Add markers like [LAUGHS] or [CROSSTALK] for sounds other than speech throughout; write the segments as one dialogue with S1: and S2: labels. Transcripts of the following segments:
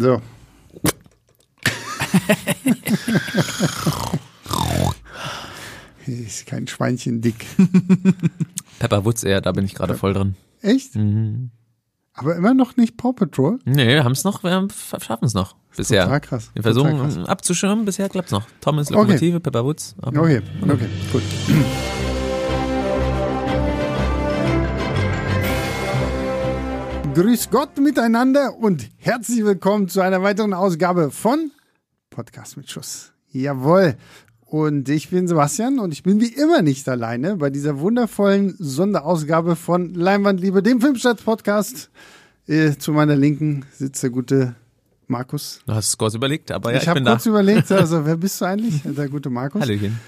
S1: So. ist kein Schweinchen dick.
S2: Pepper Woods eher, da bin ich gerade voll drin.
S1: Echt? Aber immer noch nicht Paw Patrol?
S2: Nee, haben es noch, wir schaffen es noch. Bisher.
S1: Total krass.
S2: Wir versuchen
S1: Total krass.
S2: abzuschirmen, bisher klappt's noch. Tom ist Lokomotive, Pepper Woods. aber-
S1: Okay, okay, gut. Grüß Gott miteinander und herzlich willkommen zu einer weiteren Ausgabe von Podcast mit Schuss. Jawohl. Und ich bin Sebastian und ich bin wie immer nicht alleine bei dieser wundervollen Sonderausgabe von Leinwandliebe, dem Filmstadt-Podcast. Äh, Zu meiner Linken sitzt der gute Markus.
S2: Du hast es kurz überlegt, aber ja, ich,
S1: ich habe
S2: bin da.
S1: kurz
S2: [LAUGHS]
S1: überlegt, also wer bist du eigentlich? Der gute Markus
S2: Hallöchen.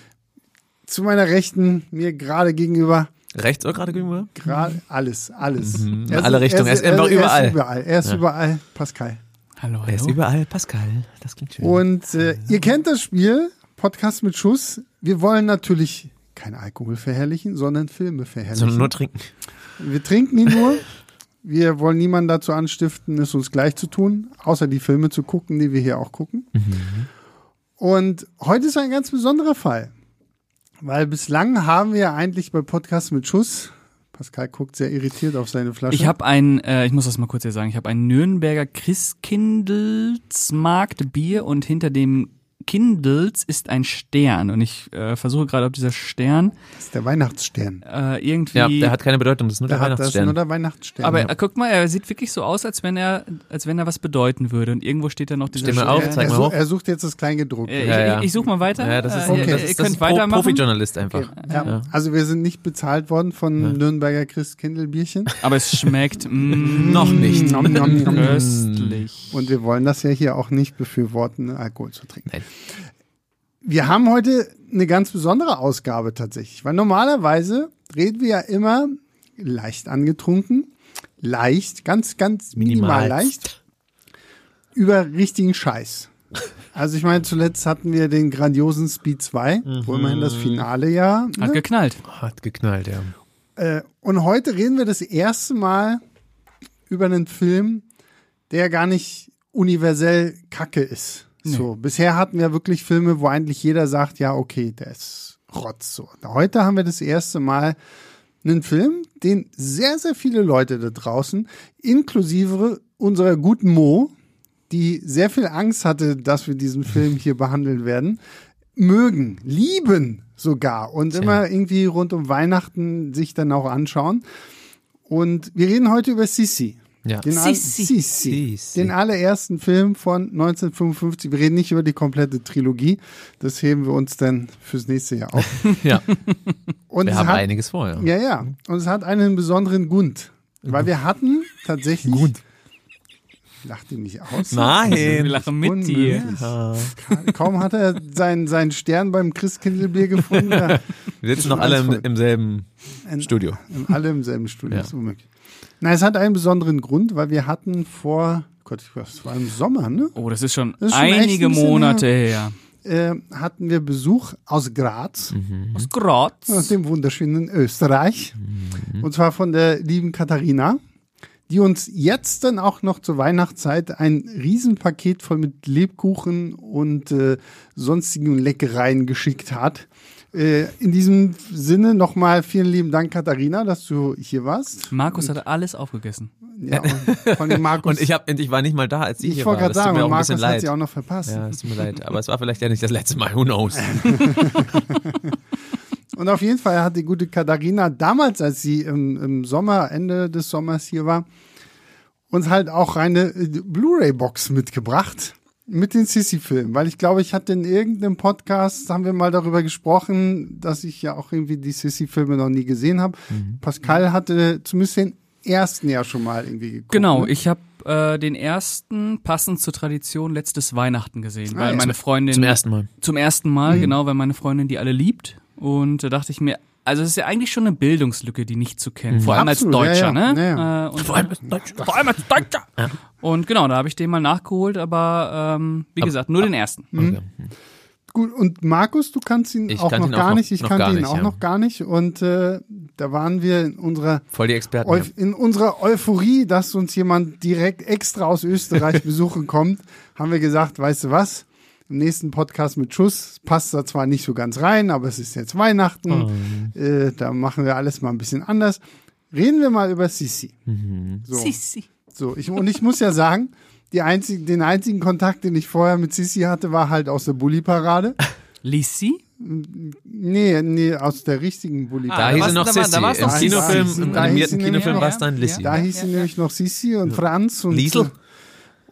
S1: zu meiner Rechten, mir gerade gegenüber,
S2: Rechts oder gerade gegenüber?
S1: gerade alles, alles.
S2: Mhm. in alle Richtungen, er ist einfach
S1: Er
S2: überall.
S1: ist überall, er ist überall, Pascal.
S3: Hallo, hallo.
S2: Er ist überall, Pascal. Das klingt schön.
S1: Und äh, ihr kennt das Spiel, Podcast mit Schuss. Wir wollen natürlich kein Alkohol verherrlichen, sondern Filme
S2: Sondern
S1: verherrlichen.
S2: nur trinken.
S1: Wir trinken ihn nur. Wir wollen niemanden dazu anstiften, es uns gleich zu tun, außer die Filme zu gucken, die wir hier auch gucken. Und heute ist ein ganz besonderer Fall, weil bislang haben wir ja eigentlich bei Podcasts mit Schuss, Pascal guckt sehr irritiert auf seine Flasche.
S3: Ich habe ein, äh, ich muss das mal kurz hier sagen, ich habe ein Nürnberger Christkindlsmarkt Bier und hinter dem Kindels ist ein Stern und ich äh, versuche gerade, ob dieser Stern
S1: das ist der Weihnachtsstern.
S3: äh, irgendwie.
S2: Ja, der hat keine Bedeutung, das ist nur
S1: Da
S2: der
S1: hat das nur
S2: Weihnachtsstern.
S1: der Weihnachtsstern.
S3: aber äh, guck mal, er sieht wirklich so aus, als wenn er, als wenn er was bedeuten würde und irgendwo steht da noch dieser
S2: Steh mal auf,
S3: Stern.
S1: er,
S2: zeig mal
S1: su-
S2: hoch.
S1: er sucht jetzt das Kleingedruckte.
S3: Äh, ich,
S2: Ja, ja.
S3: ich, ich suche mal weiter.
S2: Ja, das ist,
S3: Äh,
S1: Okay.
S3: ihr,
S2: das
S3: ihr
S2: ist, das
S3: könnt
S2: ist Pro
S3: weitermachen.
S2: Profi-Journalist einfach.
S1: Ja.
S2: Ja.
S1: Also wir sind nicht bezahlt worden von Nürnberger Christkindlbierchen.
S3: Aber es
S2: [LAUGHS]
S3: schmeckt mm,
S2: Noch nicht.
S1: Nom, nom, nom.
S3: köstlich.
S1: Und wir wollen das ja hier auch nicht befürworten, Alkohol zu trinken.
S2: Nein.
S1: Wir haben heute eine ganz besondere Ausgabe tatsächlich, weil normalerweise reden wir ja immer leicht angetrunken, leicht, ganz, ganz minimal,
S2: Minimal.
S1: leicht, über richtigen Scheiß. Also ich meine, zuletzt hatten wir den grandiosen Speed 2, wo immerhin das Finale ja.
S3: Hat
S1: Ne?
S3: geknallt.
S2: Hat geknallt, ja.
S1: Äh, und heute reden wir das erste Mal über einen Film, der gar nicht universell Kacke ist. So, bisher hatten wir wirklich Filme, wo eigentlich jeder sagt, ja, okay, der ist Rotz. So. Heute haben wir das erste Mal einen Film, den sehr, sehr viele Leute da draußen, inklusive unserer guten Mo, die sehr viel Angst hatte, dass wir diesen Film hier behandeln werden, mögen, lieben sogar und immer irgendwie rund um Weihnachten sich dann auch anschauen. Und wir reden heute über Sissi.
S2: Ja.
S1: Den, al-
S3: Sissi.
S1: Sissi.
S2: Sissi.
S1: den allerersten Film von 1955. Wir reden nicht über die komplette Trilogie. Das heben wir uns dann fürs nächste Jahr auf.
S2: ja.
S1: Und
S2: Wir
S1: es
S2: haben
S1: hat-
S2: einiges vor, ja.
S1: ja, ja. Und es hat einen besonderen Gund. Weil wir hatten tatsächlich. Gund. Lacht ihn nicht aus.
S3: Wir
S2: Nein.
S3: lachen mit dir.
S1: Unmöglich. Kaum hat er seinen, seinen Stern beim Christkindlbier gefunden, da
S2: Wir sitzen noch alle im, im selben
S1: Ein-
S2: Studio.
S1: in alle im selben Studio.
S2: Ja.
S1: Ist unmöglich. Na, es hat einen besonderen Grund, weil wir hatten vor, Gott, es war im Sommer, ne?
S3: Oh, das ist schon,
S1: Das ist schon echt ein
S3: einige
S1: bisschen
S3: Monate her.
S1: Äh, hatten wir Besuch aus Graz,
S2: Mhm.
S3: Aus Graz.
S1: aus dem wunderschönen Österreich.
S2: Mhm.
S1: Und zwar von der lieben Katharina, die uns jetzt dann auch noch zur Weihnachtszeit ein Riesenpaket voll mit Lebkuchen und äh, sonstigen Leckereien geschickt hat. Äh, in diesem Sinne nochmal vielen lieben Dank, Katharina, dass du hier warst.
S2: [LAUGHS]
S3: Markus hatte alles aufgegessen.
S1: Ja, und von dem Markus.
S2: Und ich, hab, und ich war nicht mal da, als sie
S1: ich
S2: hier war.
S1: wollte gerade
S2: Das tut
S1: sagen,
S2: mir auch
S1: und
S2: ein bisschen
S1: Markus hat
S2: leid.
S1: sie auch noch verpasst.
S2: Ja, es tut mir leid, aber es war vielleicht ja nicht das letzte Mal, who knows.
S1: Und auf jeden Fall hat die gute Katharina damals, als sie im, im Sommer, Ende des Sommers hier war, uns halt auch eine äh, Blu-ray-Box mitgebracht mit den Sissy-Filmen, weil ich glaube, ich hatte in irgendeinem Podcast, haben wir mal darüber gesprochen, dass ich ja auch irgendwie die Sissy-Filme noch nie gesehen habe.
S2: Mhm.
S1: Pascal hatte zumindest den ersten ja schon mal irgendwie geguckt.
S3: Genau,
S1: ne?
S3: ich habe äh, den ersten passend zur Tradition letztes Weihnachten gesehen, weil
S1: ja.
S3: meine
S2: [LAUGHS]
S3: Freundin
S2: Zum ersten Mal.
S3: zum ersten
S1: Mhm.
S3: Mal, genau, weil meine Freundin die alle liebt und da dachte ich mir, also es ist ja eigentlich schon eine Bildungslücke, die nicht zu kennen, vor allem
S1: Mhm. Absolut,
S3: als
S1: ja,
S3: Deutscher,
S1: ja,
S3: ne?
S1: ja,
S3: Äh, und,
S2: Vor allem als Deutscher.
S3: vor allem als
S1: [LAUGHS]
S3: Deutscher.
S1: Mhm.
S3: Und genau, da habe ich den mal nachgeholt, aber ähm, wie gesagt, nur den ersten.
S2: Okay.
S1: Gut, und Markus, du kannst ihn
S2: Ich
S1: auch
S2: kannte
S1: noch
S2: ihn
S1: gar
S2: auch noch-
S1: nicht, ich
S2: noch
S1: kannte
S2: gar
S1: ihn
S2: nicht,
S1: auch
S2: ja.
S1: noch gar nicht. Und äh, da waren wir in unserer
S2: Voll die Experten.
S1: Euph- in unserer Euphorie, dass uns jemand direkt extra aus
S2: [LAUGHS]
S1: Österreich besuchen kommt, haben wir gesagt, weißt du was? Im nächsten Podcast mit Schuss passt da zwar nicht so ganz rein, aber es ist jetzt Weihnachten.
S2: Oh.
S1: Äh, da machen wir alles mal ein bisschen anders. Reden wir mal über Sissi.
S2: Mhm.
S1: So.
S3: Sissi.
S1: So, ich, und ich muss ja sagen, die einzig, den einzigen Kontakt, den ich vorher mit Sissi hatte, war halt aus der
S2: [LAUGHS]
S1: Bulli-Parade.
S3: Lissi?
S1: Nee, nee, aus der richtigen
S2: Da
S3: Ah,
S1: Bulli-Parade.
S2: hieß
S3: da
S2: sie noch
S3: warst- da
S2: Sissy.
S3: warst- da warst
S2: Im
S1: noch
S2: Kinofilm,
S1: Sissi.
S2: im
S1: Da hieß sie
S2: animierten
S1: nämlich
S2: Kinofilm
S1: noch,
S2: war es dann
S3: ja.
S2: Lissy. ne?
S1: da hieß sie nämlich noch Sissi und Franz und
S2: Liesel?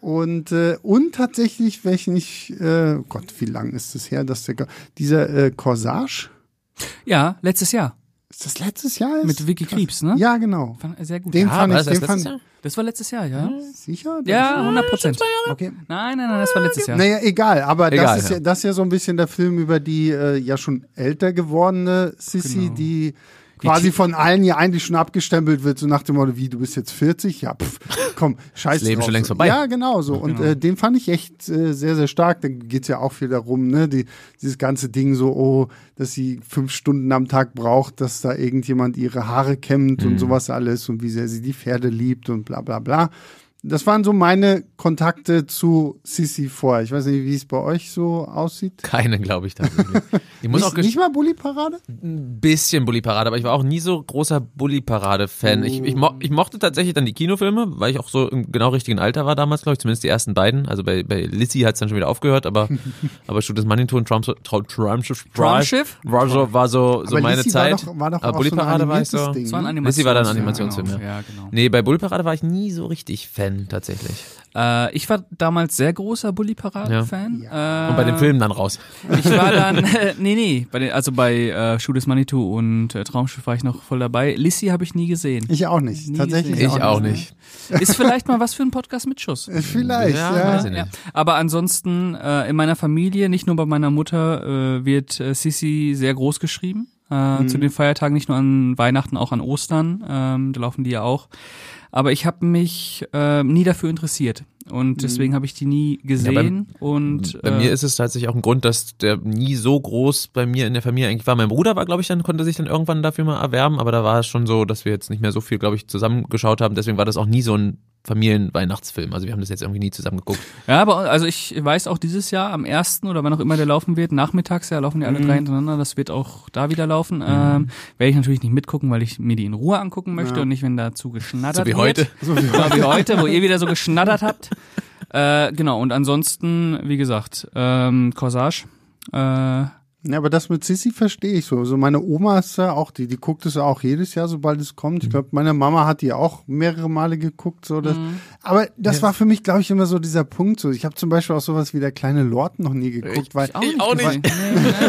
S1: Und, äh, und tatsächlich, welchen ich, äh, Gott, wie lang ist das her, dass der, Ko- dieser äh, Corsage,
S3: Ja, letztes Jahr.
S1: ist das letztes Jahr? Ist?
S3: Mit Vicky Krebs, ne?
S1: Ja, genau.
S3: Fand- Sehr gut.
S1: Den
S2: Ah,
S1: fand
S2: war
S1: ich,
S2: das
S1: den
S2: erst
S1: fand
S2: letztes Jahr?
S3: Das war letztes Jahr, ja?
S1: sicher. Der-
S3: Ja, 100 Prozent.
S1: Okay.
S3: Nein, nein, nein, das war letztes Jahr.
S1: Naja, egal, aber
S2: Egal,
S1: das ist
S2: ja.
S1: ja. das ist ja so ein bisschen der Film über die äh, ja schon älter gewordene Sissy,
S3: Genau.
S1: die quasi von allen ja eigentlich schon abgestempelt wird, so nach dem Motto, wie, du bist jetzt 40? Ja, pff, komm, scheiß
S2: Das Leben
S1: drauf.
S2: schon längst vorbei.
S1: Ja, genau so. Und
S3: Genau.
S1: Äh, den fand ich echt äh, sehr, sehr stark. Da geht's ja auch viel darum, ne, die, dieses ganze Ding so, oh, dass sie fünf Stunden am Tag braucht, dass da irgendjemand ihre Haare kämmt
S2: Mhm.
S1: und sowas alles und wie sehr sie die Pferde liebt und bla bla bla. Das waren so meine Kontakte zu Sissi vorher. Ich weiß nicht, wie es bei euch so aussieht.
S2: Keine,
S1: [LAUGHS]
S2: glaube ich, tatsächlich. Ich muss auch
S1: Nicht,
S2: gestehen,
S1: nicht mal Bulli-Parade?
S2: bisschen Bully Parade, aber ich war auch nie so großer Bully Parade Fan. Ich, ich, mo ich mochte tatsächlich dann die Kinofilme, weil ich auch so im genau richtigen Alter war damals, glaube ich, zumindest die ersten beiden. Also bei, bei Lizzie hat es dann schon wieder
S1: [LAUGHS]
S2: aufgehört, aber aber Shoot das Manitou und Trump Trump Trump
S3: Traumschiff?
S2: war so war so, so
S1: Aber
S2: meine
S1: Lizzie war
S2: Zeit.
S1: doch- war doch auch
S2: aber Bully
S1: so ein
S2: Parade war ich
S1: animiertes
S2: so.
S1: Ding.
S3: Das war ein Animationsfilm.
S2: Lizzie war dann Animationsfilm,
S3: genau.
S2: ja.
S3: Ja, genau.
S2: Nee, bei Bully Parade war ich nie so richtig Fan tatsächlich.
S3: Äh, ich war damals sehr großer Bully Parade-Fan. Äh,
S2: Und bei den Filmen dann raus.
S3: Ich
S2: [LAUGHS]
S3: war dann, [LAUGHS] äh, nee, nee, bei den, also bei äh, Schuh des Manitou und äh, Traumschiff war ich noch voll dabei. Lissy habe ich nie gesehen.
S1: Ich auch nicht.
S3: Nie
S1: Tatsächlich
S2: Ich
S3: gesehen.
S2: auch nicht.
S3: Ist vielleicht mal was für ein Podcast
S1: [LAUGHS]
S3: mit Schuss.
S1: Vielleicht,
S2: Ja,
S1: ja.
S2: weiß ich nicht.
S3: Ja. Aber ansonsten äh, in meiner Familie, nicht nur bei meiner Mutter, äh, wird äh, Sissi sehr groß geschrieben. Äh, Zu den Feiertagen, nicht nur an Weihnachten, auch an Ostern. Ähm, da laufen die ja auch. Aber ich habe mich äh, nie dafür interessiert. Und deswegen habe ich die nie gesehen. und
S2: Bei
S3: äh,
S2: mir ist es tatsächlich auch ein Grund, dass der nie so groß bei mir in der Familie eigentlich war. Mein Bruder war, glaube ich, dann konnte sich dann irgendwann dafür mal erwerben, aber da war es schon so, dass wir jetzt nicht mehr so viel, glaube ich, zusammengeschaut haben. Deswegen war das auch nie so ein Familienweihnachtsfilm. Also wir haben das jetzt irgendwie nie zusammen geguckt.
S3: Ja, aber also ich weiß auch dieses Jahr am 1. oder wann auch immer der laufen wird, nachmittags, ja, laufen die
S2: Mhm.
S3: alle drei hintereinander, das wird auch da wieder laufen. Ähm, Werde ich natürlich nicht mitgucken, weil ich mir die in Ruhe angucken möchte und nicht, wenn dazu geschnattert
S2: So wie
S3: wird.
S2: heute.
S3: [LAUGHS] So wie heute. wie heute, wo ihr wieder so
S2: [LAUGHS]
S3: geschnattert habt. Äh, genau, und ansonsten, wie gesagt, ähm, Corsage. Äh,
S1: Ja, aber das mit Sissi verstehe ich so. Also meine Oma ist ja auch die, die guckt es ja auch jedes Jahr, sobald es kommt. Ich
S3: Mhm.
S1: glaube, meine Mama hat die auch mehrere Male geguckt. So das.
S3: Mhm.
S1: Aber das war für mich, glaube ich, immer so dieser Punkt. So, ich habe zum Beispiel auch sowas wie der kleine Lord noch nie geguckt, weil,
S2: Ich auch
S3: gesehen. Nee,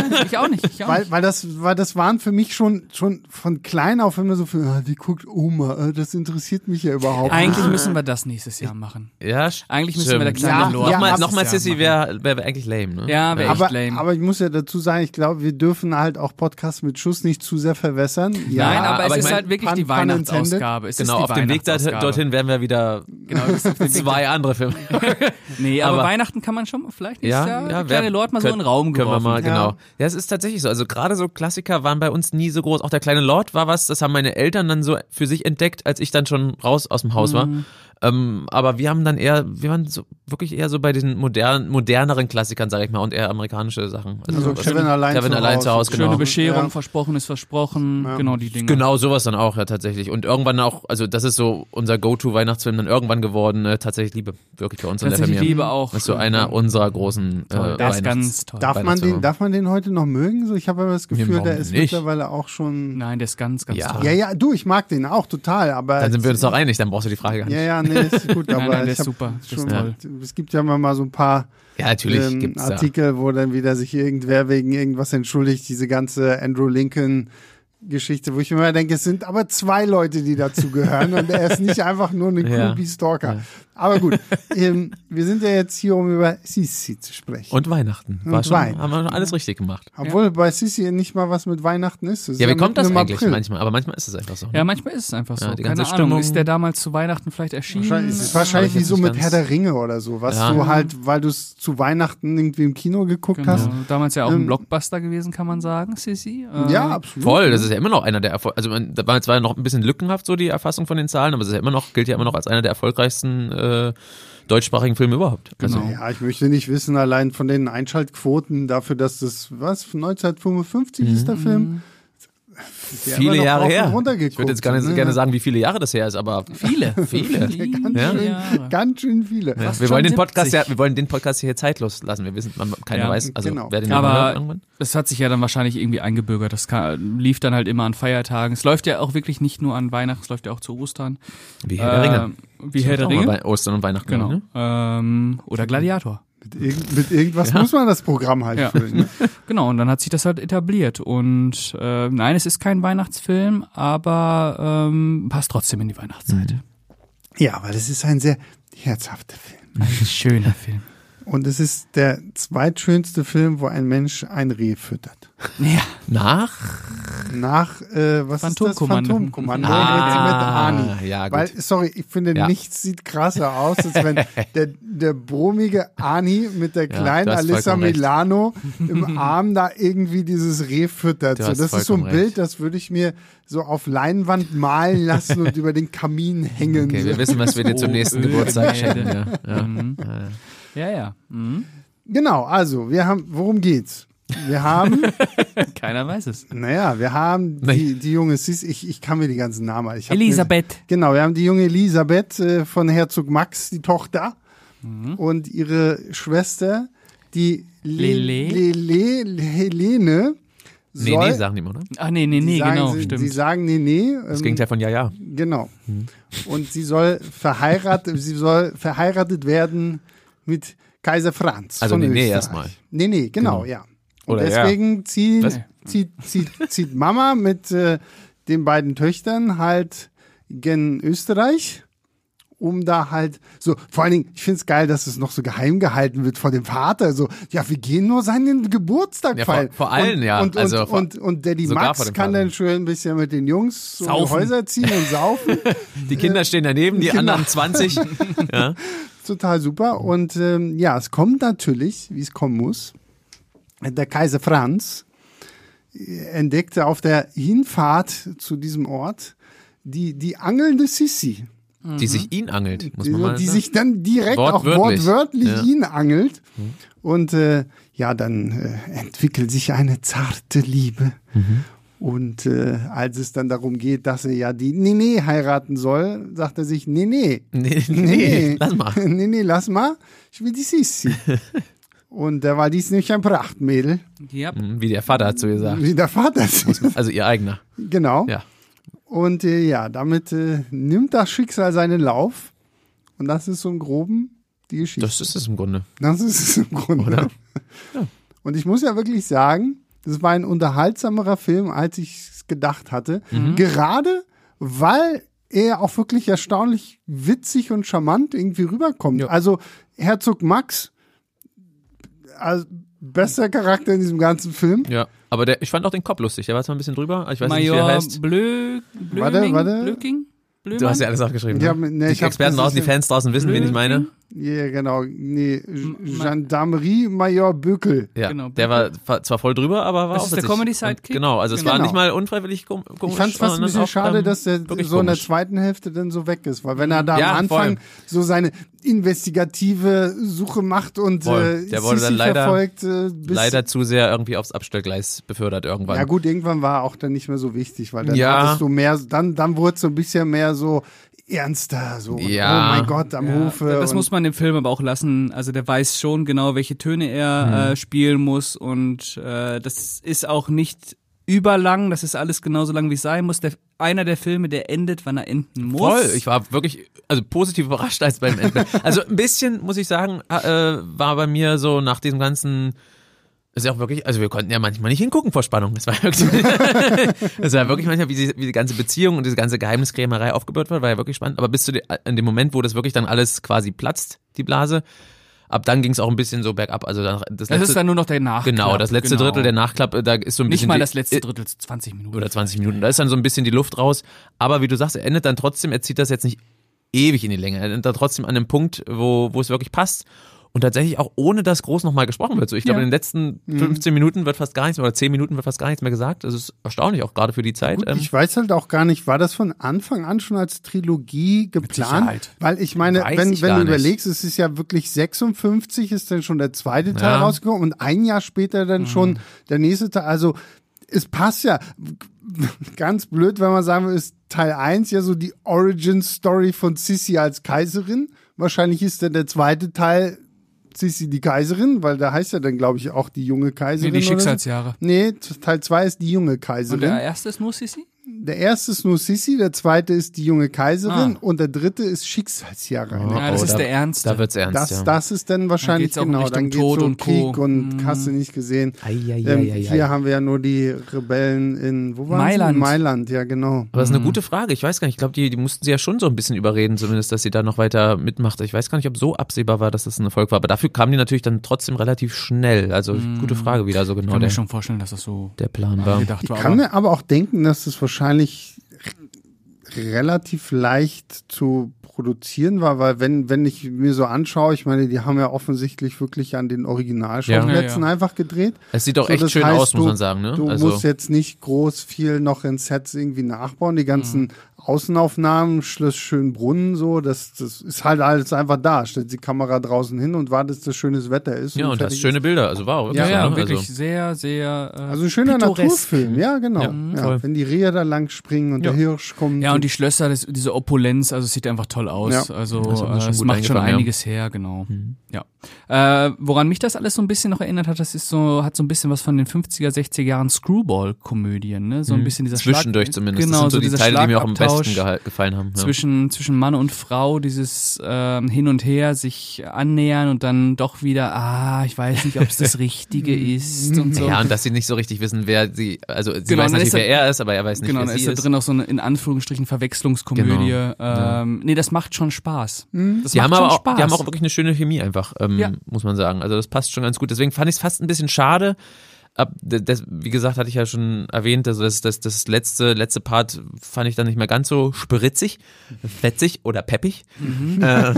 S3: nee, ich auch nicht. Ich auch
S1: weil,
S3: nicht.
S1: weil das, weil das waren für mich schon schon von klein auf immer so viel. Ah, die guckt Oma, äh, das interessiert mich ja überhaupt. nicht.
S3: Eigentlich müssen wir das nächstes Jahr machen.
S2: Ja,
S3: Eigentlich müssen wir der
S2: stimmt.
S3: kleine
S1: Ja,
S3: Lord
S1: ja,
S2: nochmal,
S1: ab-
S2: nochmal
S3: nächstes Jahr
S2: Sissy wäre
S3: machen.
S2: wär, wär eigentlich lame, ne?
S3: Ja, wär
S2: wäre
S3: echt
S1: Aber,
S3: lame.
S1: aber ich muss ja dazu sagen, ich glaube, wir dürfen halt auch Podcasts mit Schuss nicht zu sehr verwässern. Ja,
S3: Nein, aber,
S2: aber ich
S3: es ist
S2: mein,
S3: halt wirklich
S1: pun-
S3: die
S1: pun intended.
S3: Weihnachtsausgabe. Es
S2: Genau,
S3: ist die
S2: auf dem Weg dort-
S3: Weihnachtsausgabe.
S2: dorthin wären wir wieder
S3: Genau, du bist auf dem Weg
S2: zwei andere
S3: [LAUGHS]
S2: Filme.
S3: Nee, aber,
S2: Aber-
S3: Weihnachten kann man schon vielleicht
S2: Ja,
S3: nächstes Jahr
S2: ja,
S3: der kleine
S2: wer-
S3: Lord mal so in
S2: können-
S3: den Raum
S2: Können wir
S3: geworfen.
S2: mal,
S1: Ja.
S2: genau. Ja, es ist tatsächlich so. Also gerade so Klassiker waren bei uns nie so groß. Auch der kleine Lord war was, das haben meine Eltern dann so für sich entdeckt, als ich dann schon raus aus dem Haus war.
S3: Mhm.
S2: Ähm, aber wir haben dann eher, wir waren so, wirklich eher so bei den modernen, moderneren Klassikern, sag ich mal, und eher amerikanische Sachen.
S1: Also
S2: was-
S1: Kevin allein
S2: Kevin
S1: zu
S2: allein
S1: Hause.
S2: zu Hause,
S3: Schöne
S2: genau.
S3: Bescherung,
S1: Ja.
S3: versprochen ist versprochen, genau die Dinge.
S2: Genau, sowas dann auch, ja, tatsächlich. Und irgendwann auch, also das ist so unser Go-To-Weihnachtsfilm dann irgendwann geworden, äh, tatsächlich Liebe, wirklich bei uns in der
S3: Tatsächlich
S2: Familie.
S3: Liebe auch.
S2: Das ist so einer unserer großen äh,
S3: das
S2: Weihnachts-
S3: ist ganz toll.
S1: Darf man, den,
S2: Weihnachtsfilm.
S1: darf man den heute noch mögen? So, ich habe aber das Gefühl,
S2: warum
S1: der ist
S2: nicht?
S1: mittlerweile auch schon.
S3: Nein, der ist ganz, ganz
S2: Ja.
S3: toll.
S1: Ja, ja, du, ich mag den auch total, aber.
S2: Dann sind wir uns doch einig, dann brauchst du die Frage gar nicht.
S1: ja, ja, nee, ist
S2: [LAUGHS]
S1: gut, aber
S3: nein, der
S1: ich
S3: ist
S1: hab
S3: super, der ist
S1: Schon,
S3: toll.
S1: Es gibt ja immer mal so ein paar
S2: Ja, natürlich
S1: ähm,
S2: gibt's da.
S1: Artikel, wo dann wieder sich irgendwer wegen irgendwas entschuldigt, diese ganze Andrew Lincoln. Geschichte, wo ich mir immer denke, es sind aber zwei Leute, die dazu gehören und er ist nicht einfach nur ein
S2: [LAUGHS] Ja.
S1: creepy Stalker. Aber gut, ähm, wir sind ja jetzt hier, um über Sisi zu sprechen.
S2: Und Weihnachten. War
S1: Und
S2: schon,
S1: Weihnachten.
S2: Haben wir schon alles richtig gemacht.
S1: Obwohl bei Sisi nicht mal was mit Weihnachten ist.
S2: Ja, wie kommt das eigentlich manchmal? Aber manchmal ist es einfach so. ne?
S3: Ja, manchmal ist es einfach so.
S2: Ja, die
S3: Keine
S2: ganze
S3: Ahnung,
S2: Stimmung-
S3: ist der damals zu Weihnachten vielleicht erschienen?
S1: Wahrscheinlich, es ist
S2: Hab
S1: wahrscheinlich
S2: ich
S1: wie
S2: jetzt
S1: so
S2: nicht
S1: mit
S2: ganz-
S1: Herr der Ringe oder so, was
S2: Ja.
S1: du halt, weil du es zu Weihnachten irgendwie im Kino geguckt hast.
S3: Genau. Damals ja auch ein
S1: Ähm,
S3: Blockbuster gewesen, kann man sagen, Sissi. Äh,
S1: Ja, absolut.
S2: Voll, das ist ja immer noch einer der Erfolg. Also man, da war zwar noch ein bisschen lückenhaft so die Erfassung von den Zahlen, aber es ist ja immer noch gilt ja immer noch als einer der erfolgreichsten äh, deutschsprachigen Filme überhaupt.
S3: Genau.
S2: Also,
S1: Ja, ich möchte nicht wissen, allein von den Einschaltquoten dafür, dass das, was, von 1955 ist
S3: Mhm.
S1: der Film? Der immer
S2: viele
S1: noch
S2: Jahre
S1: rauf und
S2: her.
S1: runter
S2: Ich würde
S1: geguckt,
S2: jetzt gerne,
S1: ne?
S2: gerne sagen, wie viele Jahre das her ist, aber viele, [LAUGHS] viele.
S3: Viele
S2: Ja.
S3: Jahre.
S1: Ganz schön viele.
S2: Ja,
S3: Fast
S2: wir wollen
S3: schon
S2: den Podcast
S3: 70.
S2: ja, wir wollen den Podcast hier zeitlos lassen. Wir wissen, man, keiner
S3: Ja,
S2: weiß, also
S1: genau.
S2: wer den
S3: Aber-
S2: hört irgendwann.
S3: Das hat sich ja dann wahrscheinlich irgendwie eingebürgert. Das kann, lief dann halt immer an Feiertagen. Es läuft ja auch wirklich nicht nur an Weihnachten, es läuft ja auch zu Ostern.
S2: Wie Herr der Ringe.
S3: Äh, wie Herr der Ringe.
S2: Bei Ostern und Weihnachten.
S3: Genau.
S2: Ne?
S3: Ähm, oder Gladiator.
S1: Mit, irgend, mit irgendwas muss man das Programm halt
S3: Ja.
S1: füllen. Ne?
S3: Genau, und dann hat sich das halt etabliert. Und äh, nein, es ist kein Weihnachtsfilm, aber ähm, passt trotzdem in die Weihnachtszeit.
S1: Ja, aber das ist ein sehr herzhafter Film.
S3: Ein schöner Film.
S1: Und es ist der zweitschönste Film, wo ein Mensch ein Reh füttert.
S3: [LAUGHS] Ja,
S2: Nach
S1: Nach, äh, was
S3: Phantomkommando.
S1: ist das? Phantomkommando
S2: Ah,
S1: mit, mit Arnie.
S2: ja, gut.
S1: Weil, sorry, ich finde,
S2: Ja.
S1: nichts sieht krasser aus, als
S2: [LAUGHS]
S1: wenn der, der brummige Arnie mit der kleinen
S2: du hast
S1: Alyssa
S2: vollkommen recht. [LAUGHS]
S1: Milano im Arm da irgendwie dieses Reh füttert.
S2: Du
S1: So,
S2: hast
S1: das ist so ein
S2: vollkommen recht.
S1: Bild, das würde ich mir so auf Leinwand malen lassen
S2: [LAUGHS]
S1: und über den Kamin hängen.
S2: Okay, wir
S1: So.
S2: wissen, was wir [LAUGHS] dir zum
S3: Oh,
S2: nächsten
S3: Öl,
S2: Geburtstag
S3: Gemälde.
S2: schenken. Ja, ja.
S3: ja, ja. Mhm.
S1: Genau, also, wir haben, worum geht's? Wir haben
S3: Keiner weiß es.
S1: Naja, wir haben die, die junge Sis, ich, ich kann mir die ganzen Namen. Ich hab
S3: [LAUGHS] Elisabeth.
S1: Mir, genau, wir haben die junge Elisabeth äh, von Herzog Max, die Tochter,
S3: Mhm.
S1: und ihre Schwester, die Le
S3: Lele.
S1: Lele, Helene.
S2: Nee, nee, sagen die immer, oder?
S3: Ach nee, nee,
S1: die
S3: nee,
S1: sagen,
S3: genau,
S1: sie, Sie
S3: stimmt.
S1: sagen nee, nee.
S2: Das
S1: ähm,
S2: Gegenteil von ja, ja.
S1: Genau.
S2: Hm.
S1: Und sie soll
S2: [LAUGHS]
S1: verheiratet, sie soll verheiratet werden mit Kaiser Franz.
S2: Also
S1: von
S2: Nene
S1: Österreich.
S2: erstmal.
S1: Nene, genau, ja. Und
S2: Oder ja.
S1: deswegen ziehen,
S2: Was?
S1: zieht, zieht, zieht Mama mit äh, den beiden Töchtern halt gen Österreich. Um da halt so, vor allen Dingen, ich finde es geil, dass es noch so geheim gehalten wird vor dem Vater. So, ja, wir gehen nur seinen Geburtstag
S2: Ja, vor-
S1: feiern.
S2: vor allen,
S1: und,
S2: ja,
S1: Und,
S2: also
S1: und,
S2: vor-
S1: und, und Daddy
S2: sogar
S1: Max
S2: vor dem
S1: kann
S2: Vater.
S1: dann schön ein bisschen mit den Jungs so in die
S2: Saufen.
S1: Häuser ziehen und saufen.
S2: Die Kinder stehen daneben, die
S1: Genau.
S2: anderen 20. ja.
S1: total super. Und ähm, ja, es kommt natürlich, wie es kommen muss. Der Kaiser Franz äh, entdeckte auf der Hinfahrt zu diesem Ort die, die angelnde Sissi,
S2: [LAUGHS] Die sich ihn angelt, muss
S1: die,
S2: man mal
S1: die
S2: sagen.
S1: sich dann direkt auch
S2: Wortwörtlich.
S1: wortwörtlich
S2: Ja. Mhm.
S1: ihn angelt. Und äh, ja, dann äh, entwickelt sich eine zarte Liebe.
S2: Mhm.
S1: Und äh, als es dann darum geht, dass er ja die Nene heiraten soll, sagt er sich, Nene,
S2: [LAUGHS] Nee, nee,
S1: [LAUGHS]
S2: lass mal.
S1: Nee, nee, lass mal. Ich will die
S2: [LAUGHS]
S1: Sissi. Und da war dies nämlich ein Prachtmädel,
S3: Ja.
S2: Hm, Wie der Vater hat so gesagt.
S1: wie der
S2: [LAUGHS]
S1: Vater.
S2: Also ihr eigener.
S1: genau.
S2: Ja.
S1: Und äh, ja, damit äh, nimmt das Schicksal seinen Lauf. Und das ist so im Groben die Geschichte.
S2: Das ist es im Grunde.
S1: Das ist es im Grunde.
S2: Oder?
S1: Und ich muss ja wirklich sagen, das war ein unterhaltsamerer Film, als ich es gedacht hatte. Gerade weil er auch wirklich erstaunlich witzig und charmant irgendwie rüberkommt.
S3: Ja.
S1: Also Herzog Max, also bester Charakter in diesem ganzen Film.
S2: Ja. Aber der, ich fand auch den Kopf lustig. Der war zwar ein bisschen drüber. Ich weiß nicht, wie er
S3: Major
S2: heißt.
S3: Blö, Blöming,
S1: Warte, warte.
S3: Blöking? Blömann?
S2: Du hast ja alles aufgeschrieben.
S1: Ich hab-
S2: ne?
S1: nee,
S2: die
S1: ich hab-
S2: Experten
S1: das
S2: draußen, die
S1: ist-
S2: Fans draußen wissen, wen ich meine.
S1: Ja, genau. Nee, G-
S3: Ma-
S1: Gendarmerie Major Böckel.
S2: Ja,
S3: Genau.
S2: der war fa- zwar voll drüber, aber war
S3: Das
S2: auch
S3: ist der
S2: witzig.
S3: Comedy-Sidekick?
S2: Und Genau, also es war
S1: Genau.
S2: nicht mal unfreiwillig kom- komisch.
S1: Ich fand es fast ein
S2: sondern
S1: bisschen
S2: auch,
S1: schade,
S2: ähm,
S1: dass der
S2: wirklich
S1: so in der
S2: komisch.
S1: zweiten Hälfte dann so weg ist, weil wenn er da
S2: Ja,
S1: am Anfang
S2: voll.
S1: so seine investigative Suche macht und
S2: Voll.
S1: äh,
S2: Der wurde
S1: Sissi
S2: dann leider-
S1: verfolgt, äh, bis,
S2: leider zu sehr irgendwie aufs Abstellgleis befördert irgendwann.
S1: Ja gut, irgendwann war er auch dann nicht mehr so wichtig, weil dann
S2: Ja.
S1: hattest du mehr, dann, dann wurde es so ein bisschen mehr so ernster, so
S2: Ja.
S1: oh mein Gott, am
S3: Ja,
S1: Hofe.
S3: Das
S1: und-
S3: muss man dem Film aber auch lassen. Also der weiß schon genau, welche Töne er
S2: Hm.
S3: äh, spielen muss und äh, das ist auch nicht überlang. Das ist alles genauso lang, wie es sein muss. Der, einer der Filme, der endet, wann er enden muss.
S2: Voll. Ich war wirklich also positiv überrascht als beim Ende. Also ein bisschen, muss ich sagen, äh, war bei mir so nach diesem ganzen Das ist ja auch wirklich, also wir konnten ja manchmal nicht hingucken vor Spannung. Das war [LAUGHS] wirklich, das war wirklich manchmal, wie die, wie die ganze Beziehung und diese ganze Geheimniskrämerei aufgebaut wird, war ja wirklich spannend. Aber bis zu de, in dem Moment, wo das wirklich dann alles quasi platzt, die Blase, ab dann ging es auch ein bisschen so bergab. Also dann, das,
S3: Das
S2: letzte,
S3: ist dann nur noch der Nachklapp.
S2: genau, das letzte
S3: genau.
S2: Drittel der Nachklapp, äh, da ist so ein
S3: Nicht
S2: bisschen
S3: mal
S2: die-
S3: das letzte Drittel, 20 Minuten.
S2: oder 20 Minuten. Da ist dann so ein bisschen die Luft raus. Aber wie du sagst, er endet dann trotzdem, er zieht das jetzt nicht ewig in die Länge. Er endet dann trotzdem an einem Punkt, wo, wo es wirklich passt. Und tatsächlich auch ohne, dass groß nochmal gesprochen wird. So, ich glaube,
S3: Ja.
S2: in den letzten 15 Minuten wird fast gar nichts mehr, oder 10 Minuten wird fast gar nichts mehr gesagt. Das ist erstaunlich, auch gerade für die Zeit.
S1: Gut,
S2: Ähm,
S1: ich weiß halt auch gar nicht, war das von Anfang an schon als Trilogie geplant?
S3: Sicherheit.
S1: Weil ich meine,
S2: Weiß
S1: wenn,
S2: ich
S1: wenn
S2: gar
S1: du
S2: nicht.
S1: überlegst, es ist ja wirklich 56, ist dann schon der zweite Teil
S2: Ja.
S1: rausgekommen und ein Jahr später dann schon der nächste Teil. Also es passt ja. [LAUGHS] Ganz blöd, wenn man sagen will, ist Teil 1 ja so die Origin-Story von Sissi als Kaiserin. Wahrscheinlich ist dann der zweite Teil Sissi die Kaiserin, weil da heißt ja dann, glaube ich, auch die junge
S3: Nee,
S1: Kaiserin.
S3: die
S1: oder so.
S3: Schicksalsjahre.
S1: Nee, Teil 2 ist die junge Kaiserin.
S3: Und der erste ist nur Sissi?
S1: Der erste ist nur Sissi, der zweite ist die junge Kaiserin
S3: Ah.
S1: und der dritte ist Schicksalsjahre.
S2: Oh,
S3: Ja, das
S2: oh,
S3: ist
S2: da-
S3: der Ernste.
S2: da wird's ernst,
S1: Das,
S2: ja.
S1: das ist dann wahrscheinlich
S3: geht's auch in
S1: genau.
S3: Richtung
S1: Dann geht's
S3: Tod
S1: so
S3: und Co. Mhm.
S1: Krieg und hast du nicht gesehen.
S2: Ei, ei, ei,
S1: Ähm,
S2: ei, ei.
S1: hier haben wir ja nur die Rebellen in wo waren sie?
S3: Mailand.
S1: Mailand, ja genau.
S2: Aber das
S3: Mhm.
S2: ist eine gute Frage. Ich weiß gar nicht. Ich glaube, die, die mussten sie ja schon so ein bisschen überreden, zumindest, dass sie da noch weiter mitmacht. Ich weiß gar nicht, ob so absehbar war, dass das ein Erfolg war. Aber dafür kamen die natürlich dann trotzdem relativ schnell. Also gute Frage, wie da so
S3: Mhm. Ich
S2: genau
S3: kann
S2: der,
S3: mir schon vorstellen, dass das so
S2: der Plan war.
S3: gedacht
S1: Ich
S3: war.
S1: kann
S3: aber-
S1: mir aber auch denken, dass es wahrscheinlich r- relativ leicht zu produzieren war, weil wenn, wenn ich mir so anschaue, ich meine, die haben ja offensichtlich wirklich an den Originalschauplätzen
S3: Ja,
S1: einfach gedreht.
S2: Es sieht auch
S1: So,
S2: echt
S1: das
S2: schön
S1: heißt,
S2: aus, muss
S1: du-
S2: man sagen. Ne?
S1: Du
S2: also,
S1: musst jetzt nicht groß viel noch in Sets irgendwie nachbauen. Die ganzen
S2: Mhm.
S1: Außenaufnahmen, Schloss Schönbrunn, so, das, das ist halt alles einfach da. Stellt die Kamera draußen hin und wartest, dass schönes Wetter ist.
S2: ja, und
S1: fertig
S2: hast schöne Bilder. Also war auch wirklich so,
S3: ja, ja,
S2: ne?
S3: wirklich
S2: Also,
S3: sehr, sehr. Äh,
S1: ist. Also ein schöner
S3: pittoresk.
S1: Naturfilm, ja, genau.
S2: Ja,
S1: Ja,
S2: voll.
S1: Wenn die Rehe da lang springen und
S2: Ja.
S1: der Hirsch kommt.
S2: Mhm.
S3: Ja, und die Schlösser, das, diese Opulenz, also es sieht einfach toll aus.
S1: Ja.
S3: Also
S2: Das haben sie
S3: äh,
S2: schon
S3: es
S2: gut
S3: macht schon
S2: eingefangen, ja. Mhm.
S3: einiges her, genau. Ja. Äh, woran mich das alles so ein bisschen noch erinnert hat, das ist so, hat so ein bisschen was von den 50er, 60er Jahren Screwball-Komödien, ne? So ein bisschen dieser
S2: Mhm. zwischendurch
S3: Schlag,
S2: zumindest.
S3: Genau,
S2: das sind so, die
S3: dieser
S2: Teile, die mir auch am besten
S3: Schlagabtausch
S2: geha- gefallen haben. Ja.
S3: zwischen, zwischen Mann und Frau, dieses ähm, Hin und Her, sich annähern und dann doch wieder, ah, ich weiß nicht, ob
S2: [LAUGHS]
S3: es das Richtige ist und so.
S2: ja, und dass sie nicht so richtig wissen, wer sie, also sie
S3: Genau,
S2: weiß
S3: dann
S2: natürlich,
S3: ist er-
S2: wer er ist, aber er weiß nicht,
S3: Genau,
S2: wer
S3: da
S2: sie
S3: ist
S2: ist.
S3: da drin auch so eine in Anführungsstrichen Verwechslungskomödie.
S2: Genau,
S3: Ähm, Nee, das macht schon Spaß.
S1: Hm?
S3: Das
S2: Die
S3: macht
S2: haben
S3: schon
S2: aber auch,
S3: Spaß. Genau,
S2: die haben auch wirklich eine schöne Chemie einfach, ähm,
S3: Ja.
S2: muss man sagen. Also das passt schon ganz gut. Deswegen fand ich es fast ein bisschen schade. Ab, de- des, wie gesagt, hatte ich ja schon erwähnt, also das, das, das letzte, letzte Part fand ich dann nicht mehr ganz so spritzig, fetzig oder peppig. Äh,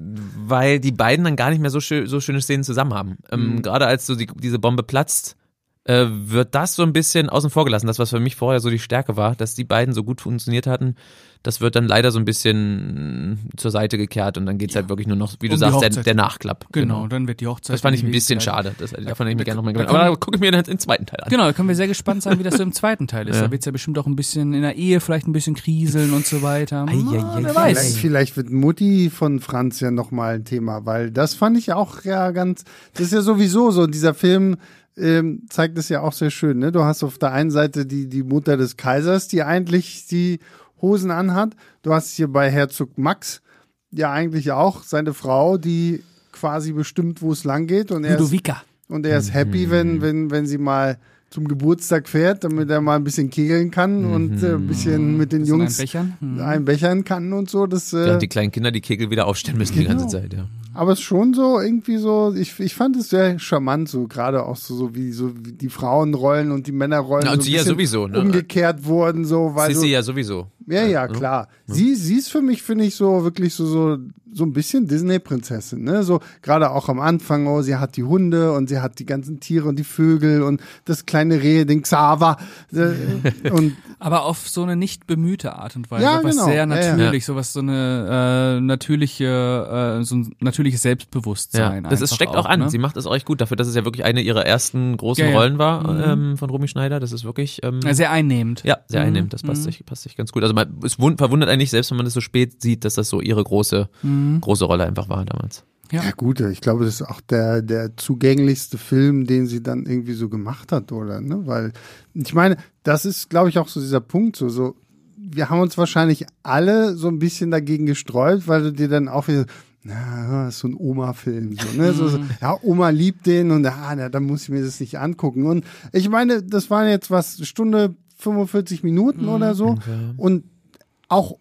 S2: weil die beiden dann gar nicht mehr so, schö so schöne Szenen zusammen haben. Ähm, Gerade als so die, diese Bombe platzt, äh, wird das so ein bisschen außen vor gelassen. Das, was für mich vorher so die Stärke war, dass die beiden so gut funktioniert hatten, das wird dann leider so ein bisschen zur Seite gekehrt und dann geht's halt wirklich nur noch, wie du
S3: Um die
S2: sagst, der,
S3: Hochzeit.
S2: der Nachklapp.
S3: Genau, dann wird die Hochzeit.
S2: Das fand ich ein
S3: irgendwie
S2: bisschen
S3: gleich-
S2: schade. Das, davon hätte ich mir gerne nochmal
S3: da
S2: gedacht. Aber
S3: kann-
S2: da gucke ich mir dann den zweiten Teil an.
S3: Genau, da können wir sehr gespannt sein, wie das so im zweiten Teil ist. Da wird's ja bestimmt auch ein bisschen in der Ehe vielleicht ein bisschen kriseln und so weiter. Ah, wer
S1: Vielleicht,
S3: weiß.
S1: vielleicht wird Mutti von Franz ja nochmal ein Thema, weil das fand ich ja auch ja ganz. Das ist ja sowieso so, dieser Film ähm, zeigt es ja auch sehr schön. Ne? Du hast auf der einen Seite die, die Mutter des Kaisers, die eigentlich die Hosen anhat. Du hast hier bei Herzog Max ja eigentlich auch seine Frau, die quasi bestimmt, wo es lang geht. Und er ist
S3: Ludovica.
S1: und er ist happy, wenn, wenn, wenn sie mal zum Geburtstag fährt, damit er mal ein bisschen kegeln kann und äh, ein bisschen mit den
S3: Bisschen
S1: Jungs
S3: einbechern. Mhm.
S1: einbechern kann und so. Das, äh,
S2: Während die kleinen Kinder die Kegel wieder aufstellen müssen die ganze Zeit, ja.
S1: aber es ist schon so irgendwie so, ich, ich fand es sehr charmant, so gerade auch so, so wie so wie die Frauenrollen und die Männerrollen
S2: Ja,
S1: so
S2: und
S1: ein
S2: sie ja
S1: bisschen
S2: sowieso, ne?
S1: umgekehrt wurden, so weil
S2: Sissi
S1: so,
S2: ja ne? sowieso.
S1: ja, ja, klar. Sie, sie ist für mich, finde ich, so wirklich so, so, so ein bisschen Disney-Prinzessin, ne? So, gerade auch am Anfang, oh, sie hat die Hunde und sie hat die ganzen Tiere und die Vögel und das kleine Reh, den Xaver.
S2: [LAUGHS]
S1: Äh, und
S3: Aber auf so eine nicht bemühte Art und Weise,
S1: Ja,
S3: was
S1: genau.
S3: sehr
S1: Ja, ja.
S3: natürlich, sowas so eine äh, natürliche, äh, so ein natürliches
S2: Ja,
S3: Selbstbewusstsein.
S2: das ist,
S3: einfach
S2: steckt auch an.
S3: ne?
S2: Sie macht es auch echt gut dafür, dass es ja wirklich eine ihrer ersten großen
S3: Ja, ja.
S2: Rollen war ähm, von Romy Schneider. Das ist wirklich. Ähm,
S3: Ja, Mhm. Sehr einnehmend.
S2: ja, sehr einnehmend. Das passt, sich, passt sich ganz gut. Also man, es wund- verwundert eigentlich, selbst wenn man das so spät sieht, dass das so ihre große,
S3: Mhm.
S2: große Rolle einfach war damals.
S1: ja gut, ich glaube, das ist auch der, der zugänglichste Film, den sie dann irgendwie so gemacht hat, oder? Ne? Weil, ich meine, das ist, glaube ich, auch so dieser Punkt, so, so, wir haben uns wahrscheinlich alle so ein bisschen dagegen gesträubt, weil du dir dann auch wieder, na, das ist so ein Oma-Film. So, ne? so, so, ja, Oma liebt den und ah, na, dann muss ich mir das nicht angucken. Und ich meine, das waren jetzt was, Stunde 45 Minuten oder so. Und auch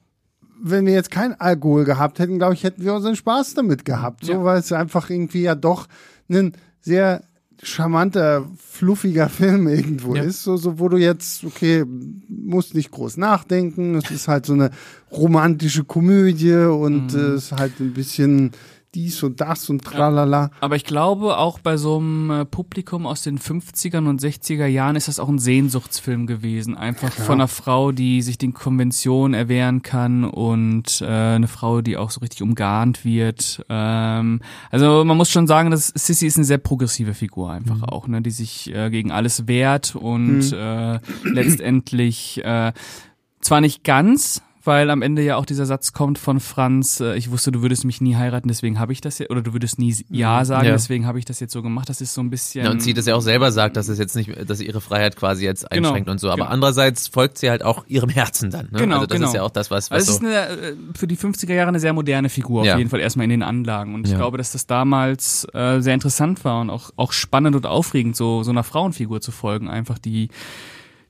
S1: wenn wir jetzt kein Alkohol gehabt hätten, glaube ich, hätten wir unseren Spaß damit gehabt. So,
S3: Ja.
S1: weil es einfach irgendwie ja doch ein sehr charmanter, fluffiger [LAUGHS] Film irgendwo
S2: Ja.
S1: ist, so, so wo du jetzt, okay, musst nicht groß nachdenken, es ist halt so eine romantische Komödie und äh, es ist halt ein bisschen dies und das und tralala.
S3: Aber ich glaube, auch bei so einem äh, Publikum aus den 50ern und 60er Jahren ist das auch ein Sehnsuchtsfilm gewesen. Einfach von einer Frau, die sich den Konventionen erwehren kann und äh, eine Frau, die auch so richtig umgarnt wird. Ähm, also man muss schon sagen, dass Sissy ist eine sehr progressive Figur einfach auch, ne, die sich äh, gegen alles wehrt und äh, letztendlich äh, zwar nicht ganz, weil am Ende ja auch dieser Satz kommt von Franz, äh, ich wusste, du würdest mich nie heiraten, deswegen habe ich das jetzt, oder du würdest nie Ja sagen,
S2: Mhm. Ja.
S3: deswegen habe ich das jetzt so gemacht. Das ist so ein bisschen.
S2: Ja, und sie das ja auch selber sagt, dass es jetzt nicht, dass sie ihre Freiheit quasi jetzt
S3: Genau,
S2: einschränkt und so. Aber
S3: genau.
S2: andererseits folgt sie halt auch ihrem Herzen dann. Ne?
S3: Genau,
S2: also das
S3: genau.
S2: ist ja auch das, was, was
S3: also es
S2: so,
S3: ist eine, äh, für die 50er Jahre eine sehr moderne Figur,
S2: Ja.
S3: auf jeden Fall erstmal in den Anlagen. Und ich
S2: Ja.
S3: glaube, dass das damals äh, sehr interessant war und auch, auch spannend und aufregend, so, so einer Frauenfigur zu folgen, einfach die,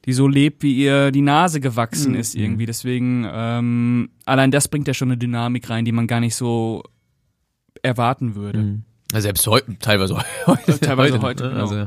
S3: die so lebt, wie ihr die Nase gewachsen
S2: Mhm.
S3: ist irgendwie. Deswegen, ähm, allein das bringt ja schon eine Dynamik rein, die man gar nicht so erwarten würde.
S2: also selbst heu, [LAUGHS] teilweise heute.
S3: Teilweise heute,
S2: ne?
S3: genau.
S2: also,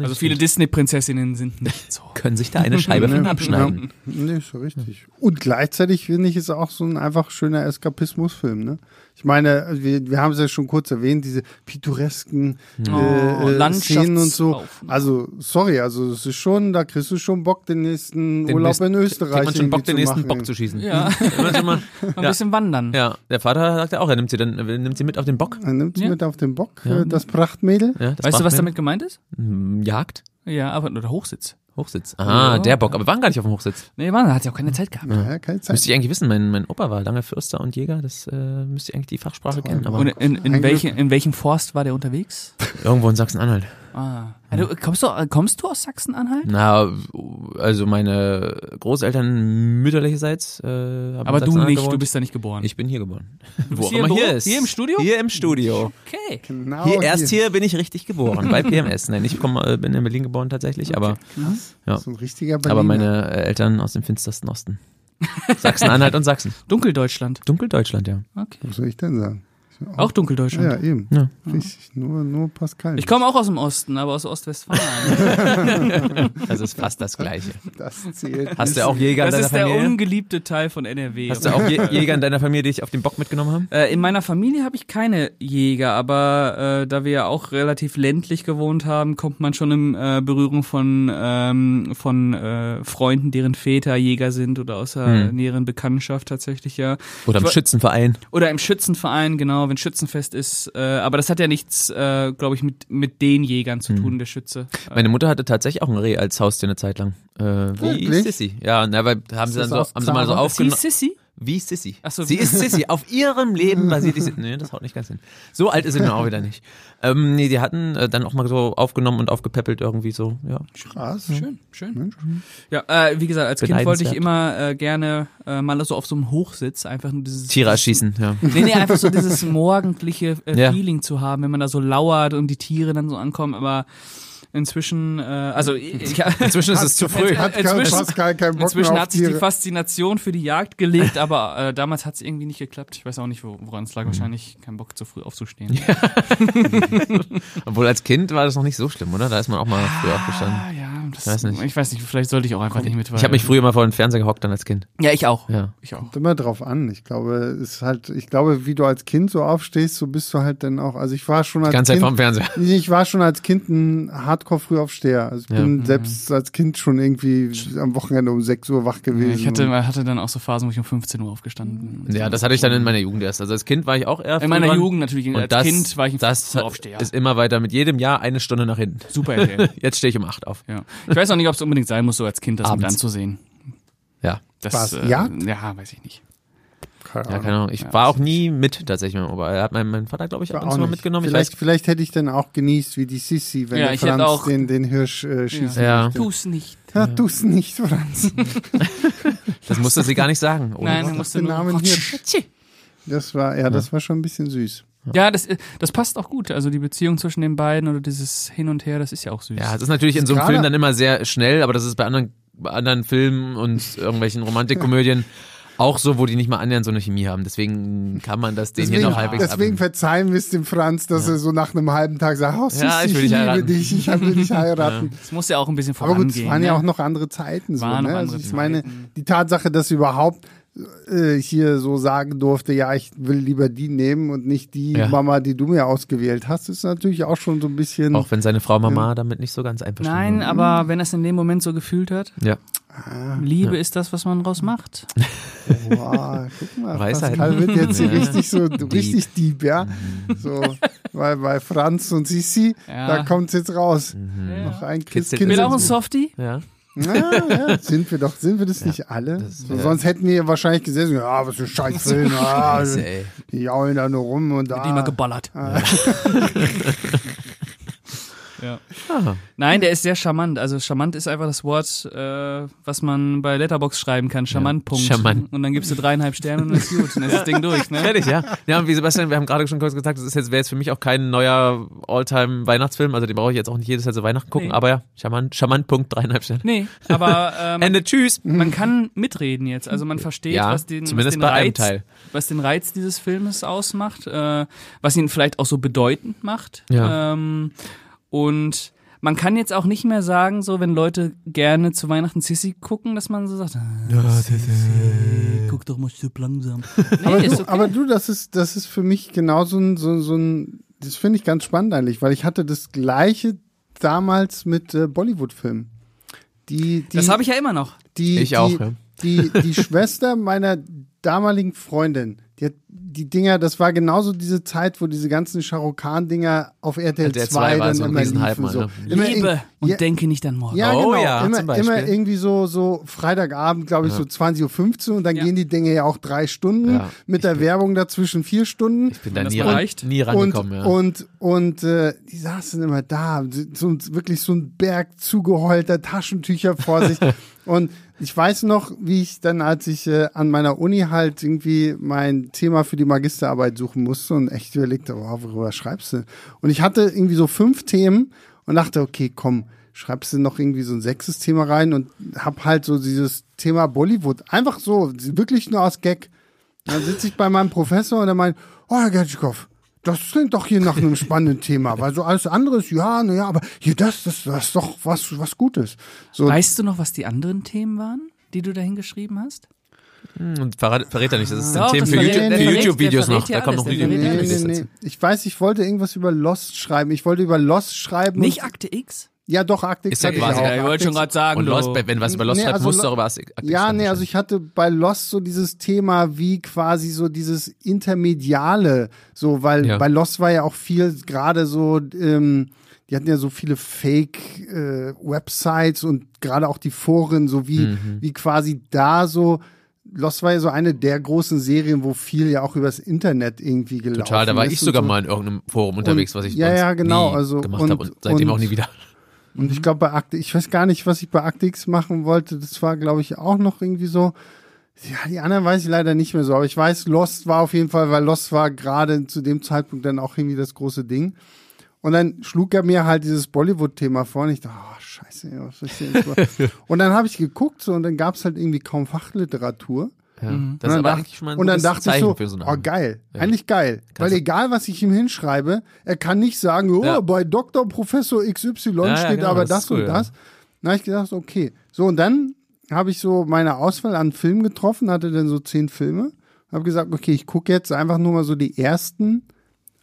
S3: Also viele Disney-Prinzessinnen sind [LAUGHS] nicht so.
S2: können sich da eine Scheibe von
S3: Ne,
S1: Ja,
S3: genau.
S2: abschneiden.
S1: Mhm, ne? Ja, nee, ist ja richtig. Und gleichzeitig finde ich es auch so ein einfach schöner Eskapismusfilm, ne? Ich meine, wir, wir haben es ja schon kurz erwähnt, diese pittoresken
S3: Oh,
S1: äh, äh, Szenen und so.
S3: Landschaftsaufnahmen.
S1: Also, sorry, also es ist schon, da kriegst du schon Bock, den nächsten
S2: Den
S1: Urlaub
S2: nächsten-
S1: in Österreich
S2: Kriegt man schon Bock,
S1: irgendwie
S2: den nächsten
S1: machen.
S2: Bock zu schießen.
S3: Ja,
S2: Wenn man schon mal-
S3: ein bisschen wandern.
S2: ja, der Vater sagt ja auch, er nimmt sie dann, er nimmt sie mit auf den Bock.
S1: Dann nimmt sie
S3: Ja.
S1: mit auf den Bock, äh, das Prachtmädel.
S2: Ja, das
S3: Weißt du,
S2: macht
S3: was
S2: man.
S3: damit gemeint ist?
S2: Hm, Jagd?
S3: Ja, aber oder Hochsitz.
S2: Hochsitz. Ah,
S3: Ja.
S2: der Bock. Aber wir waren gar nicht auf dem Hochsitz.
S3: Nee, Mann, da hat sie auch keine Zeit gehabt.
S1: Ja. keine Zeit.
S2: Müsste ich eigentlich wissen, mein, mein Opa war lange Fürster und Jäger, das äh, müsste ich eigentlich die Fachsprache kennen. Aber
S3: Und in, in,
S1: Eigentlich-
S3: welchen, in welchem Forst war der unterwegs?
S2: irgendwo in Sachsen-Anhalt.
S3: Ah. Also, kommst, du, kommst du aus Sachsen-Anhalt?
S2: Na, also meine Großeltern mütterlicherseits. Äh, haben in
S3: Aber du
S2: Sachsen-Anhalt
S3: nicht,
S2: gewohnt.
S3: du bist da nicht geboren.
S2: Ich bin hier
S3: [LAUGHS]
S2: geboren.
S3: bist hier im Büro? Hier im Studio?
S2: Hier im Studio.
S3: okay.
S1: Genau
S2: Hier, erst hier bin ich richtig geboren, bei PMS. Nein, ich komm, äh, bin in Berlin geboren tatsächlich, aber, ja.
S1: So ein richtiger Berliner.
S2: aber
S3: ne?
S2: meine äh, Eltern aus dem finstersten Osten. Sachsen-Anhalt und Sachsen.
S3: Dunkeldeutschland.
S2: Dunkeldeutschland, ja.
S3: Okay.
S1: Was soll ich denn sagen? Ist ja
S3: Auch
S1: Ja,
S3: Dunkeldeutschland.
S1: ja, eben.
S2: Ja.
S1: Richtig, nur, nur Pascal.
S3: Ich komme auch aus dem Osten, aber aus [LAUGHS] Ostwestfalen.
S2: Also ist fast das Gleiche.
S1: das zählt.
S2: Hast du auch Jäger in
S3: Das
S2: deiner
S3: ist der
S2: Familie?
S3: ungeliebte Teil von NRW.
S2: Hast du auch Jä- Jäger in deiner Familie, die dich auf den Bock mitgenommen haben?
S3: Äh, in meiner Familie habe ich keine Jäger, aber äh, da wir ja auch relativ ländlich gewohnt haben, kommt man schon in äh, Berührung von, ähm, von äh, Freunden, deren Väter Jäger sind oder aus der näheren Bekanntschaft tatsächlich ja.
S2: Oder im
S3: Ich wa-
S2: Schützenverein?
S3: Oder im Schützenverein, genau, wenn Schützenfest ist. Äh, aber das hat ja nichts, äh, glaube ich, mit, mit den Jägern zu tun, der Schütze.
S2: Meine Mutter hatte tatsächlich auch ein Reh als Haustier eine Zeit lang. Äh, wie
S1: Wirklich?
S2: Sissy. Ja, na, weil haben sie
S1: das
S2: dann so,
S1: aus
S2: haben sie mal so
S1: Zara?
S3: Äh, Sie
S2: aufgenommen.
S3: Sissy?
S2: Wie Sissy.
S3: Ach so,
S2: sie
S3: wie-
S2: ist Sissy. Auf ihrem Leben basiert die Sissy. Nee, das haut nicht ganz hin. So alt ist sie nun auch wieder nicht. Ähm, nee, die hatten äh, dann auch mal so aufgenommen und aufgepäppelt irgendwie so. Ja.
S1: Krass. Ah,
S3: Hm.
S1: Schön.
S3: Schön. Ja, äh, wie gesagt, als Kind wollte ich
S2: Beneidenswert.
S3: immer äh, gerne äh, mal so auf so einem Hochsitz einfach nur dieses
S2: Tiere erschießen, ja.
S3: Nee, nee, einfach so dieses morgendliche äh,
S2: Ja.
S3: Feeling zu haben, wenn man da so lauert und die Tiere dann so ankommen, aber inzwischen, äh, also ich, ich,
S2: Inzwischen
S3: [LAUGHS]
S2: ist es zu früh.
S1: Hat
S3: Inzwischen-
S1: Pascal keinen Bock
S3: inzwischen
S1: mehr auf
S3: hat sich die
S1: Tiere.
S3: Faszination für die Jagd gelegt, aber äh, damals hat es irgendwie nicht geklappt. Ich weiß auch nicht, wo- woran es lag.
S2: Mhm.
S3: Wahrscheinlich kein Bock, zu früh aufzustehen.
S2: Obwohl als Kind war das noch nicht so schlimm, oder? Da ist man auch mal früh aufgestanden.
S3: Ah, ja, das,
S2: Weiß nicht.
S3: ich weiß nicht, vielleicht sollte ich auch einfach nicht mit.
S2: Ich habe mich früher mal vor den Fernseher gehockt dann als Kind.
S3: Ja, ich auch.
S2: Ja.
S3: Ich auch.
S1: Kommt immer drauf an. Ich glaube, es ist halt, ich glaube, wie du als Kind so aufstehst, so bist du halt dann auch. Also ich war schon als
S2: Ganz Zeit
S1: Kind.
S2: vorm Fernseher. [LAUGHS]
S1: ich war schon als Kind ein Hardcore-Frühaufsteher. Also ich
S2: Ja.
S3: Mhm.
S1: bin selbst als Kind schon irgendwie am Wochenende um 6 Uhr wach gewesen.
S3: Ich hatte, hatte dann auch so Phasen, wo ich um 15 Uhr aufgestanden bin.
S2: Ja, das hatte ich dann in meiner Jugend erst. Also als Kind war ich auch eher
S3: In meiner
S2: früh dran.
S3: Jugend natürlich. als
S2: Und das,
S3: Kind war ich ein
S2: das
S3: früher Aufsteher.
S2: ist immer weiter mit jedem Jahr eine Stunde nach hinten.
S3: Super Idee.
S2: Jetzt stehe ich um acht auf.
S3: ja. Ich weiß auch nicht, ob es unbedingt sein muss, so als Kind das mit
S2: Abends.
S3: anzusehen.
S2: Ja.
S3: Das,
S1: Was,
S3: äh,
S1: Jagd?
S3: Ja, weiß ich nicht.
S1: Keine
S2: Ja,
S1: Ahnung.
S2: keine Ahnung. Ich war auch nie mit tatsächlich mit meinem Opa. Er hat mein, mein Vater, glaube ich, ab
S1: War
S2: und
S1: auch
S2: zu mal
S1: nicht.
S2: mitgenommen.
S1: Vielleicht, vielleicht hätte ich dann auch genießt wie die Sissi, wenn
S3: Ja,
S1: der
S3: ich hätte
S1: Franz
S3: auch-
S1: den, den Hirsch äh, schießen
S2: Ja.
S1: möchte.
S3: Tu's nicht.
S1: Ja, tu's nicht, Franz.
S3: [LAUGHS]
S2: Ich weiß, das musste sie gar nicht sagen. Ohne
S3: Nein,
S2: Wort.
S3: du musst
S1: den
S3: nur. Oh,
S1: Namen hier. Das war, ja, das war schon ein bisschen süß.
S3: Ja, das, äh, das passt auch gut. Also die Beziehung zwischen den beiden oder dieses Hin und Her, das ist ja auch süß.
S2: Ja, es ist natürlich in so einem
S1: Gerade-
S2: Film dann immer sehr schnell, aber das ist bei anderen, bei anderen
S1: [LAUGHS]
S2: Filmen und irgendwelchen Romantikkomödien auch so, wo die nicht mal annähernd so eine Chemie haben. Deswegen kann man das denen hier noch halbwegs
S1: deswegen
S2: ab.
S1: verzeihen wir es dem Franz, dass er so nach einem halben Tag sagt, oh, Sissi,
S2: Ja, ich
S1: ich,
S2: will dich
S1: liebe
S2: heiraten.
S1: dich, ich will
S2: [LAUGHS]
S1: dich heiraten.
S3: Das muss ja auch ein bisschen
S1: Aber
S3: vorangehen.
S1: gut, es waren ja
S3: ne?
S1: auch noch andere Zeiten. So,
S3: Waren noch
S1: ne?
S3: andere
S1: also ich meine,
S3: Zeiten.
S1: die Tatsache, dass überhaupt äh, hier so sagen durfte, ja, ich will lieber die nehmen und nicht die
S2: Ja.
S1: Mama, die du mir ausgewählt hast, ist natürlich auch schon so ein bisschen. [LAUGHS]
S2: Auch wenn seine Frau Mama damit nicht so ganz einverstanden
S3: Nein,
S1: Mhm.
S2: war.
S3: aber wenn er es in dem Moment so gefühlt hat,
S2: Ja.
S3: Liebe ist das, was man draus macht.
S1: Boah, guck
S2: [LAUGHS]
S1: mal,
S2: Weiß halt
S1: Pascal wird jetzt hier
S2: Ja. Mhm.
S1: richtig so richtig deep, ja. So, weil bei Franz und Sissi,
S3: Ja.
S1: da kommt's jetzt raus. Mhm. Noch ein Kiss,
S2: Mhm. Kitzelt
S3: Ich will auch ein
S1: Kinder.
S3: Softie.
S2: Ja.
S1: Ja, ja, sind wir doch, sind wir das nicht alle? so,
S2: ja.
S1: Sonst hätten wir wahrscheinlich gesessen, ja, was für ein Scheißfilm, ah,
S2: Scheiße, ey.
S1: die jaulen da nur rum und
S3: Die mal
S1: da. Ah.
S3: geballert. ja.
S2: Ah.
S3: Nein, der ist sehr charmant. Also charmant ist einfach das Wort, äh, was man bei Letterbox schreiben kann. Charmant. Punkt.
S2: charmant.
S3: Und dann gibst du dreieinhalb Sterne und dann ist gut. Und dann ist das Ding durch. Ne?
S2: Fertig, ja. Ja, und wie Sebastian, wir haben gerade schon kurz gesagt, das ist jetzt, wäre jetzt für mich auch kein neuer All-Time-Weihnachtsfilm, also den brauche ich jetzt auch nicht jedes Jahr zu Weihnachten gucken,
S3: Nee.
S2: aber ja, charmant, charmant Punkt, dreieinhalb Sterne.
S3: Nee, aber ähm,
S2: Ende, tschüss.
S3: man kann mitreden jetzt. Also man versteht,
S2: Ja,
S3: was, den, was,
S2: zumindest
S3: den
S2: bei einem
S3: Reiz,
S2: Teil.
S3: was den Reiz dieses Filmes ausmacht, äh, was ihn vielleicht auch so bedeutend macht.
S2: Ja.
S3: Ähm, und man kann jetzt auch nicht mehr sagen, so wenn Leute gerne zu Weihnachten Sissi gucken, dass man so sagt, ah, Sissi, guck doch mal so langsam. Nee,
S1: Aber
S3: ist
S1: du,
S3: okay.
S1: aber du, das ist, das ist für mich genau so ein, so, so ein, das finde ich ganz spannend eigentlich, weil ich hatte das Gleiche damals mit äh, Bollywood-Filmen. Die, die,
S3: das habe ich ja immer noch.
S1: Die,
S2: Ich
S1: die,
S2: auch, ja.
S1: Die,
S2: [LAUGHS]
S1: die Schwester meiner damaligen Freundin, die hat die Dinger, das war genauso diese Zeit, wo diese ganzen Khan dinger auf RTL,
S2: RTL
S1: 2
S2: war
S1: dann
S2: so ein
S1: immer
S2: Riesenhype
S1: liefen.
S2: mal,
S1: So.
S2: ne?
S1: Immer
S3: Liebe
S1: in-
S3: und
S1: ja,
S3: denke nicht an morgen.
S1: ja,
S2: Oh
S1: genau.
S2: ja, zum
S1: immer,
S2: Beispiel.
S1: immer irgendwie so, so Freitagabend, glaube ich, so 20.15 Uhr und dann
S3: Ja.
S1: gehen die Dinge ja auch drei Stunden
S2: Ja.
S1: mit der Werbung dazwischen vier Stunden.
S2: Bin da
S3: das
S2: nie,
S3: mal
S2: ran,
S3: reicht.
S2: nie rangekommen, ja.
S1: Und, und äh, die saßen immer da, so, wirklich so ein Berg zugeheulter Taschentücher vor
S2: [LAUGHS]
S1: sich. und ich weiß noch, wie ich dann, als ich äh, an meiner Uni halt irgendwie mein Thema für die Magisterarbeit suchen musste und echt überlegte, wow, worüber schreibst du? Und ich hatte irgendwie so fünf Themen und dachte, okay, komm, schreibst du noch irgendwie so ein sechstes Thema rein und hab halt so dieses Thema Bollywood. Einfach so, wirklich nur aus Gag. Und Dann sitze ich bei meinem Professor und er meint, oh Herr Gertschikow, das klingt doch hier nach einem spannenden Thema, weil so alles andere ist, ja, naja, aber hier das, das, das ist doch was, was Gutes. So,
S3: Weißt du noch, was die anderen Themen waren, die du dahin geschrieben hast?
S2: Und verrät, verrät er nicht, das ist ein
S3: Doch,
S2: Thema
S3: das
S2: für
S3: verrät-
S2: YouTube-
S3: der
S2: für
S3: verrät-
S2: YouTube-Videos
S3: der
S2: noch.
S3: verrät ja
S2: Da kommen noch
S3: alles, der verrät ja
S2: YouTube-Videos
S3: alles.
S2: dazu.
S1: Ich weiß, ich wollte irgendwas über Lost schreiben. Ich wollte über Lost schreiben.
S3: Nicht Akte X?
S1: ja, doch, Arktik.
S2: Ist ja quasi- Ja,
S3: ich wollte schon gerade sagen,
S2: Und
S3: du.
S2: Lost, wenn was über Lost
S1: Nee,
S2: schreibt,
S1: also
S2: musst du
S1: Lo-
S2: darüber Ast- Akt-
S1: Ja,
S2: Akt-
S1: nee, also ich hatte bei Lost so dieses Thema wie quasi so dieses Intermediale, so, weil
S2: Ja.
S1: bei Lost war ja auch viel gerade so, ähm, die hatten ja so viele Fake-Websites und gerade auch die Foren, so wie,
S2: Mhm.
S1: wie quasi da so. Lost war ja so eine der großen Serien, wo viel ja auch übers Internet irgendwie gelaufen ist.
S2: Total, da war ich
S1: und
S2: sogar
S1: so.
S2: mal in irgendeinem Forum unterwegs, was ich
S1: ja,
S2: sonst
S1: ja, genau,
S2: nie
S1: also
S2: gemacht
S1: und-
S2: habe und seitdem
S1: und-
S2: auch nie wieder.
S1: Und ich glaube, bei Akte, ich weiß gar nicht, was ich bei Akte X machen wollte. Das war, glaube ich, auch noch irgendwie so. Ja, die anderen weiß ich leider nicht mehr so. Aber ich weiß, Lost war auf jeden Fall, weil Lost war gerade zu dem Zeitpunkt dann auch irgendwie das große Ding. Und dann schlug er mir halt dieses Bollywood-Thema vor und ich dachte, oh, scheiße, ey, was ist denn jetzt? mal? und dann habe ich geguckt so, und dann gab es halt irgendwie kaum Fachliteratur.
S2: Ja.
S1: Und
S2: Das ist
S1: dann
S2: aber
S1: dacht-
S2: eigentlich schon mal ein
S1: Und dann
S2: gutes
S1: dachte ich
S2: Zeichen
S1: so,
S2: für so einen
S1: oh
S2: Abend.
S1: geil, eigentlich geil.
S2: Kannst
S1: Weil
S2: du-
S1: egal, was ich ihm hinschreibe, er kann nicht sagen, oh,
S2: Ja.
S1: bei Dr. Professor XY
S2: ja,
S1: steht
S2: genau,
S1: aber
S2: das
S1: das,
S2: ist cool,
S1: und
S2: ja.
S1: das. Na, ich gedacht, okay. So, und dann habe ich so meine Auswahl an Filmen getroffen, hatte dann so zehn Filme. Habe gesagt, okay, ich gucke jetzt einfach nur mal so die ersten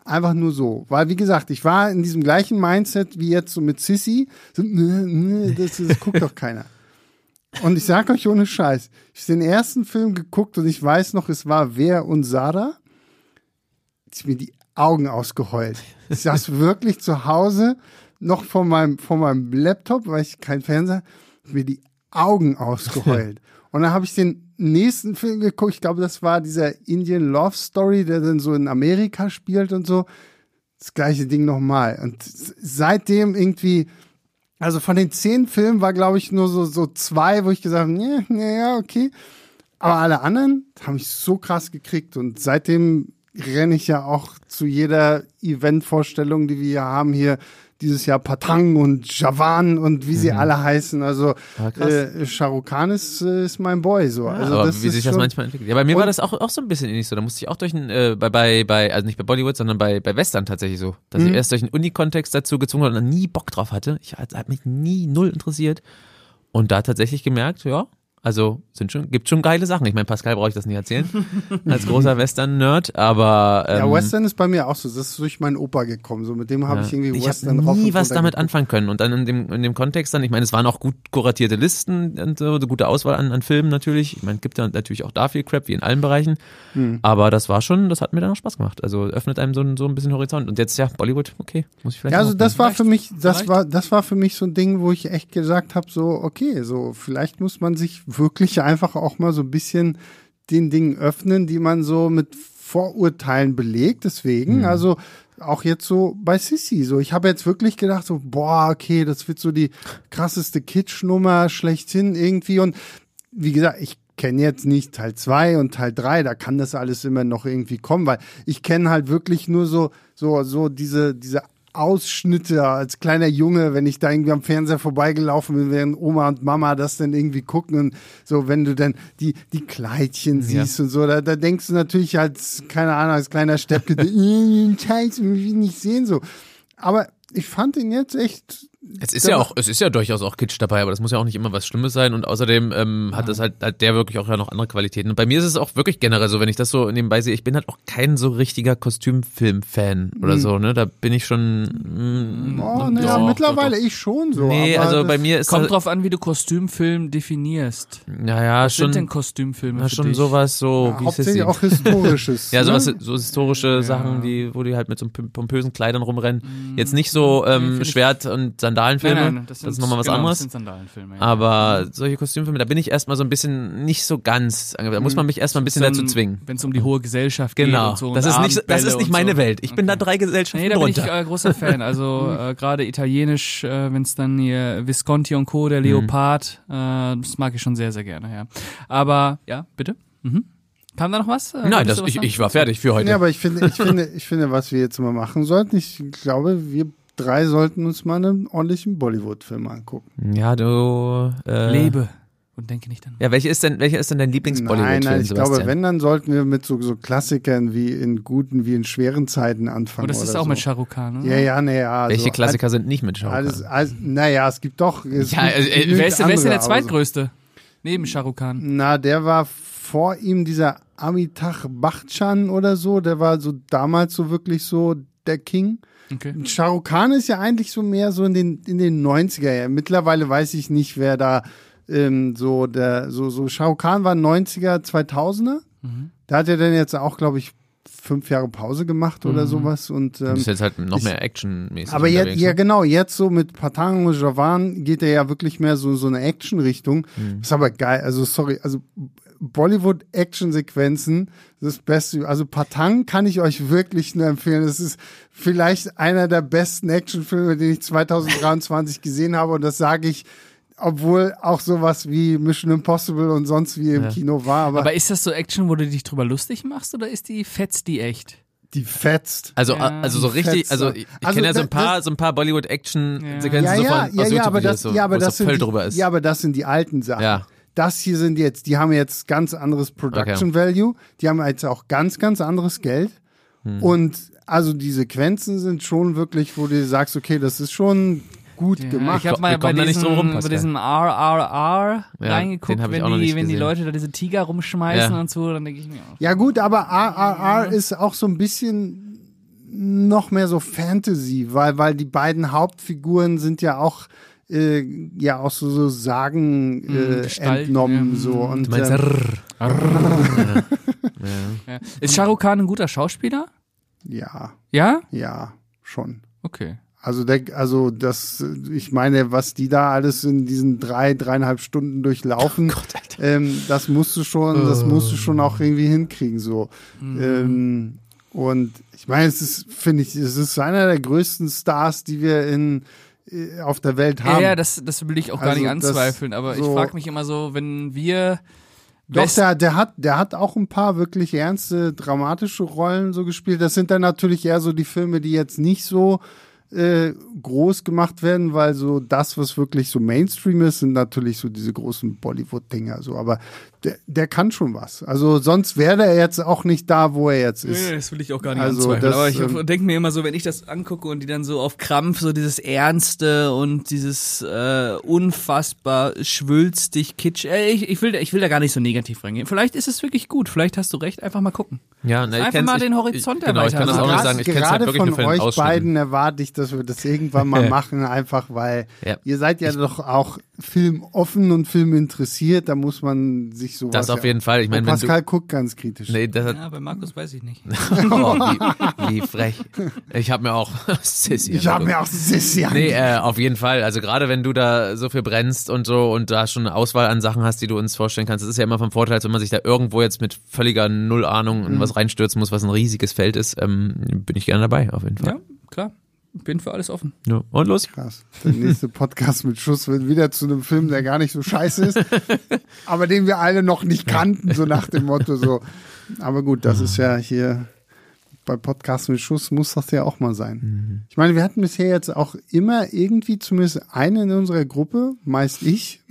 S1: Einfach nur so. Weil, wie gesagt, ich war in diesem gleichen Mindset wie jetzt so mit Sissy. So, [LAUGHS] nö, nö, das, das guckt doch keiner. Und ich sag euch ohne Scheiß, ich hab den ersten Film geguckt und ich weiß noch, es war Wer und Sarah. Ist mir die Augen ausgeheult. Ich saß wirklich zu Hause, noch vor meinem, vor meinem Laptop, weil ich keinen Fernseher, hab mir die Augen ausgeheult. Und dann habe ich den nächsten Film geguckt, ich glaube, das war dieser Indian Love Story, der dann so in Amerika spielt und so. Das gleiche Ding nochmal. Und s- seitdem irgendwie, also von den zehn Filmen war, glaube ich, nur so, so zwei, wo ich gesagt habe, nee, nee, ja, okay. Aber alle anderen haben mich so krass gekriegt und seitdem renne ich ja auch zu jeder Eventvorstellung, die wir hier haben, hier dieses Jahr Patang und Javan und wie sie alle heißen. Also
S2: Mhm. Ah, krass.
S1: äh, Sharukan ist, äh, ist mein Boy so. also
S2: aber
S1: das
S2: wie
S1: ist
S2: sich das
S1: schon-
S2: manchmal entwickelt. Ja, bei mir
S1: Und-
S2: war das auch, auch so ein bisschen ähnlich so. Da musste ich auch durch ein, äh, bei, bei, bei, also nicht bei Bollywood, sondern bei, bei Western tatsächlich so. Dass
S1: Mhm.
S2: ich erst durch einen Uni-Kontext dazu gezwungen wurde und dann nie Bock drauf hatte. Ich hat, hat mich nie null interessiert. Und da tatsächlich gemerkt, ja, also sind schon, gibt schon geile Sachen. Ich meine, Pascal brauche ich das
S1: [LAUGHS]
S2: nicht erzählen. als großer Western-Nerd, aber. Ähm,
S1: Ja, Western ist bei mir auch so. Das ist durch meinen Opa gekommen. So mit dem habe ich irgendwie
S2: ich
S1: Western
S2: hab
S1: rauf
S2: nie
S1: und
S2: was
S1: runter
S2: damit
S1: geguckt.
S2: anfangen können. Und dann in dem, in dem Kontext dann, ich meine, es waren auch gut kuratierte Listen und so, eine gute Auswahl an, an Filmen natürlich. Ich meine, gibt ja natürlich auch da viel Crap, wie in allen Bereichen.
S1: Hm.
S2: Aber das war schon, das hat mir dann auch Spaß gemacht. Also öffnet einem so, ein- so ein bisschen Horizont. Und jetzt ja, Bollywood, okay, muss ich vielleicht
S1: Ja,
S2: auch
S1: also das
S2: machen.
S1: war für mich, das
S3: Vielleicht.
S1: war, das war für mich so ein Ding, wo ich echt gesagt habe, so okay, so vielleicht muss man sich wirklich einfach auch mal so ein bisschen den Dingen öffnen, die man so mit Vorurteilen belegt. Deswegen, also auch jetzt so bei Sissy, so ich habe jetzt wirklich gedacht, so boah, okay, das wird so die krasseste Kitschnummer schlechthin irgendwie und wie gesagt, ich kenne jetzt nicht Teil 2 und Teil 3, da kann das alles immer noch irgendwie kommen, weil ich kenne halt wirklich nur so, so, so diese, diese Ausschnitte als kleiner Junge, wenn ich da irgendwie am Fernseher vorbeigelaufen bin, während Oma und Mama das dann irgendwie gucken und so, wenn du dann die, die Kleidchen
S2: Ja.
S1: siehst und so, da, da denkst du natürlich als, keine Ahnung, als kleiner Steppke, [LAUGHS] "Äh, den Scheiß will ich nicht sehen, so. Aber ich fand ihn jetzt echt
S2: Es ist ja auch, es ist ja durchaus auch Kitsch dabei, aber das muss ja auch nicht immer was Schlimmes sein. Und außerdem ähm, hat das halt, hat der wirklich auch ja noch andere Qualitäten. Und bei mir ist es auch wirklich generell so, wenn ich das so nebenbei sehe, ich bin halt auch kein so richtiger Kostümfilm-Fan
S1: Hm.
S2: oder so, ne? Da bin ich schon. mm,
S1: Oh, na ja,
S2: doch,
S1: mittlerweile ich schon so.
S2: Nee,
S1: aber
S2: also bei
S1: das-
S2: mir ist
S3: Kommt
S2: das,
S3: drauf an, wie du Kostümfilm definierst.
S2: naja,
S3: Was sind denn
S2: schon,
S3: Kostümfilme
S2: na,
S3: für
S2: schon
S3: dich?
S2: sowas so, wie es
S1: Hauptsächlich
S2: jetzt
S1: auch historisches.
S2: [LAUGHS] Ja, sowas,
S1: ne?
S2: so historische Sachen, die, wo die halt mit so pom- pompösen Kleidern rumrennen. Jetzt nicht so ähm,
S3: find Mhm. ich-
S2: Schwert- und Sandalenfilme.
S3: Nein, nein,
S2: das,
S3: sind,
S2: ist nochmal was
S3: genau,
S2: anderes. Ah,
S3: Das sind Sandalenfilme. ja.
S2: Aber solche Kostümfilme, da bin ich erstmal so ein bisschen nicht so ganz. ange- Da muss man mich erstmal ein bisschen
S3: Wenn es
S2: dazu
S3: um-
S2: zwingen.
S3: Wenn es um die hohe Gesellschaft geht.
S2: Genau.
S3: Und so
S2: das,
S3: und
S2: ist nicht, das
S3: Abendbälle
S2: ist nicht
S3: und
S2: meine
S3: so.
S2: Welt. Ich bin da
S3: Okay.
S2: drei Gesellschaften
S3: Nee, da bin ich
S2: drunter.
S3: äh, großer Fan. Also
S2: [LAUGHS]
S3: äh, gerade italienisch, äh, wenn es dann hier Visconti und Co., der
S2: Mhm.
S3: Leopard, äh, das mag ich schon sehr, sehr gerne, ja. Aber, ja, bitte? Mhm. Kam da noch was? Äh,
S2: Nein,
S3: wolltest
S2: das,
S3: du was
S2: ich,
S3: sagen?
S2: ich war fertig für heute.
S1: Ja, aber ich finde, ich finde, ich finde, was wir jetzt mal machen sollten, ich glaube, wir drei sollten uns mal einen ordentlichen Bollywood-Film angucken.
S2: Ja, du. Äh,
S3: Lebe und denke nicht an.
S2: Ja, welche ist denn, welche ist denn dein
S1: Nein,
S2: Lieblings-Bollywood-Film,
S1: nein, ich
S2: Sebastian?
S1: glaube, wenn, dann sollten wir mit so, so Klassikern wie in guten, wie in schweren Zeiten anfangen.
S3: Und Oh, das
S1: oder
S3: ist auch
S1: so.
S3: mit Charukan, ne?
S1: Ja, ja, naja. ja.
S2: welche
S1: so
S2: Klassiker sind nicht mit
S1: ein-
S2: Shao
S1: Also Alles,
S2: Kahn?
S1: alles, naja, es gibt doch. Es
S2: Ja,
S1: gibt
S2: äh, äh,
S1: genügend
S2: wer
S3: Wer ist, wer ist denn
S1: andere,
S3: der
S1: aber so-
S3: zweitgrößte? Neben Charukan.
S1: Na, der war vor ihm dieser Amitabh Bachchan oder so. Der war so damals so wirklich so der King.
S3: Okay.
S1: Charukan ist ja eigentlich so mehr so in den, in den 90er Jahren. Mittlerweile weiß ich nicht, wer da ähm, so der, so, so Charukan war 90er, 2000er. Da hat er dann jetzt auch, glaube ich, fünf Jahre Pause gemacht oder sowas. Und, ähm,
S2: Das ist jetzt halt noch
S1: ich-
S2: mehr actionmäßig.
S1: aber jetzt,
S2: unterwegs,
S1: ja
S2: ne?
S1: genau, jetzt so mit Patang und Javan geht er ja wirklich mehr so so eine Action-Richtung.
S2: Mhm.
S1: Ist aber geil, also sorry, also Bollywood-Action-Sequenzen, das Beste. Also Patang kann ich euch wirklich nur empfehlen. Das ist vielleicht einer der besten Actionfilme, den ich 2023 [LAUGHS] gesehen habe und das sage ich, obwohl auch sowas wie Mission Impossible und sonst wie im Kino war, aber,
S3: Aber ist das so Action, wo du dich drüber lustig machst oder ist die fetzt die echt?
S1: die fetzt.
S2: Also,
S3: Ja.
S2: also so richtig,
S1: Fetzer.
S2: also ich, ich
S1: Also
S2: kenne ja so
S1: da-
S2: ein paar, so ein paar Bollywood-Action-Sequenzen
S1: Ja,
S2: so
S1: ja,
S2: von,
S1: ja,
S2: aus
S1: ja, aber
S2: YouTube-Videos,
S1: das,
S2: so,
S1: ja, aber
S2: wo
S1: das
S2: so
S1: sind
S2: voll
S1: die,
S2: drüber ist.
S1: ja, aber das sind die alten Sachen.
S2: Ja.
S1: Das hier sind jetzt, die haben jetzt ganz anderes Production Value, die haben jetzt auch ganz, ganz anderes Geld.
S2: Hm.
S1: Und also die Sequenzen sind schon wirklich, wo du sagst, okay, das ist schon gut gemacht.
S3: Ich habe mal
S2: Wir
S3: bei
S2: kommen da nicht
S3: diesem,
S2: drum rum,
S3: bei
S2: Pascal.
S3: diesem RRR
S2: Ja,
S3: reingeguckt,
S2: den hab ich
S3: wenn,
S2: auch noch
S3: die,
S2: nicht
S3: wenn die
S2: gesehen.
S3: Leute da diese Tiger rumschmeißen
S2: Ja.
S3: und so, dann denke ich mir auch.
S1: Ja gut, aber RRR ist auch so ein bisschen noch mehr so Fantasy, weil, weil die beiden Hauptfiguren sind ja auch äh, ja auch so, so Sagen äh,
S3: Gestalten,
S1: entnommen
S3: Hm, ja. hm.
S1: so und
S2: Du meinst,
S1: ähm,
S2: rrr.
S3: Ja. Ist Shah Rukh Khan ein guter Schauspieler?
S1: ja
S3: Ja?
S1: ja schon
S3: Okay.
S1: Also, der, also das, äh, ich meine, was die da alles in diesen drei, dreieinhalb Stunden durchlaufen,
S2: Oh Gott, Alter. Äh.
S1: ähm, das musst du schon, das musst du schon auch irgendwie hinkriegen. so.
S2: Mhm.
S1: Ähm, und ich meine, es ist, finde ich, es ist einer der größten Stars, die wir in äh, auf der Welt haben.
S3: Ja, ja, das, das will ich auch gar
S1: Also
S3: nicht
S1: das
S3: anzweifeln, aber ich
S1: so-
S3: frage mich immer so, wenn wir
S1: Doch,
S3: Best-
S1: der, der, hat, der hat auch ein paar wirklich ernste, dramatische Rollen so gespielt. Das sind dann natürlich eher so die Filme, die jetzt nicht so äh, groß gemacht werden, weil so das, was wirklich so Mainstream ist, sind natürlich so diese großen Bollywood-Dinger. So. Aber der, der kann schon was. Also sonst wäre er jetzt auch nicht da, wo er jetzt ist.
S3: Nee, das will ich auch gar nicht
S1: Also,
S3: anzweifeln.
S1: das,
S3: aber ich
S1: ähm,
S3: denke mir immer so, wenn ich das angucke und die dann so auf Krampf so dieses Ernste und dieses äh, unfassbar schwülstig Kitsch. Äh, ich, ich, will, da- ich will da gar nicht so negativ reingehen. Vielleicht ist es wirklich gut. Vielleicht hast du recht. Einfach mal gucken.
S2: Ja, ne, ich
S3: Einfach
S2: kenn's-
S3: mal
S2: ich,
S3: den Horizont
S2: ich, Genau, ich kann das auch
S3: erweitern. Also
S2: nicht
S1: Also Gerade-
S2: sagen. Ich kenne halt
S1: Gerade
S2: wirklich nur
S1: von
S2: von den
S1: euch
S2: Ausschnitten.
S1: beiden erwarte ich, dass wir das irgendwann
S2: [LAUGHS]
S1: mal machen, einfach weil
S2: Ja.
S1: ihr seid ja doch auch filmoffen und filminteressiert. Da muss man sich sowas.
S2: Das auf jeden Fall. Ich
S1: Ja. Und
S2: meine, wenn du.
S1: Pascal guckt ganz kritisch.
S2: Nee,
S1: [LAUGHS]
S2: das hat,
S3: Ja, bei Markus weiß ich nicht.
S2: [LAUGHS] oh, wie, wie frech. Ich habe mir auch [LAUGHS] Sissy.
S1: ich habe
S2: angeguckt.
S1: mir auch Sissi
S2: also Nee, äh, auf jeden Fall. Also gerade wenn du da so viel brennst und so und da schon eine Auswahl an Sachen hast, die du uns vorstellen kannst, das ist ja immer vom Vorteil, als wenn man sich da irgendwo jetzt mit völliger Nullahnung
S1: Mhm.
S2: in was reinstürzen muss, was ein riesiges Feld ist, ähm, bin ich gerne dabei, auf jeden Fall.
S3: Ja, klar. Bin für alles offen.
S2: Ja. Und los.
S1: Krass. Der nächste Podcast mit Schuss wird wieder zu einem Film, der gar nicht so scheiße
S2: [LAUGHS]
S1: ist, aber den wir alle noch nicht kannten, so nach dem Motto so. Aber gut, das ist ja hier bei Podcasts mit Schuss muss das ja auch mal sein.
S2: Mhm.
S1: Ich meine, wir hatten bisher jetzt auch immer irgendwie zumindest einen in unserer Gruppe, meist
S2: [LAUGHS]
S1: ich,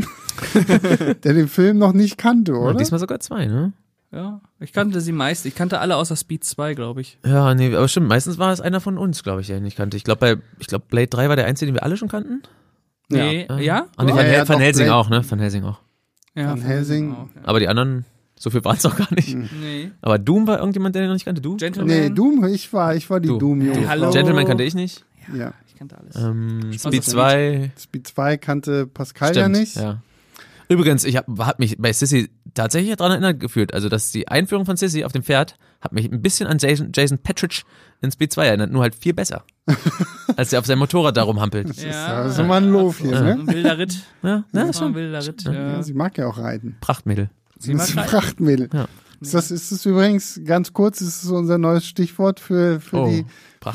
S1: der den Film noch nicht kannte,
S2: Und
S1: oder?
S2: diesmal sogar zwei, ne?
S3: Ja, ich kannte sie meist. Ich kannte alle außer Speed 2, glaube ich.
S2: Ja, nee, aber stimmt. Meistens war es einer von uns, glaube ich, der nicht kannte. Ich glaube, bei, ich glaube, Blade 3 war der einzige, den wir alle schon kannten.
S3: Nee, ja? Ja,
S2: Ah, nee,
S1: Ja,
S2: Van,
S1: ja,
S2: Van
S1: doch,
S2: Helsing
S1: Blade.
S2: auch, ne? Van Helsing auch.
S1: Van Helsing.
S3: auch, ja.
S2: Aber die anderen, so viel waren es auch gar nicht.
S1: Mhm.
S3: Nee.
S2: Aber Doom war irgendjemand, der den noch nicht kannte. Du?
S3: Gentleman.
S1: Nee, Doom, ich war, ich war die
S2: Du.
S1: Doom, Junge.
S3: Hallo.
S2: Gentleman kannte ich nicht.
S1: Ja.
S3: Ich kannte alles.
S2: Ähm,
S3: Spaß auf der
S2: Speed 2
S1: Speed 2 kannte Pascal
S2: Stimmt,
S1: ja nicht.
S2: Ja. Übrigens, ich habe hab mich bei Sissy tatsächlich daran erinnert gefühlt, also dass die Einführung von Sissy auf dem Pferd hat mich ein bisschen an Jason, Jason Patridge in Speed 2 erinnert, nur halt viel
S3: [LAUGHS]
S2: besser. als er auf seinem Motorrad darum hampelt.
S1: Das ist immer ein Lob hier, ne?
S3: Ein wilder Ritt.
S2: Ja, ja,
S3: Das
S2: ist
S3: war ein
S2: schon
S3: wilder Ritt.
S1: Ja,
S3: Ja.
S1: sie mag ja auch reiten.
S2: Prachtmädel.
S3: Sie
S1: das ist ein
S3: mag
S1: Prachtmädel.
S2: Ja.
S1: Ist das ist es übrigens ganz kurz, ist es unser neues Stichwort für, für
S2: Oh,
S1: die für die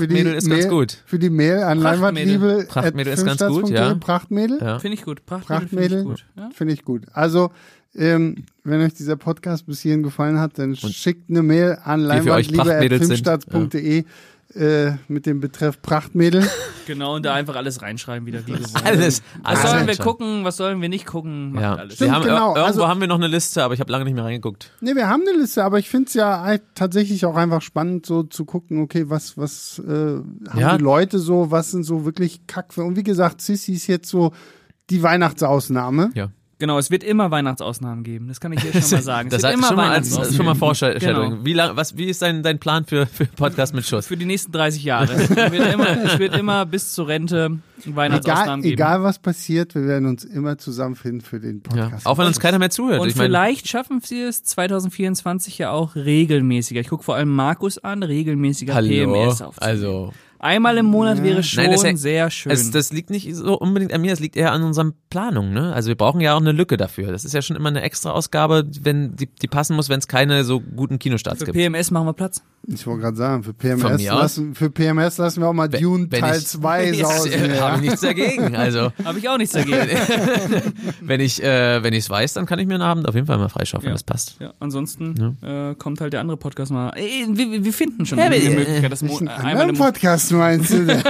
S2: Prachtmädel ist ganz
S1: Mail-
S2: gut.
S1: Für die Mail an
S3: Prachtmädel.
S1: Leinwandliebe.
S2: Prachtmädel ist ganz gut, ja.
S1: Prachtmädel.
S2: Ja.
S3: Finde ich gut. Prachtmädel. Finde
S1: Prachtmädel.
S3: ich gut. Ja?
S1: Finde ich gut. Also, ähm, wenn euch dieser Podcast bis hierhin gefallen hat, dann schickt eine Mail an
S2: die für euch Prachtmädels sind.
S1: leinwandliebe.filmstarts.de äh, mit dem Betreff Prachtmädel.
S3: Genau, und da einfach alles reinschreiben
S1: [LAUGHS]
S3: wieder. Wie gewohnt.
S1: Ah,
S2: Alles.
S3: Was
S2: alles
S3: sollen wir
S2: schon.
S3: gucken, was sollen wir nicht gucken? Macht
S2: Ja.
S3: alles.
S2: wir
S1: Stimmt,
S2: haben,
S1: genau.
S2: Irgendwo
S1: Also-
S2: haben wir noch eine Liste, aber ich habe lange nicht mehr reingeguckt.
S1: Nee, wir haben eine Liste, aber ich finde es ja ei- tatsächlich auch einfach spannend, so zu gucken, okay, was, was äh, haben
S2: Ja.
S1: die Leute so, was sind so wirklich Kackfilme. Und wie gesagt, Sissy ist jetzt so die Weihnachtsausnahme.
S2: Ja.
S3: Genau, es wird immer Weihnachtsausnahmen geben. Das kann ich hier schon mal sagen.
S2: Das
S3: es wird
S2: hat
S3: immer
S2: schon mal als
S3: Weihnachtsausnahmen. [LAUGHS]
S2: schon mal Vorstellung.
S3: Genau.
S2: Wie, lang, was, wie ist dein, dein Plan für, für Podcast mit Schuss?
S3: Für die nächsten 30 Jahre. Es wird immer, es wird immer bis zur Rente Weihnachtsausnahmen
S1: Egal,
S3: geben.
S1: egal was passiert, wir werden uns immer zusammenfinden für den
S2: Ja.
S1: Podcast.
S2: Auch wenn uns keiner mehr zuhört.
S3: Und
S2: Also ich meine,
S3: vielleicht schaffen sie es 2024 ja auch regelmäßiger. Ich gucke vor allem Markus an, regelmäßiger
S2: hallo.
S3: PMS aufzunehmen.
S2: Also,
S3: Einmal im Monat wäre schon
S2: Nein, das ist ja-
S3: sehr schön.
S2: Es, das liegt nicht so unbedingt an mir, das liegt eher an unserer Planung. Ne? Also wir brauchen ja auch eine Lücke dafür. Das ist ja schon immer eine extra Ausgabe, wenn die, die passen muss, wenn es keine so guten Kinostarts
S3: Für
S2: gibt.
S3: PMS machen wir Platz.
S1: Ich wollte gerade sagen, für
S2: Von
S1: PMS,
S2: mir aus.
S1: lassen, für PMS lassen wir auch mal
S2: Wenn-
S1: Dune
S2: wenn
S1: Teil
S2: ich- [LAUGHS]
S1: 2 sausen.
S2: Habe
S1: Ja.
S2: ich nichts dagegen. Also
S3: Habe ich auch nichts dagegen.
S2: wenn ich äh, wenn ich es weiß, dann kann ich mir einen Abend auf jeden Fall mal freischaufeln.
S3: Ja.
S2: Das passt.
S3: Ja, ansonsten Äh, kommt halt der andere Podcast mal. Ey, wir, wir- wir finden schon
S2: Ja,
S3: eine
S2: wir-
S3: Möglichkeit, das, Mo äh, einmal,
S1: Anderen
S3: im, Mo-
S1: Podcast meinst du?
S2: [LAUGHS]
S1: denn?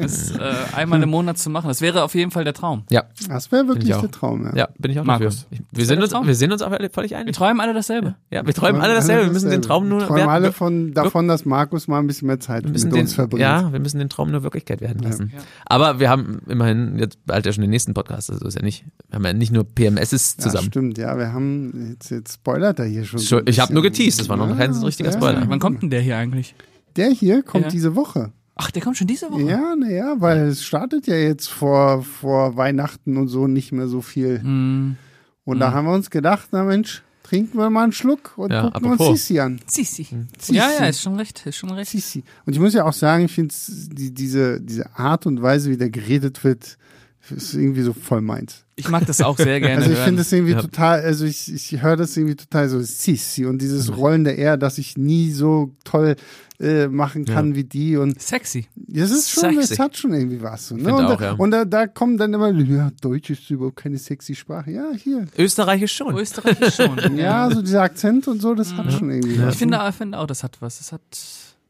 S3: das äh, einmal im Monat zu machen. Das wäre auf jeden Fall der Traum.
S2: Ja,
S1: Das wäre
S2: Bin ich
S1: wirklich
S2: auch.
S1: der Traum, ja.
S2: ja, bin ich auch
S3: Markus,
S2: dafür. Ich- Wir sind uns
S3: Traum.
S2: wir sind uns auch alle völlig
S3: Wir
S2: einig.
S3: träumen alle dasselbe.
S2: Ja, wir träumen alle dasselbe. Wir müssen den Traum nur
S1: träumen
S2: werden-
S1: alle von, davon, dass Markus mal ein bisschen mehr Zeit
S2: wir müssen
S1: mit
S2: den,
S1: uns verbringt.
S2: Ja, wir müssen den Traum nur Wirklichkeit werden lassen.
S3: Ja.
S2: Aber wir haben immerhin jetzt bald ja schon den nächsten Podcast, also ist ja nicht, wir haben ja nicht nur PMSs
S1: Ja,
S2: zusammen.
S1: stimmt, ja, wir haben, jetzt, jetzt spoilert er hier schon. so
S2: Schon-
S1: ein
S2: ich hab
S1: bisschen.
S2: nur geteased, das war noch kein
S1: Ja,
S2: richtiger
S1: sehr
S2: Spoiler.
S1: schön.
S3: Wann kommt denn der hier eigentlich?
S1: Der hier kommt
S3: Ja.
S1: diese Woche.
S3: Ach, der kommt schon diese Woche.
S1: Ja, naja, weil es startet ja jetzt vor, vor Weihnachten und so nicht mehr so viel.
S3: Hm.
S1: Und da haben wir uns gedacht, na Mensch, trinken wir mal einen Schluck und
S2: Ja,
S1: gucken
S2: apropos.
S1: uns Sissi an.
S3: Sissi.
S1: Sissi.
S3: Ja, ja, ist schon recht, ist schon recht.
S1: Sissi. Und ich muss ja auch sagen, ich finde die, diese, diese Art und Weise, wie da geredet wird, ist irgendwie so voll meins.
S3: Ich mag das auch sehr gerne.
S1: Also ich
S3: hören.
S1: finde das irgendwie
S2: Ja.
S1: total, also ich, ich höre das irgendwie total so Sissi und
S2: Mhm.
S1: dieses Rollen der R, das ich nie so toll äh, machen kann wie die und
S3: sexy.
S1: das ist schon, das
S2: Sexy.
S1: hat schon irgendwie was. So, ne?
S2: Finde
S1: Und,
S2: auch,
S1: da,
S2: ja.
S1: und da, da kommen dann immer, ja, Deutsch ist überhaupt keine sexy Sprache. Ja, hier.
S2: Österreichisch schon.
S3: Österreichisch schon.
S1: [LAUGHS] Ja, so dieser Akzent und so, das hat schon irgendwie was. ne?
S3: Ich finde, ich finde auch, das hat was. Das hat,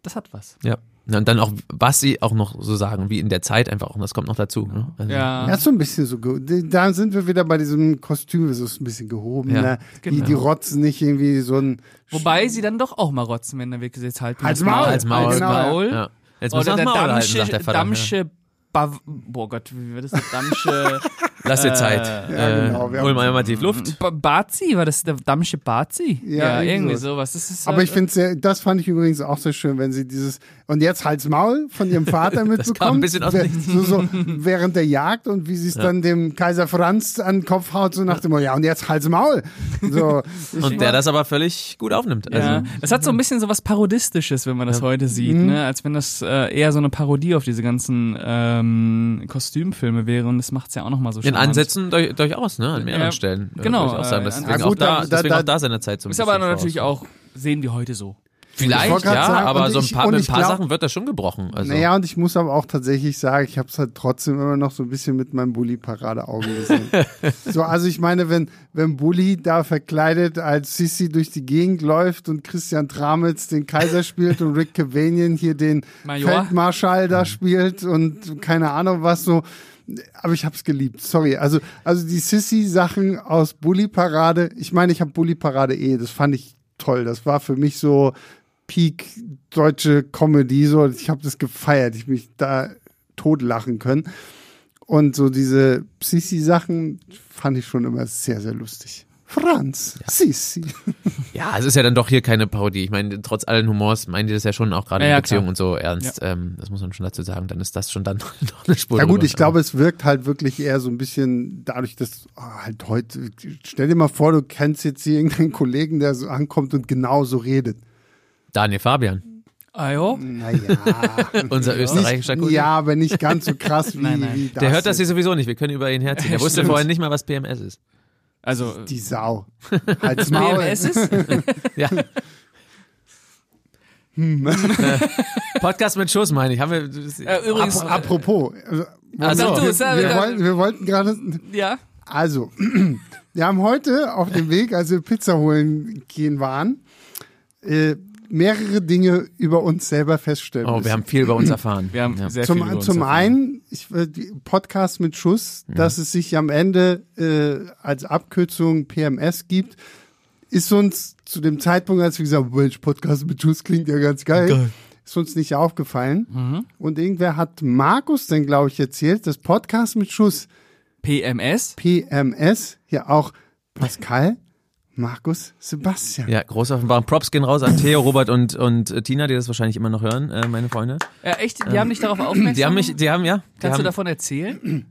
S3: das hat was.
S2: ja. Na, Und dann auch, was sie auch noch so sagen, wie in der Zeit einfach auch, und das kommt noch dazu. Ne? Also,
S1: Ja, ist so ein bisschen so. ge- Da sind wir wieder bei diesem Kostüm, es ist ein bisschen gehoben.
S2: Ja,
S1: ne? die,
S3: genau.
S1: die rotzen nicht irgendwie so ein.
S3: Wobei sie dann doch auch mal rotzen, wenn der Weg jetzt halt
S1: Halt's Maul!
S2: Als Maul.
S1: Als Maul.
S2: Ja. Jetzt muss
S3: Oder
S2: das
S3: der
S2: Maul halten,
S3: Damsche,
S2: sagt der Vater. ne?
S3: Damsche Bav Boah Gott, wie wird das? denn?
S2: [LAUGHS]
S3: Damsche
S2: Ja. Lass
S3: Äh,
S2: dir Zeit.
S1: Ja, genau, wir
S2: äh, hol
S1: haben-
S2: mal einmal tief Luft.
S3: Ba- Bazi, war das der Damsche Bazi?
S1: Ja, irgendwie
S3: irgendwie
S1: so.
S3: sowas. Das ist,
S1: Aber
S3: äh,
S1: ich finde, das fand ich übrigens auch sehr schön, wenn sie dieses und jetzt halt's Maul von ihrem
S2: [LAUGHS]
S1: Vater mitbekommen.
S2: kam ein bisschen aus dem
S1: Wer- so, so während der Jagd und wie sie es dann dem Kaiser Franz an den Kopf haut, so nach dem Motto, ja, und jetzt halt's Maul.
S2: [LAUGHS]
S1: So, ich
S2: Und der das aber völlig gut aufnimmt. Also,
S3: ja. Das hat so ein bisschen so was Parodistisches, wenn man das heute sieht,
S1: Mhm.
S3: ne? als wenn das äh, eher so eine Parodie auf diese ganzen ähm, Kostümfilme wäre und das macht's ja auch nochmal so
S2: In
S3: charmant.
S2: Ansätzen durch, durchaus, ne? An mehreren
S3: Ja,
S2: Stellen. äh,
S3: genau,
S2: Würde ich auch sagen.
S3: äh,
S2: Deswegen,
S3: ja,
S2: auch,
S1: gut,
S2: da,
S1: da- da-
S2: deswegen
S1: da-
S2: auch da seiner Zeit so ein
S3: Ist
S2: bisschen
S3: aber
S2: voraus.
S3: natürlich auch, sehen die heute so.
S1: Ich
S2: Vielleicht,
S1: wollte
S2: ja,
S1: grad sagen,
S2: aber
S1: und
S2: so ein
S1: ich-
S2: paar,
S1: und
S2: mit ein
S1: ich
S2: paar
S1: glaub-
S2: Sachen wird das schon gebrochen. Also,
S1: Naja, und ich muss aber auch tatsächlich sagen, ich habe es halt trotzdem immer noch so ein bisschen mit meinem Bully-Parade-Augen gesehen. so, also ich meine, wenn, wenn Bully da verkleidet als Sissi durch die Gegend läuft und Christian Tramitz den Kaiser spielt und Rick Cavanian hier den
S3: Major.
S1: Feldmarschall da spielt und keine Ahnung was so. Aber ich habe es geliebt, sorry. Also, also die Sissy-Sachen aus Bully-Parade, ich meine, ich habe Bully-Parade eh, das fand ich toll. Das war für mich so Peak deutsche Comedy, so ich habe das gefeiert, ich hab mich da totlachen können. Und so diese Sissi-Sachen fand ich schon immer sehr, sehr lustig. Franz, Sissi.
S2: ja, es ist ja dann doch hier keine Parodie. Ich meine, trotz allen Humors meinen die das ja schon auch gerade
S3: Ja,
S2: in
S3: ja,
S2: Beziehungen
S3: klar.
S2: und so ernst. Ähm, das muss man schon dazu sagen. Dann ist das schon dann [LAUGHS] noch eine Spur.
S1: Ja gut,
S2: drüber.
S1: ich glaube, es wirkt halt wirklich eher so ein bisschen dadurch, dass oh, halt heute, stell dir mal vor, du kennst jetzt hier irgendeinen Kollegen, der so ankommt und genauso redet.
S2: Daniel Fabian,
S3: Ah, jo.
S1: Naja.
S2: [LAUGHS] unser österreichischer Kollege.
S1: ja, aber nicht ganz so
S2: [LAUGHS]
S1: krass wie,
S3: Nein, nein.
S1: wie das.
S2: Der hört das hier
S1: jetzt.
S2: sowieso nicht. Wir können über ihn herziehen. Er wusste
S3: Stimmt.
S2: vorhin nicht mal, was PMS ist.
S3: Also,
S1: Die Sau. Halt's
S2: [LAUGHS]
S1: Maul. [LAUGHS]
S3: BMS ist?
S2: Ja. Podcast mit Schuss, meine ich. Haben wir, das,
S3: Äh, übrigens,
S1: Ap- Apropos. also,
S2: Also,
S1: Moment,
S2: du,
S1: wir,
S3: sag-
S1: wir, wollten, wir wollten gerade.
S3: ja.
S1: Also, [CLEARS THROAT] wir haben heute auf dem Weg, als wir Pizza holen gehen waren, äh, mehrere Dinge über uns selber feststellen
S2: oh,
S1: müssen.
S2: wir haben viel über uns erfahren.
S3: Wir haben
S2: ja.
S3: sehr viel über
S1: zum
S3: uns
S1: zum
S3: erfahren.
S1: einen, ich, äh, die Podcast mit Schuss, dass es sich am Ende äh, als Abkürzung PMS gibt, ist uns zu dem Zeitpunkt, als wir gesagt haben, Mensch, Podcast mit Schuss klingt ja ganz geil, ist uns nicht aufgefallen. Und irgendwer hat Markus denn, glaube ich, erzählt, dass Podcast mit Schuss
S3: PMS?
S1: PMS ja auch Pascal, Markus, Sebastian.
S2: Ja, groß offenbaren. Props gehen raus an Theo, Robert und, und äh, Tina, die das wahrscheinlich immer noch hören, äh, meine Freunde.
S3: Ja, echt? Die haben dich darauf aufmerksam
S2: Ähm, Die haben mich, die haben, ja. Die
S3: Kannst du
S2: haben,
S3: davon erzählen?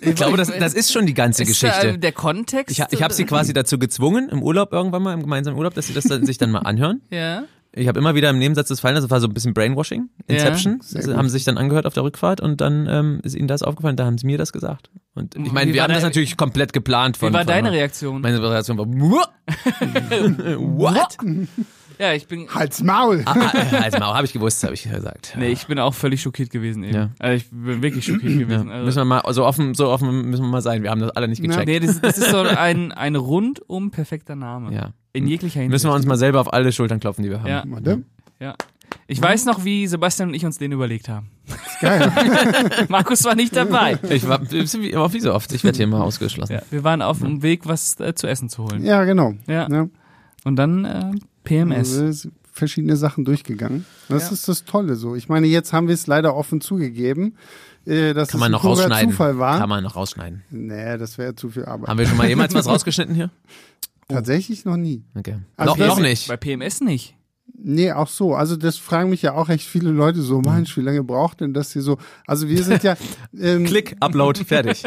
S2: ich glaube, das, das ist schon die ganze
S3: Ist,
S2: Geschichte.
S3: äh, der Kontext?
S2: Ich, ha- ich habe sie quasi dazu gezwungen, im Urlaub irgendwann mal, im gemeinsamen Urlaub, dass sie das dann, sich dann mal anhören.
S3: äh, Ja.
S2: Ich habe immer wieder im Nebensatz das fallen lassen, das war so ein bisschen Brainwashing,
S3: Ja.
S2: Inception.
S1: Sehr
S2: Sie
S1: gut.
S2: haben sich dann angehört auf der Rückfahrt und dann ähm, ist ihnen das aufgefallen, da haben sie mir das gesagt. Und ich meine,
S3: Wie
S2: wir
S3: war
S2: haben das
S3: dein-
S2: natürlich komplett geplant von
S3: Wie war
S2: von,
S3: deine Reaktion?
S2: Meine Reaktion war,
S3: [LAUGHS]
S2: "What? what?
S3: ja, ich bin,
S1: Halt's Maul!
S2: ah, ah, halt mal, habe ich gewusst, habe ich gesagt.
S3: nee, ich bin auch völlig schockiert gewesen eben.
S2: Ja.
S3: Also ich bin wirklich schockiert gewesen. Also,
S2: Ja, müssen wir mal, so offen, so offen müssen wir mal sein. Wir haben das alle nicht
S1: Na,
S2: gecheckt.
S3: nee, das, das ist so ein, ein rundum perfekter Name.
S2: Ja.
S3: In jeglicher Hinsicht.
S2: Müssen wir uns mal selber auf alle Schultern klopfen, die wir haben.
S3: Ja.
S1: Warte.
S3: Ja. Ich weiß noch, wie Sebastian und ich uns den überlegt haben.
S1: Geil.
S3: [LAUGHS] Markus war nicht dabei.
S2: Ich war, [LAUGHS] wie, aber wie so oft, ich werde hier
S3: [LAUGHS]
S2: immer ausgeschlossen.
S3: Ja, wir waren auf dem Weg, was äh, zu essen zu holen.
S1: Ja, genau.
S3: Ja.
S1: Ne?
S3: Und dann äh, PMS.
S1: Also, es sind verschiedene Sachen durchgegangen. Das
S3: Ja.
S1: ist das Tolle so. Ich meine, jetzt haben wir es leider offen zugegeben, äh, dass
S2: Kann
S1: es
S2: man
S1: ein
S2: noch
S1: purer
S2: rausschneiden.
S1: Zufall war.
S2: Kann man noch rausschneiden.
S1: nee, das wäre zu viel Arbeit.
S2: Haben wir schon mal jemals was rausgeschnitten hier?
S1: Tatsächlich noch nie.
S2: [LAUGHS] Okay.
S1: Also
S2: noch,
S1: das-
S2: noch nicht.
S3: Bei PMS nicht.
S1: Nee, auch so. Also das fragen mich ja auch echt viele Leute so, Mensch, wie lange braucht denn das hier so? Also wir sind
S2: [LAUGHS]
S1: ja... Ähm,
S2: Klick, Upload, fertig.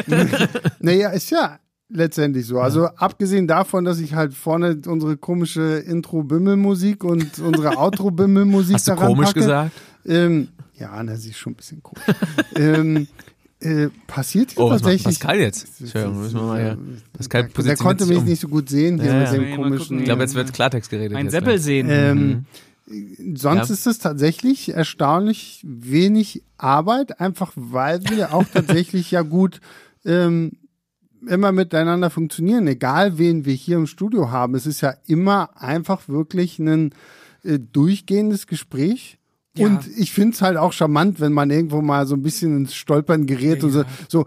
S1: Naja, ist ja letztendlich so. Also abgesehen davon, dass ich halt vorne unsere komische Intro-Bimmelmusik und unsere Outro-Bimmelmusik
S2: Hast du
S1: daran
S2: komisch
S1: packe,
S2: gesagt? [LAUGHS]
S1: Ähm, ja, na, sie ist schon ein bisschen komisch. ähm, äh, passiert hier
S2: Oh, was macht
S1: tatsächlich.
S2: Pascal jetzt? Entschuldigung, müssen wir mal hier. Pascal
S1: der, der
S2: positioniert
S1: konnte
S2: sich
S1: mich
S2: um.
S1: nicht so gut sehen hier
S2: Ja,
S1: mit
S2: ja.
S1: dem
S3: Nee, mal
S1: komischen.
S3: gucken.
S2: Ich glaube, jetzt wird Klartext geredet.
S3: Ein
S2: jetzt
S3: Seppel
S2: gleich.
S3: sehen.
S1: Ähm, Sonst
S2: Mhm. Ja.
S1: ist es tatsächlich erstaunlich wenig Arbeit, einfach weil wir
S2: [LAUGHS]
S1: auch tatsächlich ja gut ähm, immer miteinander funktionieren, egal wen wir hier im Studio haben. Es ist ja immer einfach wirklich ein äh, durchgehendes Gespräch.
S3: Ja.
S1: Und ich finde es halt auch charmant, wenn man irgendwo mal so ein bisschen ins Stolpern gerät und so, so,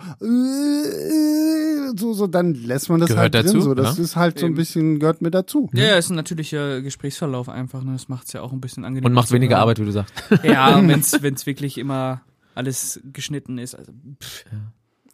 S1: äh, äh, so, so, dann lässt man das halt
S2: Gehört
S1: drin.
S2: dazu,
S1: so, das
S2: ne?
S1: ist halt so ein
S3: Eben.
S1: bisschen, gehört mir dazu.
S3: ja, ja, ist ein natürlicher Gesprächsverlauf einfach. Ne? Das macht es ja auch ein bisschen angenehmer.
S2: Und macht
S3: zu
S2: weniger
S3: hören.
S2: Arbeit, wie du sagst.
S3: Ja,
S2: [LAUGHS]
S3: wenn es wirklich immer alles geschnitten ist. Also, pff,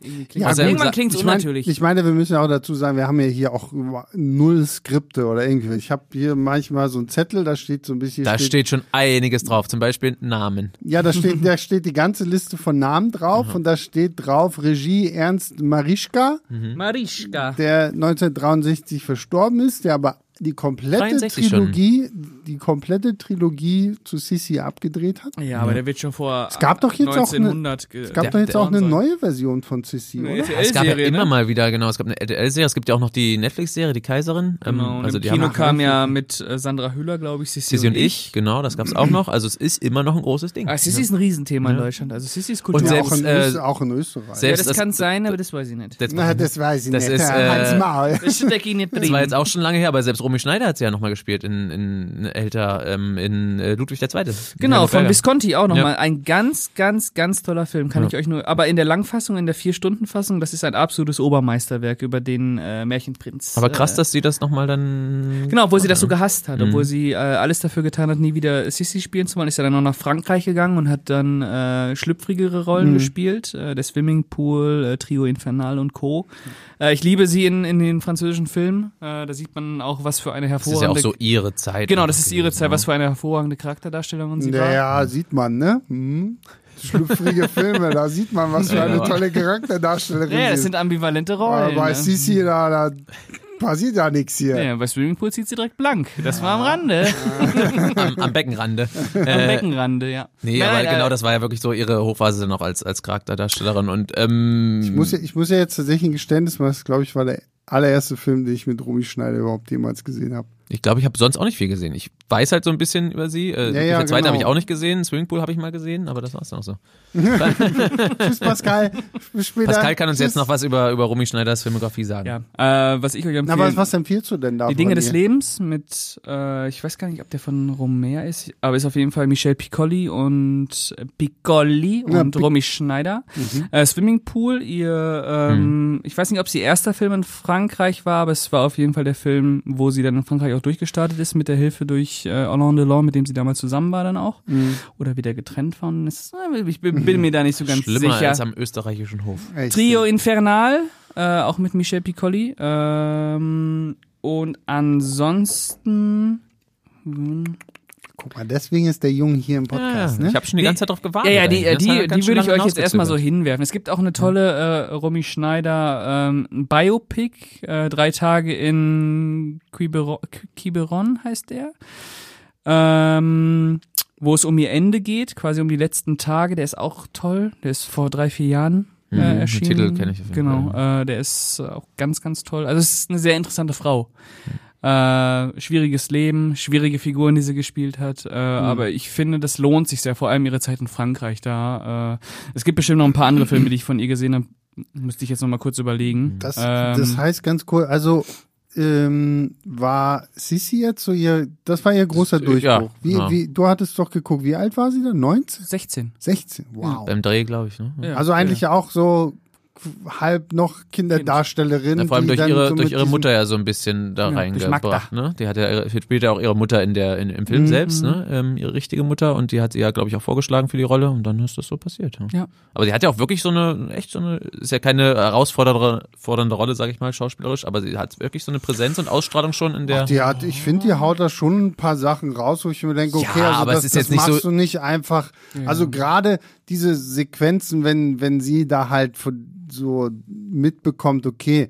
S3: irgendwie klingt
S1: Ja,
S3: also,
S1: gut.
S3: irgendwann klingt es
S1: Ich mein-
S3: unnatürlich.
S1: Ich meine, wir müssen ja auch dazu sagen, wir haben ja hier auch über- null Skripte oder irgendwie. Ich habe hier manchmal so einen Zettel, da steht so ein bisschen.
S2: Da steht schon einiges drauf. Zum Beispiel Namen.
S1: Ja, da steht, da steht die ganze Liste von Namen drauf
S2: Mhm.
S1: und da steht drauf Regie Ernst Marischka,
S2: Mhm.
S3: Marischka.
S1: der 1963 verstorben ist, der aber die komplette
S2: 63 schon.
S1: Trilogie, die komplette Trilogie zu Sissi abgedreht hat.
S3: Ja, aber der wird schon vor es
S1: gab doch jetzt auch eine-
S3: 1900 auch
S1: Es gab doch jetzt auch eine neue Version von Sissi, oder?
S2: Es gab ja immer
S3: ne?
S2: mal wieder, genau, es gab eine RTL-Serie, es gibt ja auch noch die Netflix-Serie, die Kaiserin. Ähm,
S3: Genau, und
S2: also
S3: im
S2: die
S3: Kino
S2: haben
S3: kam ja mit äh, Sandra Hüller, glaube ich, Sissi,
S2: Sissi und ich, genau, das gab es auch noch. Also es ist immer noch ein großes Ding.
S3: Ah, Sissi ist ein Riesenthema in Deutschland. Also Sissi ist Kultur.
S2: Und
S1: Ja,
S2: selbst,
S1: auch, in,
S2: äh,
S1: Öst- auch in Österreich.
S3: ja,
S2: selbst
S3: das
S2: das-
S3: kann sein, aber das weiß
S2: [LAUGHS]
S3: ich nicht.
S2: Jetzt-
S1: Na, das weiß ich
S2: Das
S1: nicht.
S2: ist,
S1: Ja,
S2: äh,
S1: Halt's Maul.
S3: Das stecke ich nicht drin.
S2: Das war jetzt auch schon lange her, aber selbst Romy Schneider hat sie ja nochmal gespielt in, in älter, ähm, in äh, Ludwig II.
S3: Genau, von
S2: bis
S3: Visconti auch
S2: Ja.
S3: nochmal. Ein ganz, ganz, ganz toller Film, kann
S2: Ja.
S3: ich euch nur. Aber in der Langfassung, in der Vier-Stunden-Fassung, das ist ein absolutes Obermeisterwerk über den äh, Märchenprinz.
S2: Aber krass, Mhm.
S3: äh,
S2: dass sie das nochmal dann.
S3: Genau, obwohl sie das so gehasst hat, obwohl sie äh, alles dafür getan hat, nie wieder Sissi spielen zu wollen, ist ja dann auch nach Frankreich gegangen und hat dann äh, schlüpfrigere
S2: Mhm.
S3: Rollen gespielt, äh, der Swimmingpool, äh, Trio Infernal und Co. Äh, ich liebe sie in, in den französischen Filmen, äh, da sieht man auch, was für eine
S2: Das ist ja auch
S3: hervorragende...
S2: so ihre Zeit.
S3: genau, das ist ihre
S2: gewesen,
S3: Zeit,
S2: ne?
S3: was für eine hervorragende Charakterdarstellerin sie war.
S1: Naja, sieht man, ne? Hm. Schlüpfrige Filme, da sieht man, was für eine
S2: Ja.
S1: tolle Charakterdarstellerin
S3: Ja,
S1: sie
S3: das
S1: ist.
S3: sind ambivalente Rollen.
S1: Aber bei
S3: ne?
S1: Sisi, da, da passiert ja nichts hier.
S3: ja, bei Swimmingpool zieht sie direkt blank. Das war am Rande,
S2: Am, am Beckenrande.
S3: [LAUGHS] am
S2: äh,
S3: Beckenrande, ja.
S2: nee,
S3: Nein,
S2: aber
S3: nein, nein. äh,
S2: genau, das war ja wirklich so ihre Hochphase noch als, als Charakterdarstellerin. Und ähm,
S1: Ich, muss ja, ich muss ja jetzt tatsächlich ein Geständnis machen, das glaube ich war der allererste Film, den ich mit Romy Schneider überhaupt jemals gesehen habe.
S2: Ich glaube, ich habe sonst auch nicht viel gesehen. Ich weiß halt so ein bisschen über sie.
S1: Ja,
S2: Äh, ja,
S1: ja,
S2: der zweite
S1: genau.
S2: habe ich auch nicht gesehen. Swimmingpool habe ich mal gesehen, aber das war's dann auch so.
S1: Tschüss, Pascal. Bis später.
S2: Pascal kann uns
S1: Tschüss.
S2: jetzt noch was über, über Romy Schneiders Filmografie sagen.
S3: Ja, äh, was ich euch
S1: Na,
S3: empfehle...
S1: was, was empfiehlst du denn da?
S3: Die Dinge
S1: von
S3: des
S1: ihr?
S3: Lebens mit, äh, ich weiß gar nicht, ob der von Romer ist, aber ist auf jeden Fall Michel Piccoli und äh, Piccoli
S1: Ja,
S3: und
S1: Pic- Mhm.
S3: Romy Schneider. Äh, Swimmingpool, ihr, ähm,
S2: Hm.
S3: ich weiß nicht, ob sie erster Film in Frankreich war, aber es war auf jeden Fall der Film, wo sie dann in Frankreich auch durchgestartet ist, mit der Hilfe durch äh, Hollande Delon, mit dem sie damals zusammen war dann auch.
S1: Mhm.
S3: Oder wieder getrennt waren. Das, äh, ich bin, bin mir da nicht so ganz
S2: Schlimmer
S3: sicher.
S2: als am österreichischen Hof.
S1: Echt.
S3: Trio Infernal, äh, auch mit Michel Piccoli. Ähm, und ansonsten.
S1: Guck mal, deswegen ist der Junge hier im Podcast,
S2: Ah, Ja,
S1: ne?
S2: Ich habe schon die ganze Zeit drauf gewartet.
S3: Ja, ja, die, äh,
S2: eigentlich. Ah, ne? Das
S3: die,
S2: hat ganz
S3: die
S2: schön
S3: würde ich
S2: lange
S3: euch jetzt erstmal so
S2: hinausgezögert.
S3: hinwerfen. Es gibt auch eine tolle äh, Romy Schneider ähm, ein Biopic, äh, drei Tage in Quiberon, äh, Quiberon heißt der. Ähm, wo es um ihr Ende geht, quasi um die letzten Tage. Der ist auch toll. Der ist vor drei, vier Jahren äh,
S2: Mhm, den
S3: erschienen.
S2: Titel kenn ich auf jeden
S3: Genau,
S2: Fall,
S3: äh, der ist äh, auch ganz, ganz toll. Also es ist eine sehr interessante Frau.
S2: Mhm.
S3: Äh, schwieriges Leben, schwierige Figuren, die sie gespielt hat. Äh,
S2: Mhm.
S3: Aber ich finde, das lohnt sich sehr, vor allem ihre Zeit in Frankreich da. Äh, es gibt bestimmt noch ein paar andere Filme, die ich von ihr gesehen habe. Müsste ich jetzt noch mal kurz
S2: Mhm.
S3: überlegen.
S1: Das,
S3: Ähm,
S1: das heißt ganz cool, also ähm, war Sissi jetzt so ihr, das war ihr großer
S2: Das-
S1: Durchbruch.
S2: ja,
S1: wie,
S2: ja.
S1: Wie, du hattest doch geguckt, wie alt war sie denn? 19?
S3: 16.
S1: 16? Wow.
S2: Beim Dreh, glaube ich. Ne?
S3: Ja.
S1: also eigentlich ja. auch so halb noch Kinderdarstellerin.
S2: Ja, vor allem
S1: die
S2: durch
S1: dann
S2: ihre,
S1: so mit
S2: durch ihre
S1: diesem-
S2: Mutter ja so ein bisschen da
S3: Ja, durch Magda.
S2: reingebracht. Ne? Die hat ja ihre- sie spielt ja auch ihre Mutter in der, in, im Film selbst, ne? ähm, ihre richtige Mutter. Und die hat sie ja, glaube ich, auch vorgeschlagen für die Rolle. Und dann ist das so passiert. ne?
S3: Ja.
S2: Aber sie hat ja auch wirklich so eine, echt so eine, ist ja keine herausfordernde fordernde Rolle, sage ich mal, schauspielerisch. Aber sie hat wirklich so eine Präsenz und Ausstrahlung schon in der.
S1: Die hat, ich finde, die haut da schon ein paar Sachen raus, wo ich mir denke,
S2: Ja,
S1: okay, also
S2: aber es
S1: das,
S2: ist
S1: das
S2: jetzt nicht
S1: machst
S2: so-
S1: du nicht einfach. Also gerade diese Sequenzen, wenn, wenn sie da halt von, so mitbekommt, okay,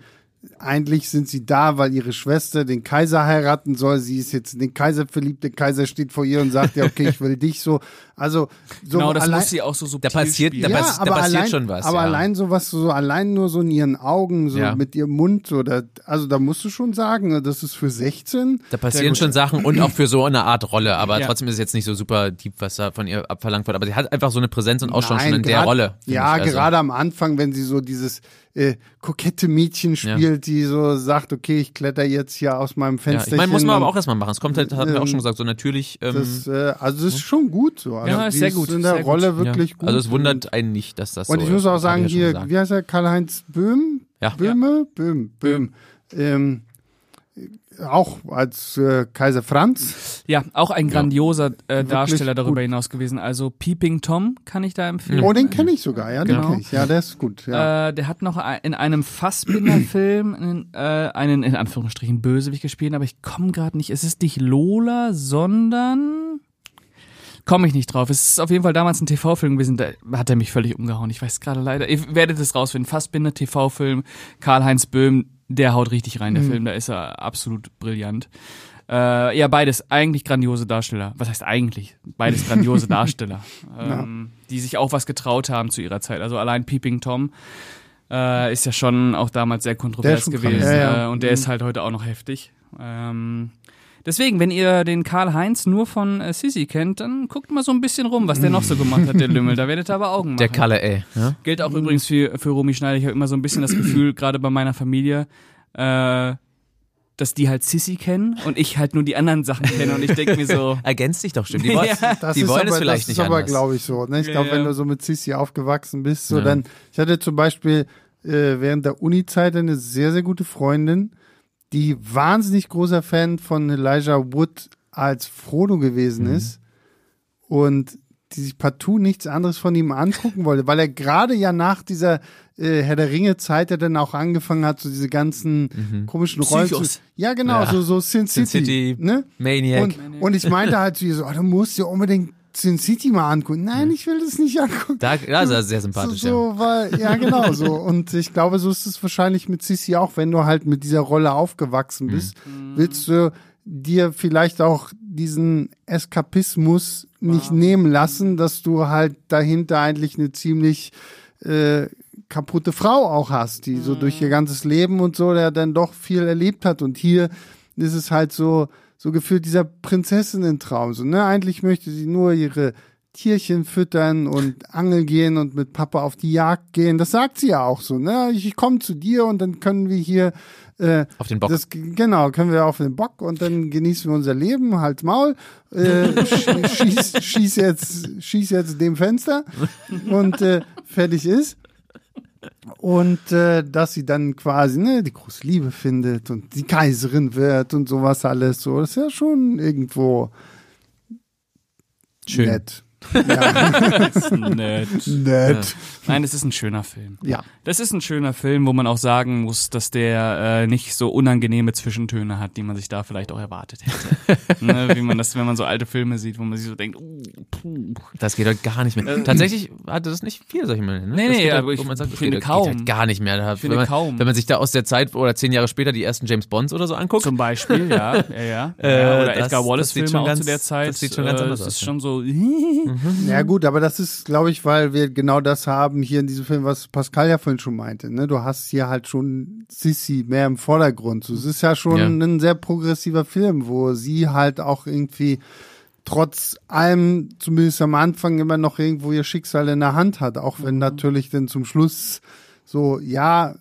S1: eigentlich sind sie da, weil ihre Schwester den Kaiser heiraten soll. Sie ist jetzt in den Kaiser verliebt. Der Kaiser steht vor ihr und sagt ja, okay, ich will dich so. Also so
S3: Genau, das
S1: allein,
S3: muss sie auch so
S2: Da
S3: subtil
S2: passiert, da,
S3: spielen.
S1: ja,
S2: pass, da
S1: aber
S2: passiert
S1: allein,
S2: schon was.
S1: Aber
S2: ja.
S1: allein so was, so allein nur so in ihren Augen, so
S2: Ja.
S1: mit ihrem Mund, so da, also da musst du schon sagen, ne, das ist für 16.
S2: Da passieren schon Sachen und auch für so eine Art Rolle, aber
S3: Ja.
S2: trotzdem ist es jetzt nicht so super deep, was da von ihr abverlangt wird. Aber sie hat einfach so eine Präsenz und Ausstrahlung schon in der
S1: grad-
S2: Rolle. finde
S1: Ja,
S2: ich. Also,
S1: gerade am Anfang, wenn sie so dieses äh, kokette Mädchen spielt, die so sagt, okay, ich kletter jetzt hier aus meinem
S2: Ja,
S1: Fenster.
S2: ich meine, muss man aber auch erstmal machen. Es kommt halt, hatten wir auch
S1: Ähm,
S2: schon gesagt, so natürlich. Ähm,
S1: Das, äh, also das ist schon gut so. Also
S3: Ja, ist
S1: die
S3: sehr gut,
S1: In der
S3: sehr gut.
S1: Rolle
S2: ja.
S1: wirklich gut.
S2: Also es wundert einen nicht, dass das
S1: Und
S2: so
S1: ich muss auch
S2: ist.
S1: sagen,
S2: Hab ich ja
S1: hier,
S2: schon gesagt.
S1: wie heißt er? Karl-Heinz Böhm?
S2: Ja.
S1: Böhme? Böhm, Böhm. Ähm, äh, auch als äh, Kaiser Franz.
S3: Ja, auch ein grandioser äh, Darsteller darüber
S1: gut.
S3: hinaus gewesen. Also Peeping Tom kann ich da empfehlen.
S1: Oh, den kenne ich sogar, ja, den
S3: Hm. Genau.
S1: kenne ich. Ja, der ist gut. Ja.
S3: Äh, der hat noch ein- in einem Fassbinder-Film einen, äh, einen, in Anführungsstrichen, Bösewicht gespielt, aber ich komme gerade nicht. Es ist nicht Lola, sondern. Komme ich nicht drauf. Es ist auf jeden Fall damals ein TV-Film gewesen, da hat er mich völlig umgehauen. Ich weiß gerade leider. Ihr werdet es rausfinden. Fassbinder, TV-Film, Karl-Heinz Böhm, der haut richtig rein, der
S1: Mhm.
S3: Film. Da ist er absolut brillant. Äh, ja, beides. Eigentlich grandiose Darsteller. Was heißt eigentlich? Beides grandiose
S1: [LAUGHS]
S3: Darsteller, ähm, die sich auch was getraut haben zu ihrer Zeit. Also allein Peeping Tom äh, ist ja schon auch damals sehr
S1: Der ist
S3: kontrovers
S1: schon krass.
S3: gewesen.
S1: Ja, ja. Mhm.
S3: Äh, und der ist halt heute auch noch heftig. Ähm, deswegen, wenn ihr den Karl-Heinz nur von äh, Sisi kennt, dann guckt mal so ein bisschen rum, was der noch so gemacht hat,
S1: [LAUGHS]
S3: der Lümmel. Da werdet ihr aber Augen machen.
S2: der Kalle, ey. ne? Ja?
S3: Gilt auch übrigens für, für Romy Schneider. Ich habe immer so ein bisschen das
S2: [CLEARS THROAT]
S3: Gefühl, gerade bei meiner Familie, äh, dass die halt Sissy kennen und ich halt nur die anderen Sachen kenne. Und ich denke mir so,
S2: [LAUGHS] Ergänzt dich doch stimmt. Die, wollen-
S3: Ja.
S1: das
S2: die
S1: ist
S2: wollen
S1: aber,
S2: es vielleicht
S1: das
S2: nicht
S1: ist aber,
S2: anders.
S1: glaube ich, so. Ne? Ich
S3: Ja,
S1: glaube, wenn
S3: ja.
S1: du so mit Sissi aufgewachsen bist, so dann. Ich hatte zum Beispiel äh, während der Uni-Zeit eine sehr, sehr gute Freundin, die wahnsinnig großer Fan von Elijah Wood als Frodo gewesen
S2: Mhm.
S1: ist und die sich partout nichts anderes von ihm angucken wollte, weil er gerade ja nach dieser äh, Herr der Ringe Zeit ja dann auch angefangen hat, so diese ganzen komischen Rollen zu,
S3: Psychos.
S1: ja genau,
S2: Mhm. Ja.
S1: so so Sin City,
S2: Sin City,
S1: ne?
S2: Maniac.
S1: Und, und ich meinte halt zu ihr so, oh, du musst dir unbedingt Sin City mal angucken. Nein, ich will das nicht angucken.
S2: da, da ist er sehr Mhm. sympathisch, ja.
S1: so, so war, ja genau so. Und ich glaube, so ist es wahrscheinlich mit Sissi auch, wenn du halt mit dieser Rolle aufgewachsen
S2: Mhm.
S1: bist, willst du dir vielleicht auch diesen Eskapismus nicht nehmen lassen, dass du halt dahinter eigentlich eine ziemlich äh, kaputte Frau auch hast, die so durch ihr ganzes Leben und so, der dann doch viel erlebt hat. Und hier ist es halt so, so gefühlt dieser Prinzessinnen-Traum. So, ne? Eigentlich möchte sie nur ihre Tierchen füttern und angeln gehen und mit Papa auf die Jagd gehen. Das sagt sie ja auch so, ne? Ich, ich komme zu dir und dann können wir hier äh,
S2: Auf den Bock.
S1: das, genau, können wir auf den Bock und dann genießen wir unser Leben, halt Maul. Äh,
S2: [LAUGHS]
S1: sch- schieß, schieß, jetzt, schieß jetzt dem Fenster und äh, fertig ist. Und äh, dass sie dann quasi ne, die große Liebe findet und die Kaiserin wird und sowas alles. So, das ist ja schon irgendwo
S2: Schön.
S1: nett. Ja,
S3: nett.
S1: nett.
S3: Nein, es ist ein schöner Film.
S1: Ja.
S3: Das ist ein schöner Film, wo man auch sagen muss, dass der äh, nicht so unangenehme Zwischentöne hat, die man sich da vielleicht auch erwartet
S2: [LAUGHS]
S3: hätte. ne, wie man das, wenn man so alte Filme sieht, wo man sich so denkt, oh, puh.
S2: Das geht halt gar nicht mehr. Tatsächlich hatte das nicht viel, sag ich mal. Ne?
S3: Äh, Nee,
S2: das
S3: nee,
S2: geht halt,
S3: aber ich
S2: wo man sagt, das
S3: finde
S2: geht, halt- Geht
S3: kaum.
S2: halt gar nicht mehr. Da,
S3: finde
S2: wenn man,
S3: kaum.
S2: Wenn man sich da aus der Zeit oder zehn Jahre später die ersten James Bonds oder so anguckt,
S3: Zum Beispiel, ja, ja, ja.
S2: Äh,
S3: ja oder
S2: das-
S3: Edgar
S2: das
S3: Wallace
S2: sieht
S3: Filme
S2: schon
S3: auch
S2: ganz-
S3: zu der Zeit.
S2: das sieht schon ganz
S3: äh,
S2: anders
S3: Das
S2: aus,
S3: ist
S2: ja. [LAUGHS]
S3: schon so.
S1: Ja gut, aber das ist, glaube ich, weil wir genau das haben hier in diesem Film, was Pascal ja vorhin schon meinte. Ne? Du hast hier halt schon Sissy mehr im Vordergrund. So, Es ist ja schon
S2: Ja.
S1: ein sehr progressiver Film, wo sie halt auch irgendwie trotz allem, zumindest am Anfang, immer noch irgendwo ihr Schicksal in der Hand hat. Auch wenn natürlich dann zum Schluss so, ja,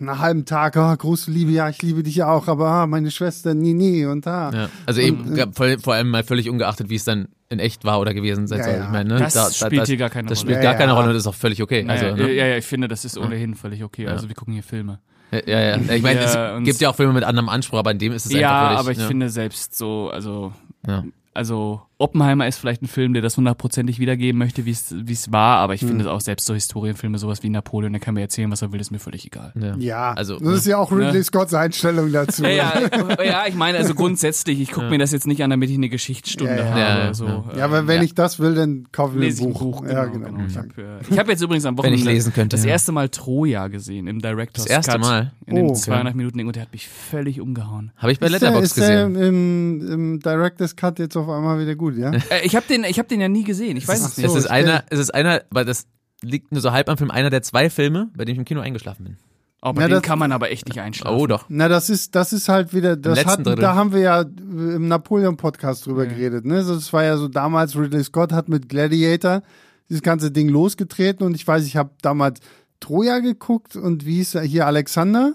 S1: einen halben Tag, ah, große Liebe, ja, ich liebe dich auch, aber ah, meine Schwester, nee, nee, und ah. da.
S2: Ja, also
S3: äh,
S2: eben gab voll, vor allem mal völlig ungeachtet, wie es dann in echt war oder gewesen sein
S1: Ja,
S2: soll.
S1: ja.
S2: Ich meine, ne?
S3: Das spielt hier gar keine
S2: Das
S3: Rolle.
S2: spielt gar
S1: Ja,
S2: keine
S1: ja.
S2: Rolle und das ist auch völlig okay.
S3: Naja,
S2: also, ne?
S3: ja, ja, ich finde, das ist ohnehin völlig okay. Also wir gucken hier Filme.
S2: ja, ja, Ich meine,
S3: Ja,
S2: es
S3: und-
S2: gibt ja auch Filme mit anderem Anspruch, aber in dem ist es ne?
S3: ja,
S2: einfach völlig.
S3: aber ich
S2: ja.
S3: finde selbst so, also,
S2: Ja.
S3: also Oppenheimer ist vielleicht ein Film, der das hundertprozentig wiedergeben möchte, wie es wie es war, aber ich
S2: Hm.
S3: finde auch selbst so Historienfilme, sowas wie Napoleon, der kann mir erzählen, was er will, ist mir völlig egal.
S2: Ja.
S1: Ja,
S2: Also,
S1: das ist ja auch Ridley
S3: ne?
S1: Scotts Einstellung dazu.
S3: [LAUGHS] Ja, ja, ja, ich meine, also grundsätzlich, ich gucke mir das jetzt nicht an, damit ich eine Geschichtsstunde
S1: Ja, ja.
S3: habe.
S2: Ja, ja,
S3: so.
S2: ja.
S3: äh,
S1: Ähm, Ja, aber wenn ich das will, dann kaufe ich mir
S3: lese ich
S1: ein
S3: ein
S1: Buch.
S3: Buch. Genau,
S1: ja, genau.
S3: Ich
S1: Danke.
S3: habe äh, ich hab jetzt übrigens am Wochenende
S2: ich lesen könnte,
S3: das
S2: ja.
S3: erste Mal Troja gesehen im Director's
S2: Das erste
S3: Cut.
S2: Mal?
S3: In dem
S1: Oh.
S3: 200 Minuten Ding und der hat mich völlig umgehauen.
S2: habe ich bei
S1: Ist der,
S2: Letterboxd
S1: ist der
S2: gesehen.
S1: im, im Director's Cut jetzt auf einmal wieder gut, ja?
S3: Äh, ich habe den, ich hab den ja nie gesehen. Ich weiß
S1: ist-
S3: es nicht.
S1: so,
S2: es ist
S1: ich
S2: einer, es ist einer, weil das liegt nur so halb am Film, einer der zwei Filme, bei dem ich im Kino eingeschlafen bin.
S3: Oh, bei
S1: Ja,
S3: dem
S1: das-
S3: kann man aber echt nicht einschlafen.
S2: Oh doch.
S1: Na, das ist, das ist halt wieder, das
S2: letzten
S1: hat,
S2: Drittel.
S1: da haben wir ja im Napoleon-Podcast drüber geredet, ne? So, Das war ja so damals, Ridley Scott hat mit Gladiator dieses ganze Ding losgetreten und ich weiß, ich habe damals Troja geguckt und wie hieß er hier Alexander?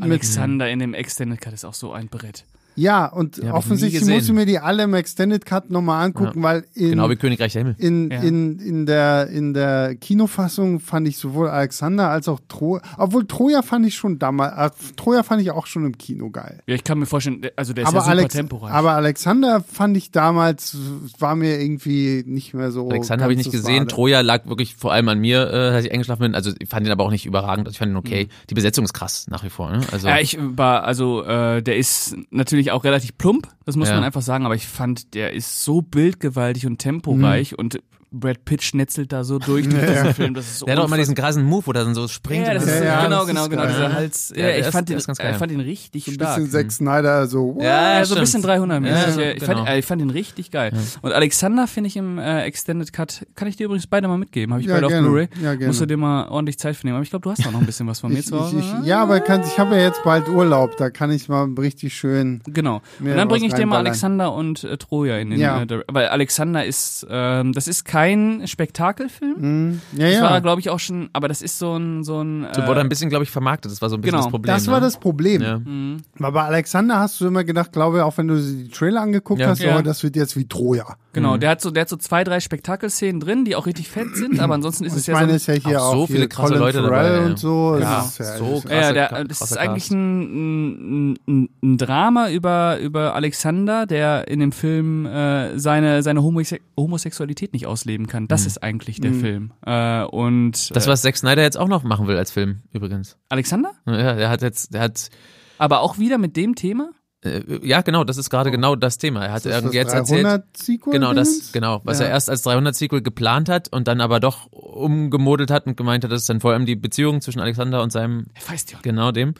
S3: Alexander in dem Extended Cut ist auch so ein Brett.
S1: Ja, und
S2: hab ich nie
S1: offensichtlich
S2: gesehen.
S1: musst du mir die alle im Extended Cut nochmal angucken, weil in,
S2: Genau wie Königreich der Himmel.
S1: in,
S3: Ja.
S1: in, in, der, in der Kinofassung fand ich sowohl Alexander als auch Troja, obwohl Troja fand ich schon damals, äh, Troja fand ich auch schon im Kino geil.
S3: Ja, ich kann mir vorstellen, der- also der ist
S1: aber,
S3: ja super
S1: Alex
S3: temporeich.
S1: aber Alexander fand ich damals, war mir irgendwie nicht mehr so.
S2: Alexander habe ich
S1: ganz
S2: nicht
S1: das
S2: gesehen.
S1: Wahre.
S2: Troja lag wirklich vor allem an mir, äh, als ich eingeschlafen bin. Also ich fand ihn aber auch nicht überragend. Also ich fand ihn okay.
S1: Mhm.
S2: Die Besetzung ist krass nach wie vor. Ne? Also
S3: ja, ich war, also äh, der ist natürlich auch relativ plump, das muss
S2: Ja.
S3: man einfach sagen, aber ich fand, der ist so bildgewaltig und
S1: Mhm.
S3: temporeich und Brad Pitt schnetzelt da so
S1: [LAUGHS]
S3: durch durch diesen Film, das ist so
S2: der hat auch immer
S3: unfassbar-
S2: diesen krassen Move, wo er dann so springt.
S3: ja,
S2: und
S3: das
S2: dann-
S3: ist,
S1: Ja, ja,
S3: genau,
S1: das
S3: genau,
S1: ist
S3: genau,
S1: geil.
S3: dieser Hals. Ja,
S2: Ja, der
S3: ich
S2: ist-
S3: fand den,
S2: der ist ganz
S3: äh,
S2: geil.
S3: fand den richtig stark.
S1: Bisschen
S2: hm.
S1: Zack Snyder, so.
S3: Ja,
S2: Ja,
S3: so ein bisschen
S2: stimmt.
S3: 300 mäßig.
S2: Ja,
S3: Ja, ich,
S2: genau.
S3: fand, äh, ich fand den richtig geil. Und Alexander finde ich im äh, Extended Cut, kann ich dir übrigens beide mal mitgeben, habe ich
S1: Ja,
S3: beide
S1: gerne.
S3: auf Blu-ray.
S1: Ja, gerne.
S3: Musst du dir mal ordentlich Zeit für nehmen, aber ich glaube, du hast auch noch ein bisschen was von mir
S1: Ich,
S3: zu
S1: ich,
S3: Hause. ne?
S1: ich, ja, aber kann, ich habe ja jetzt bald Urlaub, da kann ich mal richtig schön.
S3: Genau.
S1: Mehr
S3: und dann
S1: was
S3: bringe ich dir mal
S1: reinballern.
S3: Alexander und äh, Troja in den.
S1: Ja.
S3: Äh, Dir- weil Alexander ist, ähm, das ist kein Spektakelfilm.
S1: Hm, ja,
S3: Das
S1: ja.
S3: war, glaube ich, auch schon, aber das ist so ein. So ein
S2: So wurde er
S3: äh,
S2: ein bisschen, glaube ich, vermarktet. Das war so ein bisschen
S3: Genau.
S2: das Problem.
S1: das Mhm. war
S2: ne?
S1: das Problem.
S2: Ja.
S1: Aber bei Alexander hast du immer gedacht, glaube ich, auch wenn du die Trailer angeguckt
S2: Ja.
S1: hast,
S3: Ja.
S1: oh, das wird jetzt wie Troja.
S3: genau,
S2: Mhm.
S3: der hat so, der hat so zwei, drei Spektakelszenen drin, die auch richtig fett sind, aber ansonsten ist es
S1: Ich
S3: ja
S1: meine,
S3: so. ein-
S1: ist ja hier
S2: auch so
S1: auch
S2: viele
S1: hier
S2: krasse
S1: Colin
S2: Leute dabei,
S1: Farrell
S2: ja.
S1: und so. Es
S2: Ja,
S1: ist ja,
S2: so
S1: alles-
S2: krass.
S3: ja,
S2: krasser-
S3: der, das ist
S2: krasser
S3: eigentlich
S2: Cast.
S3: ein, ein- ein, ein Drama über, über Alexander, der in dem Film äh, seine, seine Homosex Homosexualität nicht ausleben kann. Das ist eigentlich der Film. Äh, und
S2: Mhm. Das,
S3: äh,
S2: was Zack Snyder jetzt auch noch machen will als Film, übrigens.
S3: Alexander?
S2: Ja, der hat jetzt, der hat,
S3: Aber auch wieder mit dem Thema?
S2: äh, ja genau, das ist gerade genau das Thema. Er hat
S1: Ist Oh. das
S2: irgendwie jetzt erzählt,
S1: 300 Sequel
S2: genau das,
S1: Dingens?
S2: genau, was
S1: Ja.
S2: er erst als 300-Sequel geplant hat und dann aber doch umgemodelt hat und gemeint hat, das ist dann vor allem die Beziehung zwischen Alexander und seinem,
S3: Weißt du.
S2: genau dem.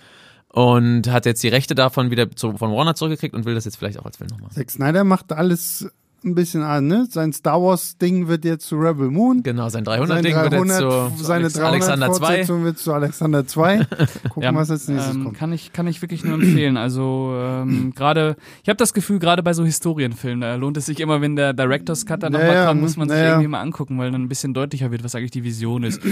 S2: Und hat jetzt die Rechte davon wieder zu, von Warner zurückgekriegt und will das jetzt vielleicht auch als Film nochmal.
S1: Zack Snyder macht alles ein bisschen an, ne? Sein Star Wars Ding wird jetzt zu Rebel Moon.
S2: Genau, sein
S1: Sein
S2: 300-Ding wird jetzt zu, zu
S1: seine
S2: Alex- Alexander 2.
S1: 300 wird zu Alexander
S2: [LAUGHS]
S1: 2. Gucken,
S3: Ja,
S1: was als nächstes
S3: Ähm,
S1: kommt.
S3: kann, ich, kann ich wirklich nur empfehlen. Also
S1: [CLEARS THROAT]
S3: ähm, gerade, ich habe das Gefühl, gerade bei so Historienfilmen, da lohnt es sich immer, wenn der Director's Cut da nochmal
S1: Ja, ja,
S3: dran
S1: ne?
S3: muss, man sich
S1: Ja, ja.
S3: irgendwie mal angucken, weil dann ein bisschen deutlicher wird, was eigentlich die
S1: [CLEARS THROAT]
S3: Vision ist.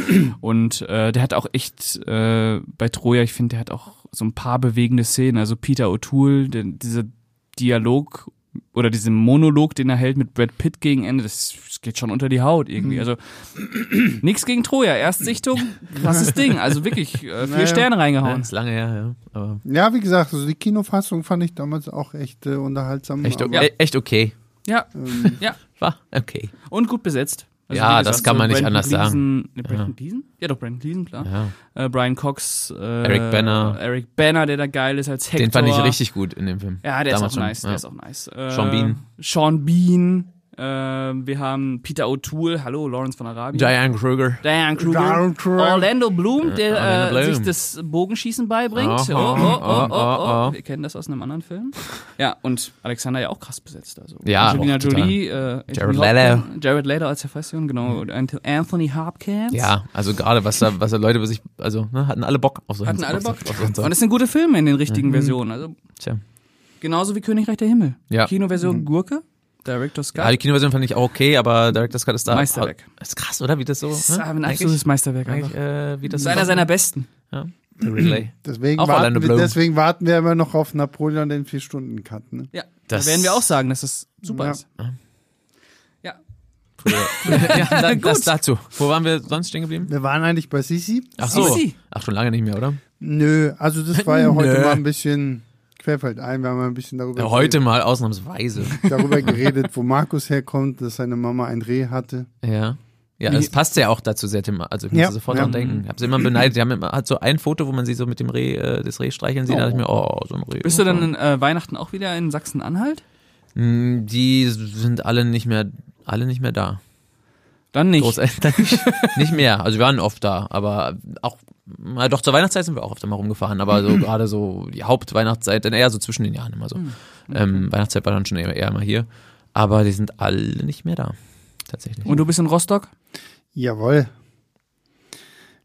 S3: Und äh, der hat auch echt äh, bei Troja, ich finde, der hat auch so ein paar bewegende Szenen. Also Peter O'Toole, der, dieser Dialog oder diesen Monolog, den er hält mit Brad Pitt gegen Ende, das, das geht schon unter die Haut
S1: Mhm.
S3: irgendwie. Also [CLEARS THROAT] nichts gegen Troja, Erstsichtung,
S1: [LAUGHS]
S3: krasses Ding. Also wirklich äh, vier
S1: Naja.
S3: Sterne
S2: Ja,
S3: reingehauen.
S2: ist lange her, ja. Aber
S1: Ja, wie gesagt, also die Kinofassung fand ich damals auch echt äh, unterhaltsam.
S2: echt,
S1: aber,
S2: o- e- echt okay.
S3: Ja,
S1: ähm,
S3: ja.
S2: War okay.
S3: Und gut besetzt. Also
S2: Ja,
S3: wie
S2: das kann man nicht anders sagen.
S3: Gleason, Ne, Brandon Gleason? Ja, doch, Brandon Gleason, klar.
S2: Ja.
S3: Äh, Brian Cox. Äh,
S2: Eric Banner.
S3: Eric Banner, der da geil ist als Hector.
S2: Den fand ich richtig gut in dem Film.
S3: Ja, der
S2: Damals
S3: ist auch
S2: schon,
S3: nice,
S2: ja.
S3: der ist auch nice. Äh,
S2: Sean Bean.
S3: Sean Bean. Äh, wir haben Peter O'Toole, hallo, Lawrence von Arabien.
S2: Diane Kruger.
S3: Diane Kruger.
S1: Diane Kruger.
S3: Orlando Bloom, der
S2: Orlando
S3: äh,
S2: Bloom.
S3: sich das Bogenschießen beibringt.
S2: Aha,
S3: Oh, oh, oh, oh,
S2: oh,
S3: oh.
S2: oh.
S3: Wir kennen das aus einem anderen Film. Ja, und Alexander ja auch krass besetzt. Also
S2: Ja,
S3: Angelina
S2: auch total.
S3: Jolie, äh, Anthony
S2: Leto.
S3: Hopkins- Jared Leto als Hephaestion, genau. Und Anthony Hopkins.
S2: Ja, also gerade was da, was da Leute über sich, also ne, hatten alle Bock auf so
S3: Hatten alle Bock.
S2: auf so- auf so- auf so- Mhm.
S3: Und es sind gute Filme in den richtigen Versionen. Also
S2: Tja.
S3: genauso wie Königreich der Himmel.
S2: Ja.
S1: Mhm.
S3: Kinoversion Gurke, Director's Cut.
S2: Ja, die Kinoversion fand ich auch okay, aber Director's Cut ist da.
S3: Meisterwerk.
S2: Ist krass, oder? Wie das so.
S3: das ist
S2: ne?
S3: ein
S2: Eigentlich-
S3: absolutes Meisterwerk.
S2: eigentlich,
S3: Einfach.
S2: äh, wie das
S3: Das ist
S2: so-
S3: einer seiner besten.
S2: Ja. The Relay.
S1: deswegen,
S2: Auch
S1: warten
S2: Orlando
S1: wir,
S2: Bloom.
S1: deswegen warten wir immer noch auf Napoleon den vier stunden cut ne?
S3: Ja,
S2: Das-
S3: da werden wir auch sagen, dass das super
S1: Ja.
S3: ist. Ja, [LAUGHS]
S2: ja, da,
S3: Gut.
S2: das dazu. Wo waren wir sonst stehen geblieben?
S1: Wir waren eigentlich bei Sisi.
S2: Ach so.
S3: Sissi.
S2: Ach, schon lange nicht mehr, oder? [LAUGHS]
S1: Nö, also das war ja heute mal ein bisschen quer fällt ein, wir haben ja ein bisschen darüber,
S2: Ja, heute mal
S3: [LAUGHS]
S2: ausnahmsweise.
S1: geredet, darüber geredet, wo Markus herkommt, dass seine Mama ein Reh hatte.
S2: Ja. Ja, das passt ja auch dazu sehr thematisch. Also ich musste
S1: Ja,
S2: sofort
S1: ja.
S2: dran denken. Ich habe sie immer beneidet. Die haben immer, hat so ein Foto, wo man sie so mit dem Reh, äh, das Reh streicheln sieht. Da dachte ich mir, oh, so ein Reh.
S3: Bist du dann in, äh, Weihnachten auch wieder in Sachsen-Anhalt?
S2: Mm, Die sind alle nicht mehr, alle nicht mehr da.
S3: Dann nicht.
S2: Großeltern nicht, nicht mehr. Also wir waren oft da, aber auch, na doch zur Weihnachtszeit sind wir auch oft mal rumgefahren, aber
S1: [CLEARS THROAT]
S2: so gerade so die Hauptweihnachtszeit, dann eher so zwischen den Jahren immer so.
S1: Hm.
S2: Ähm, Weihnachtszeit war dann schon eher, eher immer hier. Aber die sind alle nicht mehr da. Tatsächlich.
S3: Und du bist in Rostock?
S1: Jawohl.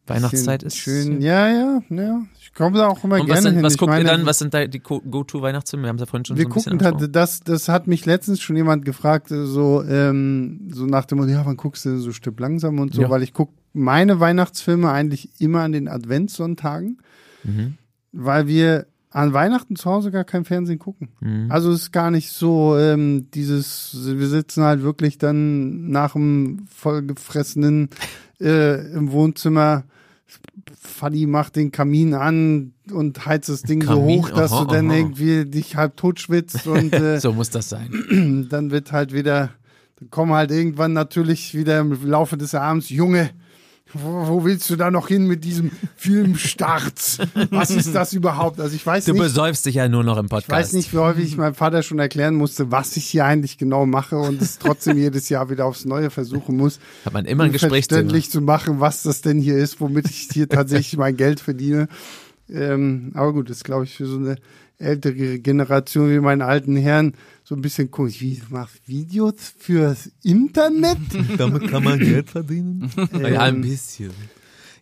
S2: Weihnachtszeit
S1: Schön-
S2: ist
S1: Schön, ja, ja, ja. Ich komme da auch immer
S2: Und
S1: gerne
S2: was, sind,
S1: hin.
S2: was
S1: Ich
S2: guckt
S1: meine,
S2: ihr dann? Was sind da die Co- Go-To-Weihnachtsfilme? Wir haben es ja vorhin schon
S1: wir
S2: so ein
S1: gucken, halt
S2: bisschen
S1: da-
S2: angesprochen.
S1: das, das hat mich letztens schon jemand gefragt, äh, so, ähm, so nach dem Motto, ja, wann guckst du so Stipp langsam und so,
S2: Ja.
S1: weil ich gucke meine Weihnachtsfilme eigentlich immer an den Adventssonntagen,
S2: Mhm.
S1: weil wir an Weihnachten zu Hause gar kein Fernsehen gucken.
S2: Mhm.
S1: Also es ist gar nicht so ähm, dieses, wir sitzen halt wirklich dann nach dem vollgefressenen äh, im Wohnzimmer Fadi macht den Kamin an und heizt das Ding
S2: Kamin,
S1: so hoch, dass
S2: aha,
S1: du dann
S2: aha.
S1: irgendwie dich halb tot schwitzt
S2: [LAUGHS]
S1: und äh,
S2: So muss das sein.
S1: dann wird halt wieder, dann kommen halt irgendwann natürlich wieder im Laufe des Abends, Junge, wo, wo willst du da noch hin mit diesem Filmstart? Was ist das überhaupt? Also ich weiß
S2: Du
S1: nicht,
S2: besäufst dich ja nur noch im
S1: ich weiß
S2: Podcast.
S1: nicht, wie häufig ich meinem Vater schon erklären musste, was ich hier eigentlich genau mache und es trotzdem jedes Jahr wieder aufs Neue versuchen muss
S2: Hat man immer ein Gesprächsthema.
S1: um [LAUGHS] verständlich zu machen, was das denn hier ist, womit ich hier tatsächlich mein Geld verdiene. Ähm, aber gut, das ist, glaube ich, für so eine ältere Generation wie meinen alten Herren so ein bisschen komisch. Wie, du machst Videos fürs Internet?
S2: [LAUGHS] Damit kann man Geld verdienen. Ja, ein bisschen. [LAUGHS]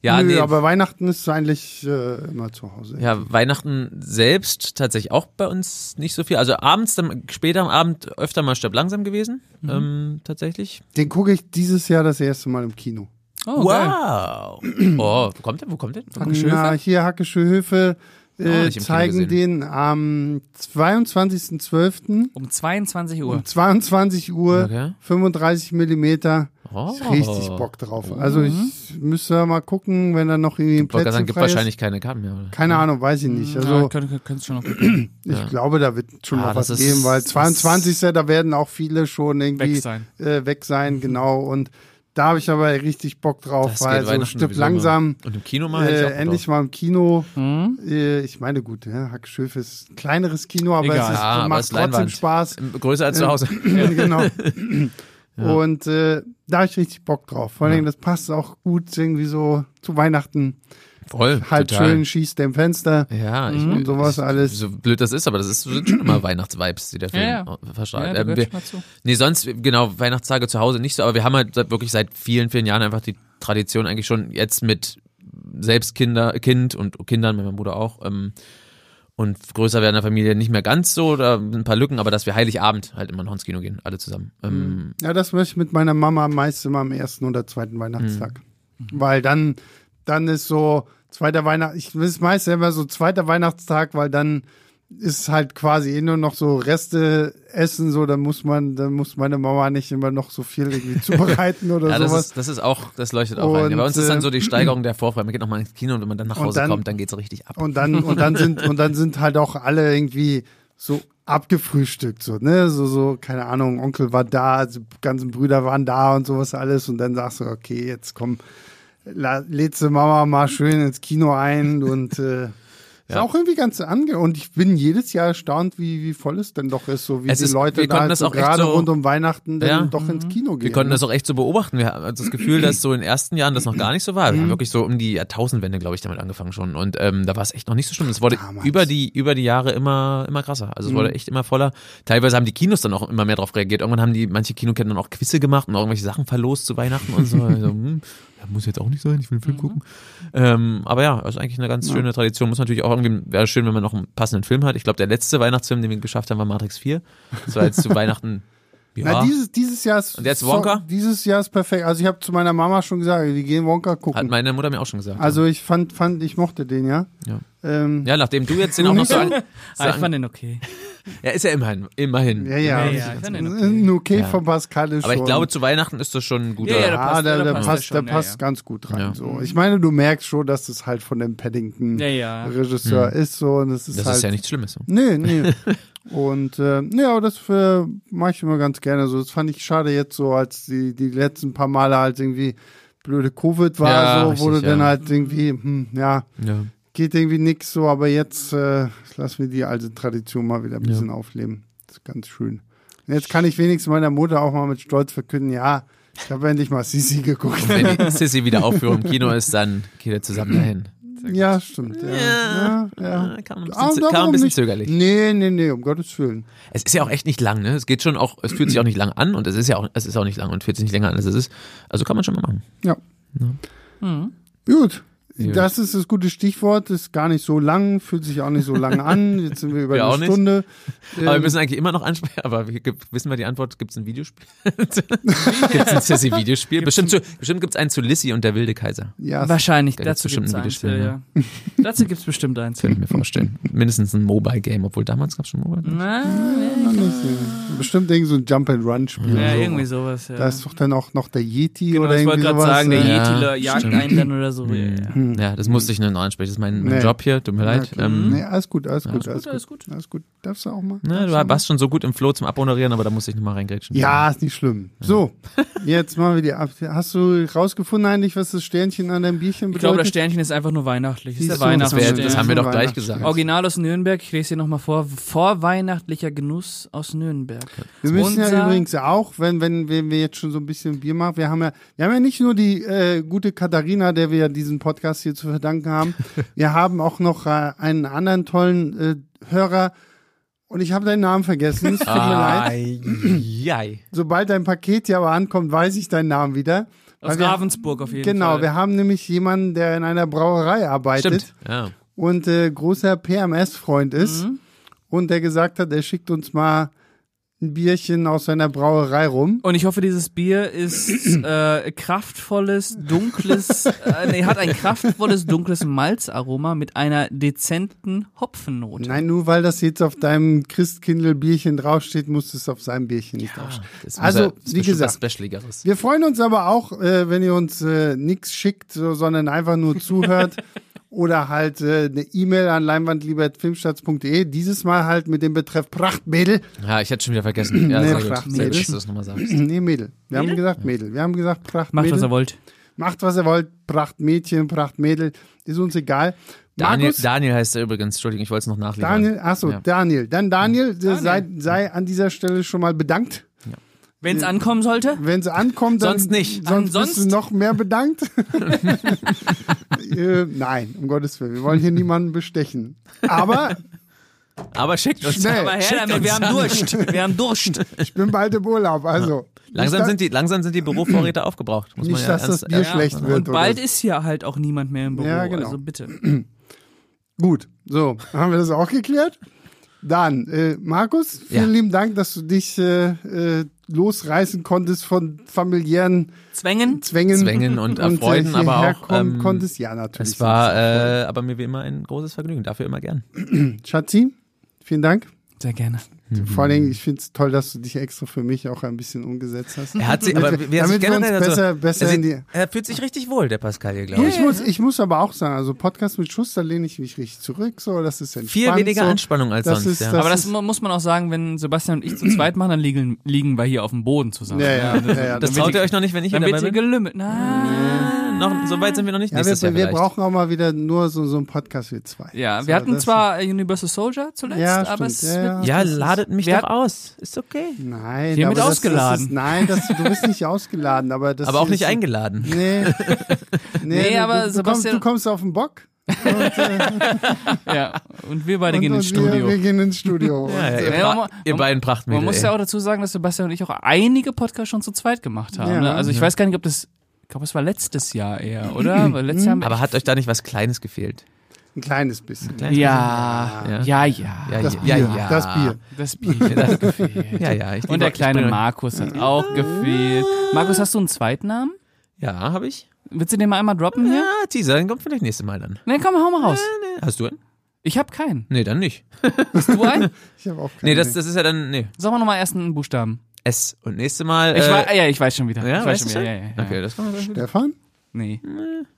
S2: Ja,
S1: Ähm, Nö,
S2: nee,
S1: aber Weihnachten ist eigentlich äh, immer zu Hause.
S2: Ja, Weihnachten selbst tatsächlich auch bei uns nicht so viel. Also abends, dann, später am Abend öfter mal Stirb langsam gewesen,
S3: Mhm.
S2: ähm, tatsächlich.
S1: Den gucke ich dieses Jahr das erste Mal im Kino.
S3: Oh, geil.
S2: wow! [CLEARS THROAT] Oh, wo kommt der? Wo kommt der?
S3: Hackesche
S1: Na,
S3: Höfe?
S1: hier Hackesche Höfe äh,
S2: Auch nicht im Kino
S1: zeigen den am 22.12.
S3: Um 22 Uhr.
S1: um 22 Uhr,
S2: Okay.
S1: 35 Millimeter.
S2: Oh. Mhm.
S1: Ich hab richtig Bock drauf. Also ich müsste mal gucken, wenn da noch irgendwie ein
S2: Ich wollte gerade
S1: Plätzchen
S2: sagen, gibt
S1: frei ist.
S2: wahrscheinlich Mhm. keine Karten mehr. Oder?
S1: Keine Ahnung, weiß ich nicht.
S3: ja,
S1: Also
S3: könnt, könnt, [CLEARS THROAT] schon noch
S1: ich glaube, da wird schon
S2: Ah,
S1: noch
S2: das
S1: was
S2: ist-
S1: geben, weil
S2: das-
S1: 22. da werden auch viele schon irgendwie
S3: Weg sein.
S1: Äh, weg sein genau. Und da habe ich aber richtig Bock drauf,
S2: Mhm. Das
S1: weil
S2: geht
S1: so
S2: Weihnachten
S1: Stück
S2: sowieso immer.
S1: langsam.
S2: Und im Kino mal hätte ich
S1: Äh,
S2: auch Bock
S1: endlich
S2: drauf.
S1: mal im Kino.
S3: Hm?
S1: Äh, ich meine, gut, ja, Hackschöf ist ein kleineres Kino, aber
S3: Egal.
S1: es ist,
S2: Ja, Ah, aber
S1: macht
S2: es ist
S1: trotzdem
S2: Leinwand.
S1: Spaß.
S2: Größer
S3: äh,
S2: als zu
S3: [LAUGHS]
S2: Hause.
S1: [LAUGHS]
S2: [CLEARS THROAT]
S1: genau. Und äh, da habe ich richtig Bock drauf. Vor allen Dingen, das passt auch gut irgendwie so zu Weihnachten.
S2: Voll.
S1: Halt
S2: total.
S1: schön, schießt dem Fenster
S2: Ja,
S3: mhm,
S2: ich,
S1: und sowas alles.
S2: so blöd das ist, aber das ist, sind schon immer Weihnachtsvibes, die der Film
S3: Ja, ja.
S2: au-
S3: Ja,
S2: verstrahlt.
S3: da
S2: ähm,
S3: gehört
S2: wir,
S3: schon mal zu.
S2: nee, sonst, genau, Weihnachtstage zu Hause nicht so, aber wir haben halt seit, wirklich seit vielen, vielen Jahren einfach die Tradition eigentlich schon jetzt mit selbst Kinder, Kind und Kindern, mit meinem Bruder auch, ähm, und größer werden der Familie nicht mehr ganz so oder ein paar Lücken, aber dass wir Heiligabend halt immer noch ins Kino gehen, alle zusammen.
S1: Mhm.
S2: Ähm,
S1: Ja, das möchte ich mit meiner Mama am meisten immer am ersten oder zweiten Weihnachtstag.
S2: Mhm.
S1: Weil dann, dann ist so zweiter Weihnacht, ich weiß meist immer so zweiter Weihnachtstag, weil dann ist halt quasi eh nur noch so Reste essen, so, dann muss man, dann muss meine Mama nicht immer noch so viel
S2: [LAUGHS]
S1: irgendwie zubereiten oder
S2: ja, das
S1: sowas.
S2: ist, das ist auch, das leuchtet auch ein.
S1: Und,
S2: Bei uns ist dann
S1: äh,
S2: so die Steigerung der Vorfreude. Man geht nochmal ins Kino und wenn man dann nach
S1: Und
S2: Hause
S1: dann-
S2: kommt, dann geht's richtig ab.
S1: Und dann, und dann sind, und dann sind halt auch alle irgendwie so abgefrühstückt, so, ne, so, so, keine Ahnung, Onkel war da, die ganzen Brüder waren da und sowas alles und dann sagst du, okay, jetzt komm, la- lädst du Mama mal schön ins Kino ein und,
S2: [LAUGHS]
S1: äh, Ist auch irgendwie ganz ange und ich bin jedes Jahr erstaunt, wie, wie voll es denn doch ist, so wie
S2: Es
S1: die
S2: ist-
S1: Leute
S2: wir
S1: da
S2: konnten
S1: halt
S2: das
S1: so
S2: auch echt
S1: gerade
S2: so-
S1: rund um Weihnachten dann
S2: Ja.
S1: doch ins Kino gehen.
S2: Wir konnten
S1: ne?
S2: das auch echt so beobachten. Wir hatten das Gefühl, dass so in den ersten Jahren das noch gar nicht so war.
S1: Mhm.
S2: Wir haben wirklich so um die Jahrtausendwende, glaube ich, damit angefangen schon. Und ähm, da war es echt noch nicht so schlimm. Es wurde
S1: Damals. Mhm.
S2: über die, über die Jahre immer, immer krasser. Also es wurde echt immer voller. Teilweise haben die Kinos dann auch immer mehr drauf reagiert. Irgendwann haben die, manche Kinoketten dann auch Quizze gemacht und auch irgendwelche Sachen verlost zu Weihnachten
S1: [LAUGHS]
S2: und so. also, hm, das muss jetzt auch nicht sein, ich will einen
S1: Mhm.
S2: Film gucken. Ähm, aber ja, ist eigentlich eine ganz schöne Tradition. Muss natürlich auch irgendwie, wäre schön, wenn man noch einen passenden Film hat. Ich glaube, der letzte Weihnachtsfilm, den wir geschafft haben, war Matrix 4. Das war
S1: [LAUGHS]
S2: jetzt zu Weihnachten. Ja.
S1: Na, dieses, dieses Jahr ist.
S2: Und jetzt Wonka?
S1: dieses Jahr ist perfekt. Also ich habe zu meiner Mama schon gesagt, wir gehen Wonka
S2: Hat
S1: gucken.
S2: meine Mutter mir auch schon gesagt.
S1: Also ich fand, fand, ich mochte den, ja.
S2: Ja.
S1: Ähm,
S2: Ja, nachdem du jetzt den auch
S1: [LAUGHS]
S2: noch so an,
S3: Ah, ich
S2: sagen,
S3: fand den okay.
S2: ja, ist ja immerhin, immerhin.
S1: ja, ja.
S3: Ja, ja, ich fand den okay.
S1: Ein okay von Pascal ist
S2: Aber ich
S1: schon.
S2: glaube, zu Weihnachten ist das schon ein guter.
S3: Ja, ja, da-
S1: ja,
S3: passt-
S1: da, da,
S3: passt
S1: passt,
S3: er
S1: da
S3: schon, ja,
S1: passt
S3: ja.
S1: ganz gut rein.
S2: Ja.
S1: So. Ich meine, du merkst schon, dass das halt von dem Paddington
S3: Ja, ja.
S1: Regisseur ist so und es ist
S2: Hm. das
S1: halt.
S2: ist ja
S1: [LAUGHS]
S2: nichts Schlimmes. so.
S1: Nee,
S2: [LAUGHS]
S1: nee. Und äh, nee, aber das äh, mache ich immer ganz gerne. So, das fand ich schade jetzt so, als die, die letzten paar Male halt irgendwie blöde Covid war,
S2: Ja,
S1: so, wo du
S2: richtig,
S1: dann
S2: ja.
S1: halt irgendwie, hm, ja,
S2: Ja.
S1: geht irgendwie nix so, aber jetzt äh, lassen wir die alte Tradition mal wieder ein bisschen aufleben. Das ist ganz schön. Und jetzt kann ich wenigstens meiner Mutter auch mal mit Stolz verkünden, ja, ich habe endlich mal Sisi geguckt.
S2: Wenn die Sissy wieder Aufführung im Kino ist, dann geht er zusammen dahin.
S1: Ja, stimmt. Ja, ja. ja.
S2: Ah, Kam ein
S1: Ah,
S2: bisschen, kam
S1: warum
S2: ein bisschen
S1: nicht?
S2: zögerlich.
S1: Nee, nee, nee, um Gottes Willen.
S2: Es ist ja auch echt nicht lang, ne? Es geht schon auch, es fühlt sich auch nicht lang an und es ist ja auch, es ist auch nicht lang und fühlt sich nicht länger an, als es ist. Also kann man schon mal machen.
S1: Ja.
S3: Hm.
S1: Gut.
S2: Gut.
S1: Das ist das gute Stichwort. Ist gar nicht so lang, fühlt sich auch nicht so lang an. Jetzt sind wir
S2: [LAUGHS]
S1: über
S2: Wir auch
S1: eine
S2: nicht.
S1: Stunde.
S2: Aber wir
S1: Ähm,
S2: müssen eigentlich immer noch ansprechen, [LAUGHS] aber wir, ge- wissen wir die Antwort, gibt es ein Videospiel? [LAUGHS] gibt es ein Sissy-Videospiel? Bestimmt, zu- bestimmt gibt es einen zu Lissy und der wilde Kaiser.
S1: ja,
S3: Wahrscheinlich,
S2: Da gibt's
S3: dazu
S2: bestimmt
S3: gibt's
S2: ein
S3: eins. Ja,
S2: Videospiel,
S3: ja. [LAUGHS] dazu gibt's bestimmt eins.
S2: Könnte ich mir vorstellen. Mindestens ein Mobile-Game, obwohl damals gab es schon Mobile.
S3: Na,
S1: kann nicht sehen. bestimmt irgend so ein Jump and Run Spiel.
S3: ja,
S1: so.
S3: irgendwie sowas, ja.
S1: Da ist doch dann auch noch der Yeti
S3: genau,
S1: oder
S3: ich wollte
S1: irgendwie
S3: gerade
S1: sowas.
S3: sagen, der
S1: ne?
S2: Ja,
S3: Yeti jagt
S2: stimmt.
S3: einen dann oder so. Ja, ja.
S2: Ja, das musste ich nur noch ansprechen. Das ist mein, mein
S1: Nee.
S2: Job hier, tut mir leid.
S1: okay.
S2: Ähm,
S1: nee, alles gut, alles gut, alles
S3: gut,
S1: gut.
S3: alles
S1: Alles gut. Darfst du auch
S3: Ne,
S1: mal?
S2: na, du warst schon so gut im Flow zum Abmoderieren, aber da musste ich nochmal reingrätschen.
S1: Ja, ist nicht schlimm. So, jetzt machen wir die ab. Hast du rausgefunden eigentlich, was das Sternchen an deinem Bierchen bedeutet?
S3: Ich glaube, das Sternchen ist einfach nur weihnachtlich. Das ist der
S1: Siehst du, das
S2: Das, wär,
S1: Ja.
S2: das haben wir doch gleich
S1: Weihnachten.
S2: gesagt.
S3: Original aus Nürnberg, ich lese hier nochmal vor. Vorweihnachtlicher Genuss aus Nürnberg.
S1: Wir müssen ja
S3: Unser-
S1: übrigens auch, wenn, wenn, wenn wir jetzt schon so ein bisschen Bier machen, wir haben ja, wir haben ja nicht nur die äh, gute Katharina, der wir ja diesen Podcast hier zu verdanken
S3: [LAUGHS]
S1: haben, wir haben auch noch äh, einen anderen tollen äh, Hörer und ich habe deinen Namen vergessen, es tut
S3: Ah,
S1: mir leid.
S2: Ai,
S1: Sobald dein Paket hier aber ankommt, weiß ich deinen Namen wieder.
S3: Aus
S1: Weil wir-
S3: Ravensburg auf jeden
S1: Genau,
S3: Fall.
S1: wir haben nämlich jemanden, der in einer Brauerei arbeitet
S2: Stimmt. Ja.
S1: und äh, großer PMS-Freund ist
S3: Mhm.
S1: und der gesagt hat, er schickt uns mal ein Bierchen aus seiner Brauerei rum.
S3: Und ich hoffe, dieses
S1: [CLEARS THROAT]
S3: Bier ist äh, kraftvolles, dunkles, äh, nee, hat ein kraftvolles, dunkles Malzaroma mit einer dezenten Hopfennote.
S1: Nein, nur weil das jetzt auf deinem Christkindl-Bierchen draufsteht, muss es auf seinem Bierchen nicht draufstehen.
S2: Das muss
S1: Also,
S2: ja- das ist
S1: wie
S2: bestimmt was
S1: gesagt,
S2: Specialigeres.
S1: wir freuen uns aber auch, äh, wenn ihr uns äh, nichts schickt, so, sondern einfach nur zuhört oder halt äh, eine E-Mail an leinwandliebertfilmstarts.de. Dieses Mal halt mit dem Betreff Prachtmädel. [CLEARS THROAT]
S2: Ja, ich hätte schon wieder vergessen. Ja,
S1: Nee,
S2: sehr
S1: frag
S2: gut.
S1: mich
S2: Sehr
S1: nicht.
S2: gut, dass du das nochmal sagst.
S1: nee, Mädel. Wir haben gesagt Mädel. Wir haben gesagt
S3: Macht,
S1: Prachtmädel.
S3: was ihr wollt.
S1: Macht, was ihr wollt. Prachtmädchen, Prachtmädel. Ist uns egal.
S2: Daniel,
S1: Markus,
S2: Daniel heißt er übrigens. Entschuldigung, ich wollte es noch nachliefern.
S1: Daniel, achso,
S2: Ja.
S1: Daniel. Dann Daniel, Sei, sei an dieser Stelle schon mal bedankt.
S3: Wenn
S1: Äh,
S3: es ankommen sollte,
S1: Wenn sie ankommt, dann,
S2: Sonst nicht.
S1: Sonst, bist
S3: Ansonst-
S1: du noch mehr bedankt. äh, nein, um Gottes Willen. Wir wollen hier niemanden bestechen. Aber
S2: Aber schickt uns.
S1: Schnell.
S3: aber
S2: Schickt
S3: her damit, wir
S2: uns.
S3: haben Durst. Wir haben Durst.
S1: ich bin bald im Urlaub. Also
S2: Langsam sind, die, langsam sind die Bürovorräte aufgebraucht. Muss man
S1: nicht,
S2: ja
S1: dass das [LAUGHS]
S2: ernst- äh,
S1: Bier
S2: ja.
S1: schlecht wird.
S3: Und bald
S1: oder?
S3: ist hier halt auch niemand mehr im Büro.
S1: Ja, genau.
S3: Also bitte.
S1: Gut, so, haben wir das auch geklärt? Dann, äh, Markus, vielen
S2: Ja.
S1: lieben Dank, dass du dich äh, äh, losreißen konntest von familiären
S3: Zwängen.
S1: Zwängen,
S2: Zwängen und Erfreuden, aber auch,
S1: äh, hierher kommen
S2: ähm,
S1: konntest. Ja, natürlich.
S2: Es war äh, aber mir wie immer ein großes Vergnügen. Dafür immer gern.
S1: Schatzi, vielen Dank.
S3: Sehr gerne.
S2: Mhm.
S1: Vor allen Dingen, ich finde es toll, dass du dich extra für mich auch ein bisschen umgesetzt hast.
S2: Er hat sie, aber
S1: Damit-
S2: wer sich
S1: damit wir uns
S2: generell also,
S1: besser- besser
S2: er, sieht,
S1: in die-
S2: er fühlt sich richtig wohl, der Pascal hier, glaube
S1: Du,
S2: ich.
S1: ich, muss, ich muss aber auch sagen, also Podcast mit Schuss, da lehne ich mich richtig zurück. So, das ist entspannt.
S2: Viel weniger
S1: so.
S2: Anspannung als
S1: Das
S2: sonst.
S1: ist
S2: ja.
S1: das-
S3: Aber das mu- muss man auch sagen, wenn Sebastian und ich zu zweit machen, dann liegen, liegen wir hier auf dem Boden zusammen.
S1: Ja, ja, [LAUGHS] ja, ja,
S2: das
S1: damit-
S2: traut ihr euch noch nicht, wenn ich hier
S3: Dann
S2: dabei
S3: wird hier
S2: bin?
S3: gelümmelt. Nein.
S2: Noch, so weit sind wir noch nicht.
S1: ja,
S2: Nächstes
S1: wir,
S2: Jahr
S1: wir
S2: vielleicht.
S1: brauchen auch mal wieder nur so, so einen Podcast wie zwei.
S3: Ja,
S1: so,
S3: wir hatten
S1: das-
S3: zwar Universal Soldier zuletzt,
S1: Ja, stimmt,
S3: aber es
S1: ja,
S3: wird
S1: ja.
S2: ja, ladet mich
S3: wir
S2: doch
S3: hat-
S2: aus. Ist okay.
S1: Nein,
S3: Hiermit
S1: aber das- Das
S3: ausgeladen.
S1: ist, nein, das, du bist nicht ausgeladen, aber das
S2: Aber auch
S1: hier
S2: nicht
S1: ist-
S2: eingeladen. [LAUGHS]
S1: Nee.
S3: Nee,
S1: du, du,
S3: aber
S1: kommst,
S3: Sebastian-
S1: du kommst auf den Bock.
S3: Ja, und wir beide gehen
S1: und
S3: ins
S1: Wir,
S3: Studio.
S1: wir gehen ins Studio.
S2: [LAUGHS] Ja,
S1: Und,
S2: ihr,
S1: äh,
S3: Ja,
S2: Pra-
S3: man-
S2: ihr
S3: man-
S2: beiden Prachtmädel.
S3: Man muss
S2: ey.
S3: ja auch dazu sagen, dass Sebastian und ich auch einige Podcasts schon zu zweit gemacht haben.
S1: Ja.
S3: ne? Also ich weiß gar nicht, ob das, ich glaube, es war letztes Jahr eher,
S1: Mhm.
S3: oder? Weil letztes Jahr haben wir-
S2: aber hat euch da nicht was Kleines gefehlt?
S1: ein kleines bisschen.
S2: Kleines
S3: ja,
S2: Ja.
S3: ja, ja,
S2: Ja,
S1: Das
S2: ja,
S1: Bier.
S2: ja.
S1: Das Bier.
S3: Das Bier hat gefehlt.
S2: Ja, ja. Ich
S3: Und
S2: liebe-
S3: der
S2: ich
S3: kleine
S2: bin-
S3: Markus hat auch gefehlt. Markus, hast du einen Zweitnamen?
S2: Ja, habe ich.
S3: Willst du den mal einmal droppen hier?
S2: Ja, Teaser, dann kommt vielleicht nächste Mal dann.
S3: Ne, komm, hau mal raus.
S2: Nee, Hast du einen?
S3: Ich habe
S2: [LAUGHS]
S3: keinen.
S2: Nee, dann nicht.
S3: Hast du einen?
S1: Ich habe auch keine.
S2: Nee, das, das ist ja dann, nee,
S3: Sag mal nochmal erst einen Buchstaben.
S2: S. Und nächste Mal.
S3: Ich
S2: äh,
S3: wei- ah, ja, ich weiß schon wieder.
S2: ja,
S3: ich
S2: weißt du
S3: weiß schon
S2: schon?
S3: wieder. Ja, ja, ja.
S2: Okay, das war
S1: Stefan?
S3: Nee.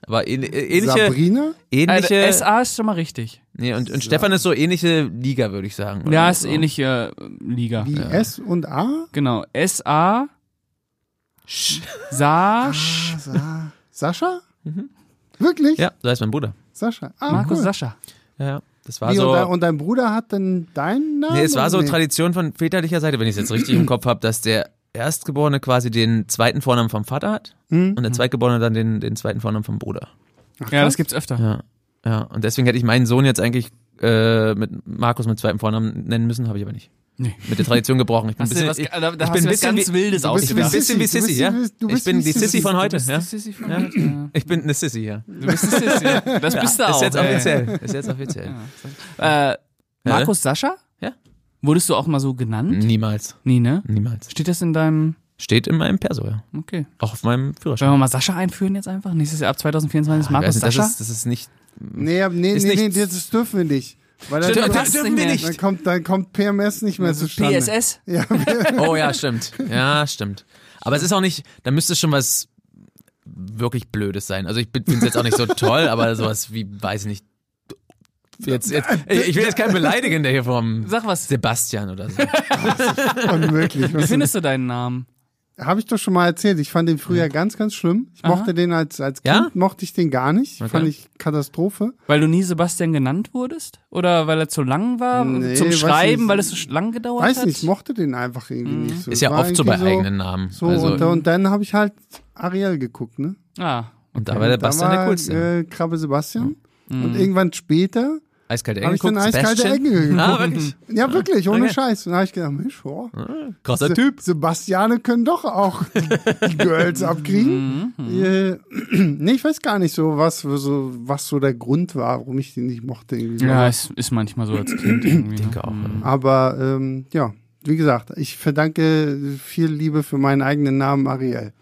S2: Aber ähn, äh, ähnliche.
S1: Sabrina?
S2: ähnliche
S3: Äh, SA ist schon mal richtig.
S2: nee, und, und Stefan ist so ähnliche Liga, würde ich sagen. oder?
S3: Ja, ist
S2: so.
S3: ähnliche äh, Liga.
S1: Die S und A?
S3: Genau. SA. Sa. Sch-
S1: Sa Sascha? Wirklich?
S2: Mhm. Ja, so heißt mein Bruder.
S1: Sascha. Ah,
S3: Markus
S1: cool.
S3: Sascha.
S2: Ja, ja. Das war
S1: Wie,
S2: so.
S1: und, dein, und dein Bruder hat dann deinen Namen?
S2: Also- Nee, es war so
S1: oder nicht?
S2: Tradition von väterlicher Seite, wenn ich es jetzt richtig im Kopf habe, dass der Erstgeborene quasi den zweiten Vornamen vom Vater hat
S1: Mhm.
S3: Hm.
S2: und der Zweitgeborene dann den, den zweiten Vornamen vom Bruder.
S3: Ja, das gibt's öfter.
S2: Ja, ja. Und deswegen hätte ich meinen Sohn jetzt eigentlich äh, mit Markus mit zweitem Vornamen nennen müssen, habe ich aber nicht.
S3: Nee.
S2: Mit der Tradition gebrochen. Ich bin ein
S3: Hast du
S2: bisschen,
S3: was,
S2: ich,
S3: da, da
S2: ich
S3: hast
S2: bin
S3: du
S2: ein
S3: was
S2: bisschen
S3: ganz
S2: wie-
S3: Wildes
S1: Du bist
S2: ich bin ein
S3: ausgedacht.
S1: wie
S2: bisschen wie
S1: Sissi, du
S2: Sissi,
S1: bist
S2: ja.
S1: wie- du
S2: Ich
S1: bist
S2: bin
S1: wie
S2: die Sissi
S1: Sissi.
S2: von heute.
S3: Du bist
S2: Ja?
S3: die Sissi von heute, ja.
S2: Ich bin eine Sissi, ja.
S3: Du bist die Sissi. Das bist du auch.
S2: Ist jetzt
S3: ey.
S2: offiziell. Ist jetzt offiziell.
S3: Äh, Markus Sascha?
S2: Ja.
S3: Wurdest du auch mal so genannt?
S2: Niemals.
S3: Nee, ne?
S2: Niemals.
S3: Steht das in deinem.
S2: Steht in meinem Perso, ja.
S3: Okay.
S2: Auch auf meinem Führerschein.
S3: Sollen wir mal Sascha einführen jetzt einfach? Nächstes Jahr ab 2024 ist
S2: Ah, Ich weiß
S3: Markus
S2: nicht, das
S3: Sascha?
S2: ist, das ist nicht.
S1: Nee, nee,
S2: Ist
S1: nee, nee,
S2: nichts.
S1: das dürfen wir nicht. Weil dann,
S3: Stimmt,
S1: kommt,
S3: das dürfen wir
S1: dann,
S3: nicht.
S1: kommt, dann kommt PMS nicht
S3: Also
S1: mehr zustande.
S3: PSS?
S1: Ja,
S2: Oh ja, stimmt. Ja, stimmt. Aber es ist auch nicht, da müsste schon was wirklich Blödes sein. Also ich finde es jetzt auch nicht so toll, aber sowas wie, weiß ich nicht. Jetzt, jetzt, ich ich will jetzt keinen beleidigen, der hier vom
S3: [LAUGHS] Sag was.
S2: Sebastian oder so.
S1: unmöglich.
S3: Wie
S1: Was-
S3: findest du deinen Namen?
S1: Habe ich doch schon mal erzählt. Ich fand den früher ganz, ganz schlimm. Ich
S3: Aha.
S1: mochte den als, als Kind,
S2: Ja?
S1: mochte ich den gar nicht.
S2: Okay.
S1: Fand ich Katastrophe.
S3: Weil du nie Sebastian genannt wurdest? Oder weil er zu lang war?
S1: Nee,
S3: zum
S1: weiß
S3: Schreiben,
S1: nicht.
S3: weil es so sch- lang gedauert
S1: Weiß
S3: hat?
S1: nicht, ich mochte den einfach irgendwie nicht so.
S2: Mhm. Ist ja
S1: War
S2: oft so bei
S1: irgendwie
S2: eigenen Namen.
S1: So,
S2: also,
S1: und, da- und dann habe ich halt Ariel geguckt, ne?
S3: Ah,
S2: und da war der
S1: Da
S2: Bastian
S1: war,
S2: der coolste. Mhm.
S1: Äh, Krabbe Sebastian. Und irgendwann später
S2: Eiskalte Engel.
S1: habe ich dann
S2: guckt,
S1: eiskalte
S2: Sebastian.
S1: Engel geguckt.
S2: Ah, wirklich?
S1: Ja, wirklich, ohne
S2: Okay.
S1: Scheiß. Und da habe ich gedacht, Mensch, boah,
S2: Krasser
S1: Se-
S2: Typ.
S1: Sebastiane können doch auch die,
S2: [LAUGHS]
S1: die Girls
S2: Mhm,
S1: abkriegen. äh, [CLEARS THROAT] nee, ich weiß gar nicht so, was für so, was so der Grund war, warum ich den nicht mochte. Irgendwie.
S3: ja, es ist manchmal so als Kind irgendwie.
S2: Ich denke auch,
S3: ne?
S2: ja.
S1: Aber ähm, ja, wie gesagt, ich verdanke viel Liebe für meinen eigenen Namen Ariel.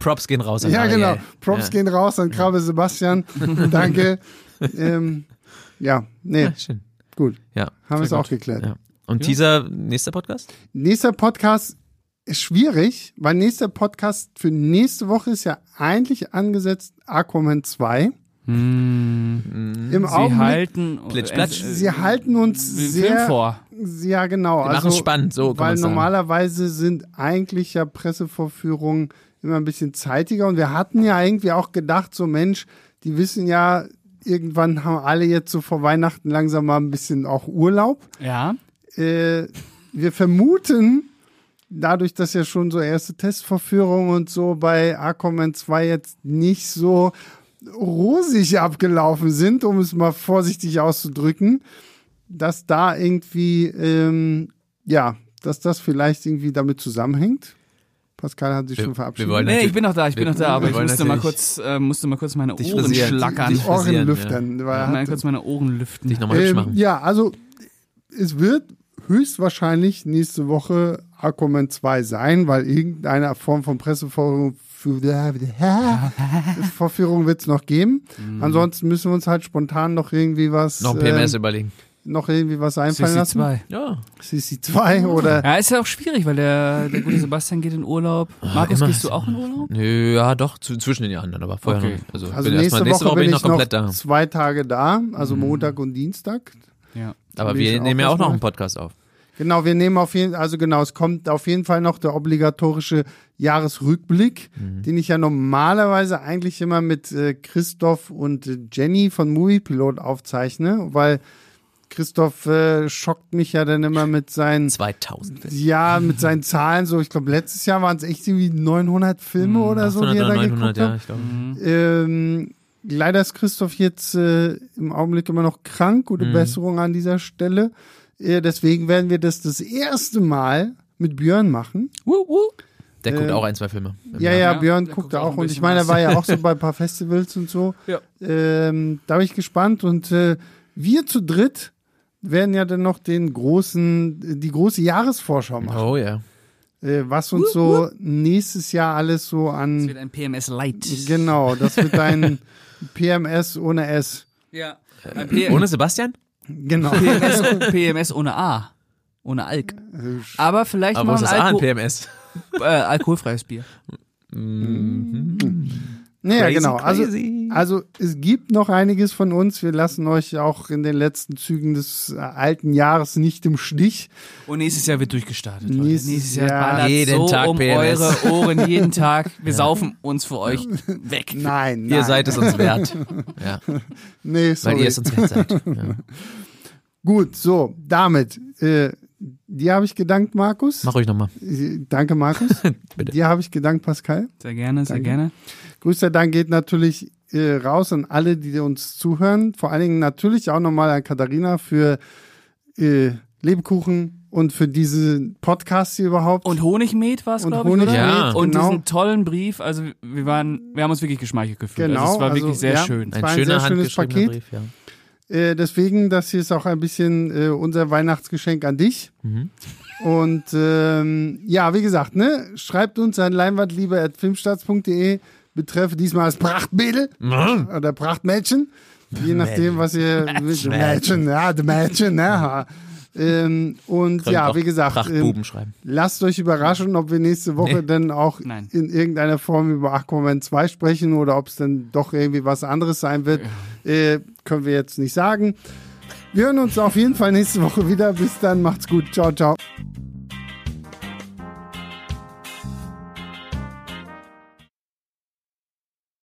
S2: Props gehen raus. an
S1: ja,
S2: Ariel.
S1: genau. Props gehen raus an Krabbe Sebastian. Danke. ähm, ja, nee,
S2: Ja, schön.
S1: gut.
S2: Ja.
S1: Haben wir es
S3: Sehr
S1: auch geklärt.
S2: ja. Und dieser nächster Podcast?
S1: Nächster Podcast ist schwierig, weil nächster Podcast für nächste Woche ist ja eigentlich angesetzt Aquaman 2. Im
S3: Hm. Sie
S1: Augenblick,
S3: halten.
S2: Plitsch-platsch.
S1: sie halten uns
S3: den
S1: sehr,
S3: Film vor.
S1: ja genau,
S2: Wir machen
S1: also,
S2: es spannend, so kann
S1: weil
S2: man sagen.
S1: normalerweise sind eigentlich ja Pressevorführungen immer ein bisschen zeitiger und wir hatten ja irgendwie auch gedacht, so Mensch, die wissen ja, irgendwann haben alle jetzt so vor Weihnachten langsam mal ein bisschen auch Urlaub.
S3: Ja.
S1: äh, wir vermuten, dadurch, dass ja schon so erste Testverführungen und so bei Aquaman 2 jetzt nicht so rosig abgelaufen sind, um es mal vorsichtig auszudrücken, dass da irgendwie, ähm, ja, dass das vielleicht irgendwie damit zusammenhängt. Pascal hat sich schon verabschiedet.
S2: wir wollen
S3: Nee, ich
S2: natürlich-
S3: bin noch da, ich bin
S2: wir-
S3: noch da, aber
S2: wir
S3: ich
S2: wollen
S3: musste mal
S2: natürlich
S3: kurz, äh, musste mal kurz meine
S2: dich
S3: Ohren
S2: frisieren.
S3: schlackern.
S1: die
S3: Ich
S2: Dich- frisieren,
S1: Ohren lüftern. weil er
S3: mal
S1: hat-
S3: kurz meine Ohren lüften.
S2: Dich nochmal hübsch machen.
S1: Ähm, ja, also es wird höchstwahrscheinlich nächste Woche Aquaman 2 sein, weil irgendeine Form von Pressevorführung [LAUGHS] Vorführung wird es noch geben. Ansonsten müssen wir uns halt spontan noch irgendwie was
S2: Mhm. Noch ein PMS
S1: ähm,
S2: überlegen.
S1: noch irgendwie was einfallen lassen.
S3: CC2.
S2: Ja.
S1: CC2 oder
S3: Ja, ist ja auch schwierig, weil der, der gute Sebastian geht in Urlaub. Markus,
S2: Ah, immer
S3: gehst du
S2: ist-
S3: auch in Urlaub?
S2: Nö, ja, doch, zu, zwischen den Jahren dann, aber vorher
S3: Okay.
S2: noch nicht. Also,
S1: also
S2: bin
S1: nächste,
S2: erstmal, nächste
S1: Woche bin
S2: ich noch komplett da. Mhm.
S1: zwei Tage da, also Montag und Dienstag.
S3: Ja.
S2: Aber
S1: bin ich
S2: wir
S1: auch
S2: nehmen ja auch noch
S1: erstmal.
S2: einen Podcast auf.
S1: Genau, wir nehmen auf jeden also genau, es kommt auf jeden Fall noch der obligatorische Jahresrückblick,
S2: Mhm.
S1: den ich ja normalerweise eigentlich immer mit äh, Christoph und äh, Jenny von Moviepilot aufzeichne, weil Christoph äh, schockt mich ja dann immer mit seinen
S2: 2000.
S1: ja, mit seinen Zahlen so, ich glaube letztes Jahr waren es echt irgendwie 900 Filme oder so, die
S2: 800
S1: er da
S2: Mhm, oder
S1: geguckt
S2: 900, ja,
S1: hat.
S2: ich glaube.
S1: Ähm, leider ist Christoph jetzt äh, im Augenblick immer noch krank. Gute Besserung an dieser Stelle. Äh, deswegen werden wir das das erste Mal mit Björn machen.
S3: Wuh, wuh.
S2: Der guckt
S1: Ähm,
S2: auch ein, zwei Filme. im
S1: Ja,
S2: Jahr.
S1: ja,
S3: Ja,
S1: Björn
S3: der
S1: guckt
S3: guckt auch
S1: auch.
S3: ein
S1: Und ich
S3: bisschen
S1: meine, er
S3: was.
S1: war ja auch
S3: [LAUGHS]
S1: so bei ein paar Festivals und so.
S3: Ja.
S1: Ähm, da bin ich gespannt. Und äh, wir zu dritt werden ja dann noch den großen, die große Jahresvorschau machen.
S2: Oh ja.
S1: Äh, was uns so nächstes Jahr alles so
S3: Es
S1: an
S3: wird ein PMS Light. [LAUGHS]
S1: Genau, das wird dein PMS ohne S.
S3: Ja. Ein
S2: Ohne Sebastian?
S1: Genau.
S3: PMS, PMS ohne A. Ohne Alk. Aber vielleicht
S2: Aber wo
S3: mal
S2: ist
S3: ein
S2: das A in
S3: Alko
S2: PMS?
S3: äh, alkoholfreies Bier.
S1: Mhm. Naja,
S2: Crazy,
S1: genau. Also,
S2: crazy.
S1: also es gibt noch einiges von uns. Wir lassen euch auch in den letzten Zügen des äh, alten Jahres nicht im Stich.
S3: Und Oh, nächstes Jahr wird durchgestartet. Leute.
S1: Nächstes
S3: nächstes Jahr
S1: Jahr.
S3: ballert
S2: Jeden
S3: so
S2: Tag
S3: um
S2: PMS.
S3: eure Ohren
S2: [LAUGHS]
S3: jeden Tag. Wir saufen uns für euch weg.
S1: Nein, nein.
S2: Ihr seid es uns wert. Ja,
S1: Nee, [LAUGHS]
S2: weil
S1: sorry.
S2: ihr es uns wert seid. Ja.
S1: Gut, so, damit. Äh, dir habe ich gedankt, Markus.
S2: Mach ruhig nochmal.
S1: Äh, Danke, Markus.
S2: [LAUGHS] Bitte.
S1: dir habe ich gedankt, Pascal.
S3: Sehr gerne, sehr gerne.
S1: Größter Dank geht natürlich äh, raus an alle, die uns zuhören. Vor allen Dingen natürlich auch nochmal an Katharina für äh, Lebkuchen und für diesen Podcast hier überhaupt.
S3: Und Honigmet war es,
S1: Und
S3: glaube ich, oder?
S2: Honigmet, Ja.
S3: Und
S1: genau.
S3: diesen tollen Brief. Also wir waren, wir haben uns wirklich geschmeichelt gefühlt.
S1: Genau,
S3: Also es war
S1: also,
S3: wirklich sehr
S1: ja.
S3: schön.
S1: war
S2: Ein
S1: ein
S2: schöner
S1: sehr schönes
S2: handgeschriebener
S1: Paket.
S2: Brief, ja.
S1: äh, deswegen, das hier ist auch ein bisschen äh, unser Weihnachtsgeschenk an dich. Und ähm, ja, wie gesagt, ne, schreibt uns an leinwandliebe.filmstarts.de betreff diesmal das Prachtmädel oder Prachtmädchen, je nachdem, was ihr mit Mädchen, ja, die Mädchen, ne? ha. Ähm, und
S2: Könnt
S1: ja,
S2: auch
S1: wie gesagt, ähm,
S2: Prachtbuben schreiben.
S1: Lasst euch überraschen, ob wir nächste Woche
S2: Nee.
S1: dann auch
S3: Nein.
S1: in irgendeiner Form über Aquaman 2 sprechen oder ob es dann doch irgendwie was anderes sein wird. Äh, können wir jetzt nicht sagen. Wir hören uns auf jeden Fall nächste Woche wieder. Bis dann, macht's gut. Ciao, ciao.